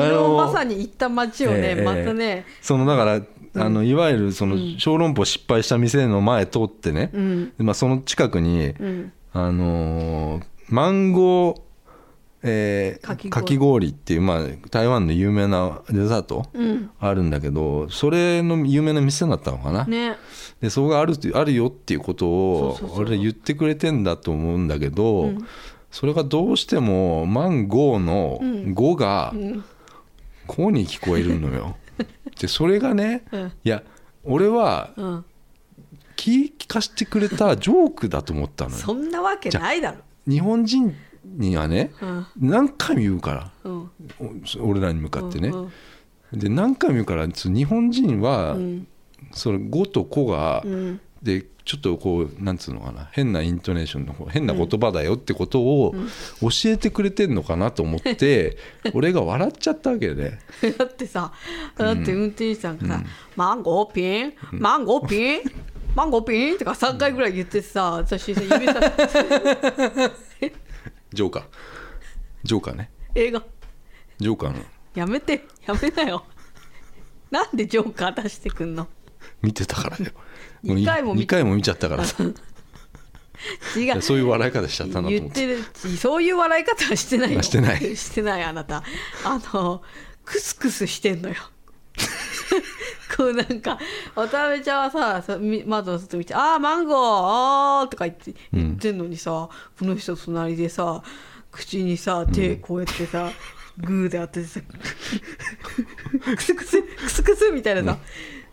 [SPEAKER 2] あ
[SPEAKER 1] 日
[SPEAKER 2] の
[SPEAKER 1] まさに行った街をね、
[SPEAKER 2] ええ
[SPEAKER 1] またね、
[SPEAKER 2] そのだからあのいわゆるその小籠包失敗した店の前通ってね、
[SPEAKER 1] ん
[SPEAKER 2] まあ、その近くに、
[SPEAKER 1] ん
[SPEAKER 2] あのーマンゴーえー
[SPEAKER 1] か
[SPEAKER 2] か
[SPEAKER 1] き氷
[SPEAKER 2] き氷っていう、まあ、台湾の有名なデザート、
[SPEAKER 1] うん
[SPEAKER 2] あるんだけどそれの有名な店だったのかな、
[SPEAKER 1] ね
[SPEAKER 2] でそこがあるってあるよっていうことを
[SPEAKER 1] そうそうそう
[SPEAKER 2] 俺言ってくれてんだと思うんだけど、
[SPEAKER 1] うん
[SPEAKER 2] それがどうしてもマンゴーの
[SPEAKER 1] うん
[SPEAKER 2] 「ゴ」が
[SPEAKER 1] うん
[SPEAKER 2] 「こ」に聞こえるの よ。でそれがね
[SPEAKER 1] うん
[SPEAKER 2] いや俺は
[SPEAKER 1] うん
[SPEAKER 2] 聞かせてくれたジョークだと思ったのよ。
[SPEAKER 1] そんなわけないだろ
[SPEAKER 2] 日本人にはね
[SPEAKER 1] うん
[SPEAKER 2] 何回も言うから
[SPEAKER 1] うん
[SPEAKER 2] お俺らに向かってね。
[SPEAKER 1] うん
[SPEAKER 2] で何回も言うからそう日本人は、
[SPEAKER 1] うん
[SPEAKER 2] その「語」と「こ」が、
[SPEAKER 1] うん
[SPEAKER 2] でちょっとこうなんつうのかな変なイントネーションの方変な言葉だよってことを教えてくれてんのかなと思って、俺が笑っちゃったわけで、
[SPEAKER 1] だってさだって運転手さんがさ、マンゴーピンマンゴーピン、マンゴーピンとか3回ぐらい言ってさ私さ指さ して
[SPEAKER 2] ジョーカージョーカーね
[SPEAKER 1] 映画
[SPEAKER 2] ジョーカーの
[SPEAKER 1] やめてやめなよなんでジョーカー出してくんの
[SPEAKER 2] 見てたからよ
[SPEAKER 1] 二回も見
[SPEAKER 2] 2回も見ちゃったからさ
[SPEAKER 1] 違う
[SPEAKER 2] そういう笑い方しちゃったなと
[SPEAKER 1] 言
[SPEAKER 2] 思
[SPEAKER 1] っ
[SPEAKER 2] って
[SPEAKER 1] てるそういう笑い方はしてないよ
[SPEAKER 2] あしてない
[SPEAKER 1] してないあなたあのクスクスしてんのよ こうなんか渡辺ちゃんはささみ窓の外見て「あーマンゴーあー」とか言って言ってんのにさ、この人隣でさ口にさ手こうやってさ、グーで当ててさ クスクスクスクスみたいなさ、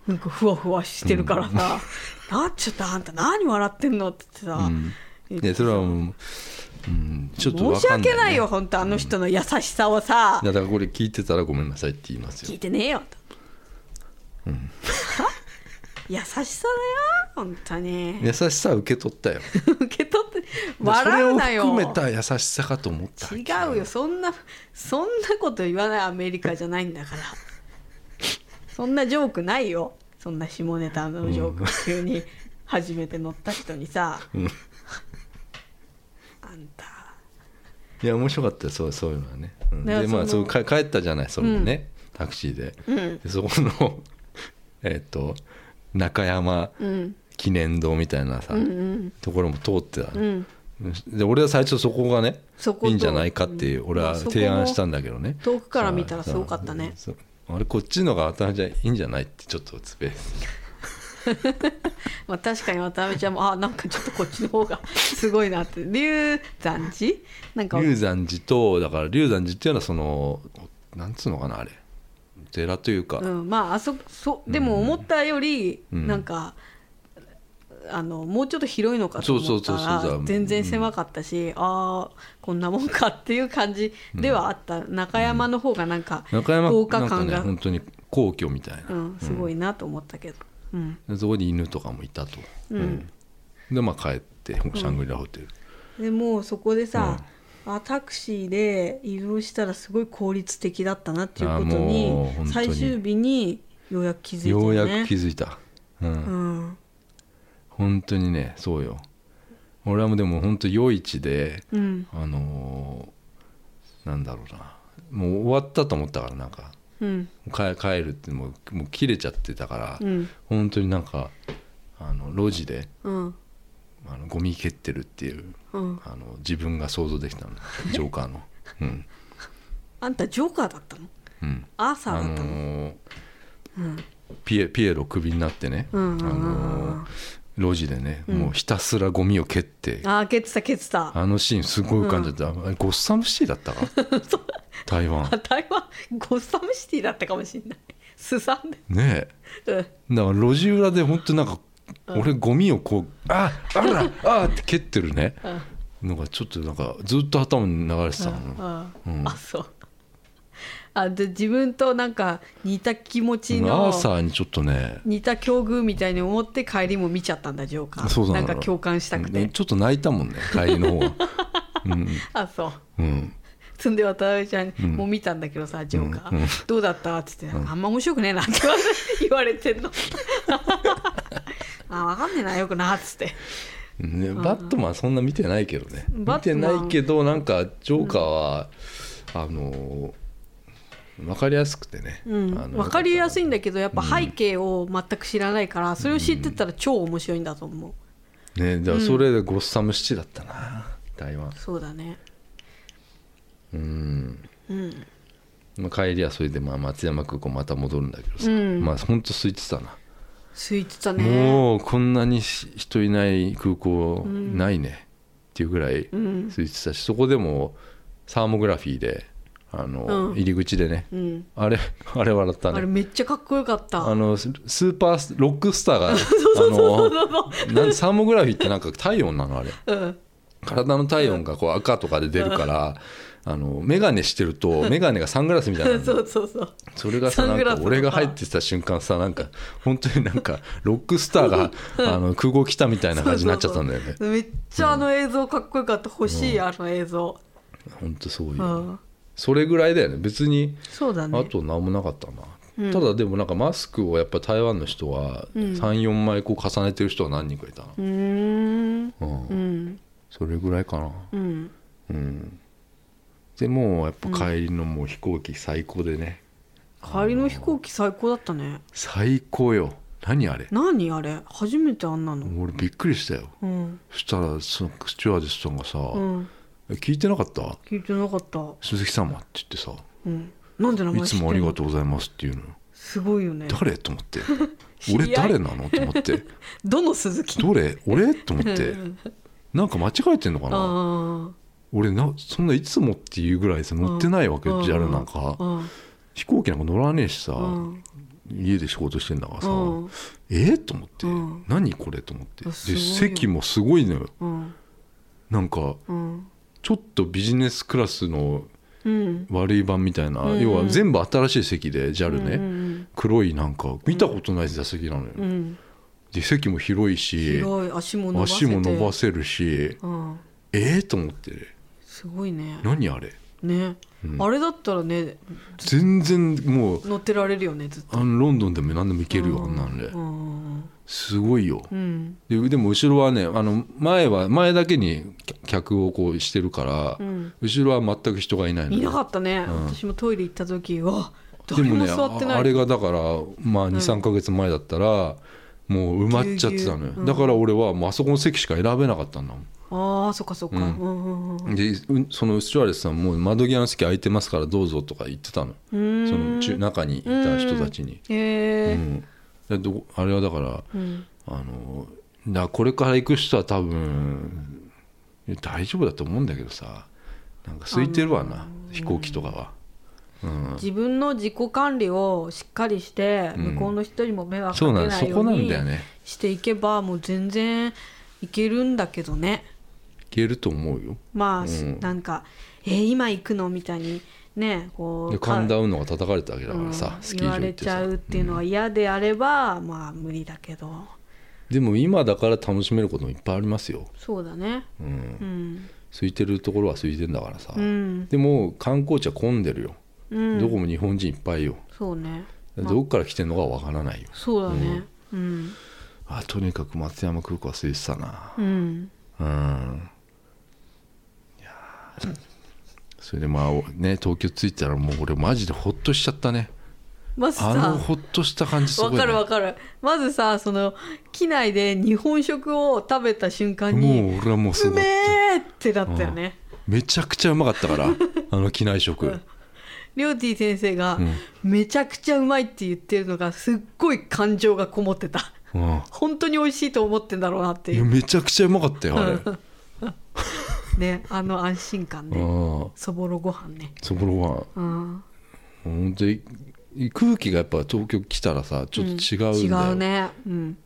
[SPEAKER 1] なんかふわふわしてるからさ「なっちょっとあんた何笑ってんの?」ってさ、言って
[SPEAKER 2] でそれはもう、うん、ちょっとわ
[SPEAKER 1] 申し
[SPEAKER 2] かんない、ね、
[SPEAKER 1] 訳ないよ本当あの人の優しさをさ
[SPEAKER 2] いやだからこれ聞いてたらごめんなさいって言います
[SPEAKER 1] 聞い
[SPEAKER 2] よ
[SPEAKER 1] てねえよと、優しさだよ本当に
[SPEAKER 2] 優しさは受け取ったよ
[SPEAKER 1] 受け取って 笑うなよ
[SPEAKER 2] それを含めた優しさかと思った
[SPEAKER 1] 違うよそんなそんなこと言わないアメリカじゃないんだ からそんなジョークないよそんな下ネタのジョーク、急に初めて乗った人にさ、あんた
[SPEAKER 2] いや面白かったよそうそういうのはね、うん
[SPEAKER 1] だから
[SPEAKER 2] でまあ
[SPEAKER 1] そ
[SPEAKER 2] そ
[SPEAKER 1] の
[SPEAKER 2] うか帰ったじゃないそのね、タクシーで,、でそこの えっと中山
[SPEAKER 1] うん
[SPEAKER 2] 記念堂みたいなさ、
[SPEAKER 1] うん
[SPEAKER 2] ところも通ってた
[SPEAKER 1] う
[SPEAKER 2] の、
[SPEAKER 1] ん
[SPEAKER 2] で俺は最初そこがね
[SPEAKER 1] そこと
[SPEAKER 2] いいんじゃないかっていう俺
[SPEAKER 1] ま
[SPEAKER 2] は
[SPEAKER 1] あそこも
[SPEAKER 2] 提案したんだけどね、
[SPEAKER 1] 遠くから見たらすごかったね
[SPEAKER 2] そうあれこっちのが頭じゃいいんじゃないってちょっとスペース
[SPEAKER 1] まあ、確かに渡辺ちゃんもあなんかちょっとこっちの方がすごいなって龍山寺なんか
[SPEAKER 2] 龍山寺とだから龍山寺っていうのはそのなんつうのかなあれ寺というか、
[SPEAKER 1] うん、まああそそでも思ったより、
[SPEAKER 2] うん
[SPEAKER 1] なんかあのもうちょっと広いのかと
[SPEAKER 2] そ
[SPEAKER 1] 思
[SPEAKER 2] う
[SPEAKER 1] った
[SPEAKER 2] そうそう
[SPEAKER 1] ら
[SPEAKER 2] そうだ
[SPEAKER 1] 全然狭かったし、ああこんなもんかっていう感じではあった、中山の方がなんか
[SPEAKER 2] 中山
[SPEAKER 1] 豪華
[SPEAKER 2] なんか
[SPEAKER 1] 感
[SPEAKER 2] ね
[SPEAKER 1] が、
[SPEAKER 2] 本当に皇居みたいな、
[SPEAKER 1] うん、すごいなと思ったけど、うん、
[SPEAKER 2] でそこに犬とかもいたと、
[SPEAKER 1] ん
[SPEAKER 2] うんでまあ帰ってシャングリラホテル、
[SPEAKER 1] でもうそこでさ、あタクシーで移動したらすごい効率的だったなっていうこと
[SPEAKER 2] あもう
[SPEAKER 1] に
[SPEAKER 2] 本当に
[SPEAKER 1] 最終日にようやく気づいた
[SPEAKER 2] よ
[SPEAKER 1] よ
[SPEAKER 2] う
[SPEAKER 1] ね
[SPEAKER 2] やく気づいた、うん
[SPEAKER 1] うん
[SPEAKER 2] 本当にねそうよ俺はもうでも本当夜市で
[SPEAKER 1] うん
[SPEAKER 2] あのーなんだろうなもう終わったと思ったからなんか
[SPEAKER 1] うん
[SPEAKER 2] 帰帰るってもうもう切れちゃってたから、
[SPEAKER 1] うん
[SPEAKER 2] 本当になんかあの路地で
[SPEAKER 1] うん
[SPEAKER 2] あのゴミ蹴ってるっていう
[SPEAKER 1] うん
[SPEAKER 2] あの自分が想像できたのジョーカ ーのうん
[SPEAKER 1] あんたジョーカーだったの
[SPEAKER 2] うん
[SPEAKER 1] アーサー
[SPEAKER 2] あ
[SPEAKER 1] だったの、
[SPEAKER 2] のーピエピエロクビになってね、
[SPEAKER 1] うんうんうんうん
[SPEAKER 2] あのー路地でね、もうひたすらゴミを蹴って、
[SPEAKER 1] ああ蹴ってた蹴ってた
[SPEAKER 2] あのシーンすごい浮かんじゃった、あれゴッサムシティだった か台湾
[SPEAKER 1] あ台湾ゴッサムシティだったかもしれない すさんで
[SPEAKER 2] ね
[SPEAKER 1] うん
[SPEAKER 2] えだから路地裏で本当なんか俺ゴミをこう「ああらあ」って蹴ってるね
[SPEAKER 1] うん
[SPEAKER 2] のがちょっとなんかずっと頭に流れてたの、
[SPEAKER 1] あ,、
[SPEAKER 2] うん
[SPEAKER 1] あそうあで自分となんか似た気持ち
[SPEAKER 2] ア
[SPEAKER 1] の
[SPEAKER 2] ーサーにちょっとね
[SPEAKER 1] 似た境遇みたいに思って帰りも見ちゃったんだジョーカー
[SPEAKER 2] そうな
[SPEAKER 1] なんん
[SPEAKER 2] だ
[SPEAKER 1] か共感したくて、
[SPEAKER 2] うんちょっと泣いたもんね帰りの 方が
[SPEAKER 1] あそう
[SPEAKER 2] うん
[SPEAKER 1] そんで渡辺ちゃんにもう見たんだけどさ、ジョーカー、どうだったって言って、あんま面白くねえなって言われ言われて んのあ分かんねえなよくなっつって
[SPEAKER 2] ね、バットマンそんな見てないけどね見
[SPEAKER 1] バット
[SPEAKER 2] て
[SPEAKER 1] マ
[SPEAKER 2] な
[SPEAKER 1] ン
[SPEAKER 2] いけどなんかジョーカーは、あの分かりやすくてね、あの
[SPEAKER 1] 分かりやすいんだけどやっぱ背景を全く知らないから、それを知ってたら超面白いんだと思う、
[SPEAKER 2] ねだからそれでゴッサムシティだったな、台湾
[SPEAKER 1] そうだね
[SPEAKER 2] うん、
[SPEAKER 1] うん
[SPEAKER 2] まあ、帰りはそれでまあ松山空港また戻るんだけどさ、
[SPEAKER 1] うん
[SPEAKER 2] まあほんと空いてたな、
[SPEAKER 1] 空いてたね
[SPEAKER 2] もうこんなにし人いない空港ないね、っていうぐらい
[SPEAKER 1] うん
[SPEAKER 2] 空いてたしそこでもサーモグラフィーであの、
[SPEAKER 1] うん
[SPEAKER 2] 入り口でね、
[SPEAKER 1] うん
[SPEAKER 2] あれあれ笑ったね
[SPEAKER 1] あれめっちゃかっこよかった
[SPEAKER 2] あのススーパースロックスター があのなんサーモグラフィーってなんか体温なのあれ
[SPEAKER 1] うん
[SPEAKER 2] 体の体温がこう赤とかで出るからあの眼鏡してると眼鏡がサングラスみたいなの
[SPEAKER 1] そうそうそう
[SPEAKER 2] それがさ
[SPEAKER 1] サ
[SPEAKER 2] な
[SPEAKER 1] ン
[SPEAKER 2] ん
[SPEAKER 1] グラス
[SPEAKER 2] か
[SPEAKER 1] とか
[SPEAKER 2] 俺が入ってた瞬間さなんか本当になんかロックスターがあの空港来たみたいな感じになっちゃったんだよね
[SPEAKER 1] そうそうそうめっちゃあの映像かっこよかった欲しい、あの映像
[SPEAKER 2] 本当そういううんそれぐらいだよね別に
[SPEAKER 1] そうだね
[SPEAKER 2] あと何もなかったな、ただでもなんかマスクをやっぱ台湾の人は34枚こう重ねてる人は何人かいたな
[SPEAKER 1] う、ーん
[SPEAKER 2] うん
[SPEAKER 1] うん
[SPEAKER 2] それぐらいかな
[SPEAKER 1] うん
[SPEAKER 2] うんでもうやっぱ帰りのもう飛行機最高でね、
[SPEAKER 1] 帰りの飛行機最高だったね
[SPEAKER 2] 最高よ何あれ
[SPEAKER 1] 何あれ初めてあんなの
[SPEAKER 2] 俺びっくりしたよ
[SPEAKER 1] うん
[SPEAKER 2] そしたらそのスチュワーデスさんがさ「
[SPEAKER 1] うん
[SPEAKER 2] え聞いてなかった
[SPEAKER 1] 聞いてなかった
[SPEAKER 2] 鈴木様」って言ってさ「
[SPEAKER 1] うんなんで名
[SPEAKER 2] い
[SPEAKER 1] 前知
[SPEAKER 2] つ
[SPEAKER 1] ってん
[SPEAKER 2] も
[SPEAKER 1] の
[SPEAKER 2] ありがとうございます」っていうの
[SPEAKER 1] すごいよね
[SPEAKER 2] 誰と 思って「
[SPEAKER 1] 知り合
[SPEAKER 2] 俺
[SPEAKER 1] い
[SPEAKER 2] 誰なの?」と思 って
[SPEAKER 1] どの鈴
[SPEAKER 2] 「
[SPEAKER 1] 木
[SPEAKER 2] どれ俺?」と思って
[SPEAKER 1] うん
[SPEAKER 2] なんか間違えてんのかな
[SPEAKER 1] あ
[SPEAKER 2] 俺なそんないつもっていうぐらいさ乗ってないわけ
[SPEAKER 1] うん
[SPEAKER 2] JAL な
[SPEAKER 1] あ
[SPEAKER 2] ん
[SPEAKER 1] う
[SPEAKER 2] か
[SPEAKER 1] ん
[SPEAKER 2] 飛行機なんか乗らねえしさ
[SPEAKER 1] うん
[SPEAKER 2] 家で仕事してんだからさ
[SPEAKER 1] うん
[SPEAKER 2] えーと思って
[SPEAKER 1] うん
[SPEAKER 2] 何これと思って
[SPEAKER 1] あ
[SPEAKER 2] です
[SPEAKER 1] ごいよ
[SPEAKER 2] 席もすごいのよ
[SPEAKER 1] うん
[SPEAKER 2] なんか
[SPEAKER 1] うん
[SPEAKER 2] ちょっとビジネスクラスの
[SPEAKER 1] うん
[SPEAKER 2] 悪い版みたいな、
[SPEAKER 1] うん
[SPEAKER 2] 要は全部新しい席で JAL ね、
[SPEAKER 1] うん
[SPEAKER 2] 黒いなんか見たことない座席なのよ、
[SPEAKER 1] うんうん
[SPEAKER 2] で席も広いし
[SPEAKER 1] 広い足も伸ばせて
[SPEAKER 2] 足も伸ばせるし
[SPEAKER 1] うん
[SPEAKER 2] ええと思って
[SPEAKER 1] すごいね
[SPEAKER 2] 何あれ
[SPEAKER 1] ね、
[SPEAKER 2] うん
[SPEAKER 1] あれだったらね
[SPEAKER 2] 全然もう
[SPEAKER 1] 乗ってられるよねずっと
[SPEAKER 2] あのロンドンでも何でも行けるよあんなんで
[SPEAKER 1] うん
[SPEAKER 2] すごいよ
[SPEAKER 1] うん
[SPEAKER 2] ででも後ろはねあの前は前だけに客をこうしてるから、
[SPEAKER 1] うん
[SPEAKER 2] 後ろは全く人がいないの
[SPEAKER 1] いなか
[SPEAKER 2] よ
[SPEAKER 1] ったね、
[SPEAKER 2] ん
[SPEAKER 1] 私もトイレ行った時うわ
[SPEAKER 2] で
[SPEAKER 1] 誰
[SPEAKER 2] も
[SPEAKER 1] も
[SPEAKER 2] ね
[SPEAKER 1] 座ってない
[SPEAKER 2] ああれがだからまあ23か月前だったらもう埋まっちゃってたの
[SPEAKER 1] ぎゅうぎ
[SPEAKER 2] よ
[SPEAKER 1] ゅううん
[SPEAKER 2] だから俺はもうあそこの席しか選べなかったんだもん
[SPEAKER 1] あーそっかそっか、うんうんうん、
[SPEAKER 2] でうんそのスチュワレスさんも窓際の席空いてますからどうぞとか言ってたの
[SPEAKER 1] そ
[SPEAKER 2] その中中にいた人たちに、
[SPEAKER 1] へえ
[SPEAKER 2] うんだどあれはだから
[SPEAKER 1] うん
[SPEAKER 2] あのだからこれから行く人は多分大丈夫だと思うんだけどさなんか空いてるわな、飛行機とかは、うん、
[SPEAKER 1] 自分の自己管理をしっかりして、
[SPEAKER 2] うん
[SPEAKER 1] 向こうの人にも迷惑
[SPEAKER 2] そう
[SPEAKER 1] かけ
[SPEAKER 2] なん
[SPEAKER 1] な
[SPEAKER 2] そ
[SPEAKER 1] いよ
[SPEAKER 2] こ
[SPEAKER 1] う
[SPEAKER 2] なん
[SPEAKER 1] に
[SPEAKER 2] だよね
[SPEAKER 1] していけばもう全然いけるんだけどね
[SPEAKER 2] 行けると思うよ
[SPEAKER 1] まあ、
[SPEAKER 2] うん
[SPEAKER 1] なんか「えー今行くの?」みたいにねこ
[SPEAKER 2] で
[SPEAKER 1] う
[SPEAKER 2] 神田うのが叩かれたわけだからさ、
[SPEAKER 1] うん
[SPEAKER 2] スキー
[SPEAKER 1] 言わ
[SPEAKER 2] 場行
[SPEAKER 1] れ
[SPEAKER 2] っ
[SPEAKER 1] ち
[SPEAKER 2] てさ
[SPEAKER 1] ゃうっていうのは嫌であれば、まあ無理だけど
[SPEAKER 2] でも今だから楽しめることもいっぱいありますよ、
[SPEAKER 1] そうだね
[SPEAKER 2] うん
[SPEAKER 1] うん
[SPEAKER 2] 空いてるところは空いてんだからさ、
[SPEAKER 1] うん、
[SPEAKER 2] でも観光地は混んでるよ、
[SPEAKER 1] うん、
[SPEAKER 2] どこも日本人いっぱいよ
[SPEAKER 1] そうねまあ
[SPEAKER 2] どこから来てんのかわからないよ
[SPEAKER 1] そうだねうん
[SPEAKER 2] あとにかく松山空港は空いてたな
[SPEAKER 1] うん
[SPEAKER 2] うんいやーそれでまあね東京着いたらもう俺マジでホッとしちゃったね
[SPEAKER 1] まず
[SPEAKER 2] あの
[SPEAKER 1] さ
[SPEAKER 2] ホッとした感じすご
[SPEAKER 1] わ
[SPEAKER 2] い、ね、
[SPEAKER 1] かるわかるまずさその機内で日本食を食べた瞬間に
[SPEAKER 2] もう俺はも
[SPEAKER 1] 「
[SPEAKER 2] うす
[SPEAKER 1] う
[SPEAKER 2] ご
[SPEAKER 1] め
[SPEAKER 2] い
[SPEAKER 1] え!」ってなったよね
[SPEAKER 2] めちゃくちゃうまかったから あの機内食、
[SPEAKER 1] りょうてぃ先生が
[SPEAKER 2] うん
[SPEAKER 1] 「めちゃくちゃうまい」って言ってるのがすっごい感情がこもってた
[SPEAKER 2] うん
[SPEAKER 1] 本当に美味しいと思ってんだろうなって
[SPEAKER 2] い
[SPEAKER 1] い
[SPEAKER 2] や
[SPEAKER 1] う
[SPEAKER 2] めちゃくちゃうまかったよあれ、うん、
[SPEAKER 1] ねあの安心感ねそぼろご飯ね
[SPEAKER 2] そこは
[SPEAKER 1] うん
[SPEAKER 2] 本当に空気がやっぱ東京来たらさちょっと違うんだよ、
[SPEAKER 1] 違うねうん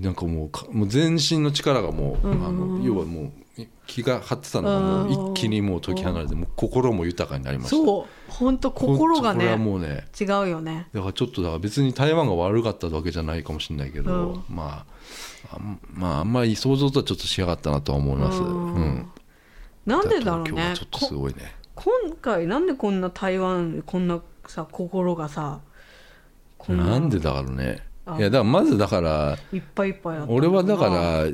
[SPEAKER 2] なんかもうかもう全身の力がもう、
[SPEAKER 1] うんうん
[SPEAKER 2] あの要はもうい気が張ってたのがも
[SPEAKER 1] う
[SPEAKER 2] うん一気にもう解き放れてもう心も豊かになりました
[SPEAKER 1] そう本当心が
[SPEAKER 2] ほんとこれ
[SPEAKER 1] ね
[SPEAKER 2] はもうね
[SPEAKER 1] 違うよね
[SPEAKER 2] だからちょっとだから別に台湾が悪かったわけじゃないかもしれないけど、まああんまああんまり想像とはちょっとしやがったなとは思います
[SPEAKER 1] うん
[SPEAKER 2] うん
[SPEAKER 1] なんでだろう
[SPEAKER 2] 今日
[SPEAKER 1] ね
[SPEAKER 2] はちょっとすごいね
[SPEAKER 1] こ今回なんでこんな台湾こんなさ心がさこ
[SPEAKER 2] なんでだろうね
[SPEAKER 1] あ
[SPEAKER 2] いやだからまずだから
[SPEAKER 1] いっぱいいっぱいだったの
[SPEAKER 2] 俺はだから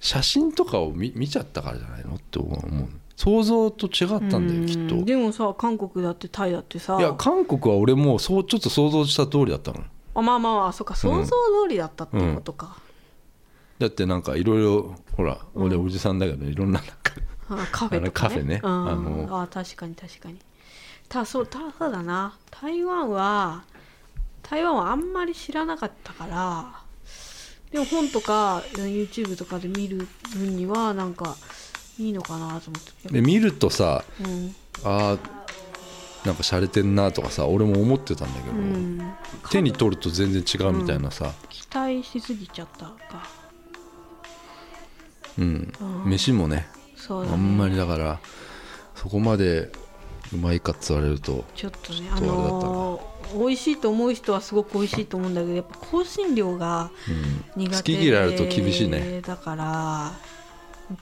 [SPEAKER 2] 写真とかを見見ちゃったからじゃないのって思う想像と違ったんだ
[SPEAKER 1] う
[SPEAKER 2] よ
[SPEAKER 1] ん
[SPEAKER 2] きっと
[SPEAKER 1] でもさ韓国だってタイだってさ
[SPEAKER 2] いや韓国は俺もそうちょっと想像した通りだったの
[SPEAKER 1] あまあまあまあそっか想像通りだったってことか、
[SPEAKER 2] だってなんかいろいろほら俺おじさんだけどいろんななんか
[SPEAKER 1] あカフェとか、ね、
[SPEAKER 2] あのカフェね
[SPEAKER 1] うん
[SPEAKER 2] あの
[SPEAKER 1] あ確かに確かにただそうただそうだな台湾は台湾はあんまり知らなかったからでも本とか YouTube とかで見る分にはなんかいいのかなと思って
[SPEAKER 2] で見るとさ
[SPEAKER 1] うん
[SPEAKER 2] あーなんか洒落てんなとかさ俺も思ってたんだけど、
[SPEAKER 1] うん、
[SPEAKER 2] 手に取ると全然違うみたいなさ、
[SPEAKER 1] 期待しすぎちゃったか
[SPEAKER 2] うん飯もね
[SPEAKER 1] そうだね
[SPEAKER 2] あんまりだからそこまでうまいかっつわれると
[SPEAKER 1] ちょっとね
[SPEAKER 2] ょっ
[SPEAKER 1] あ
[SPEAKER 2] とあれだったな
[SPEAKER 1] のー美味しいと思う人はすごく美味しいと思うんだけどやっぱ香辛料が苦手で
[SPEAKER 2] 好き嫌いあると厳しいね
[SPEAKER 1] だから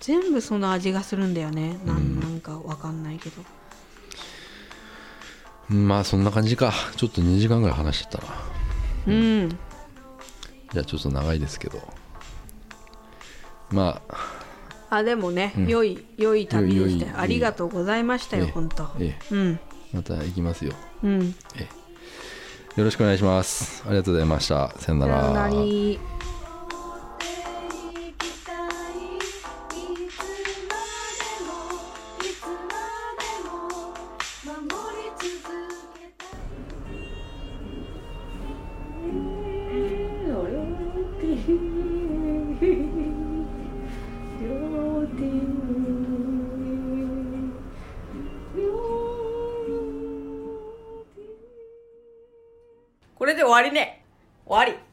[SPEAKER 1] 全部その味がするんだよねな
[SPEAKER 2] うん
[SPEAKER 1] んなんかわかんないけど、
[SPEAKER 2] うんまあそんな感じかちょっと2時間ぐらい話してたな
[SPEAKER 1] うん
[SPEAKER 2] じゃあちょっと長いですけどまあ
[SPEAKER 1] あでもね、
[SPEAKER 2] うん
[SPEAKER 1] 良い良い旅でしたよ
[SPEAKER 2] 良い良い
[SPEAKER 1] ありがとうございましたよ
[SPEAKER 2] ええ
[SPEAKER 1] 本当
[SPEAKER 2] ええ
[SPEAKER 1] うん
[SPEAKER 2] また行きますよ
[SPEAKER 1] うん
[SPEAKER 2] よろしくお願いしますありがとうございましたさよなら
[SPEAKER 1] さよなり
[SPEAKER 3] 行きたいいつまでもいつまでも守り続けたい
[SPEAKER 1] これで終わりね終わり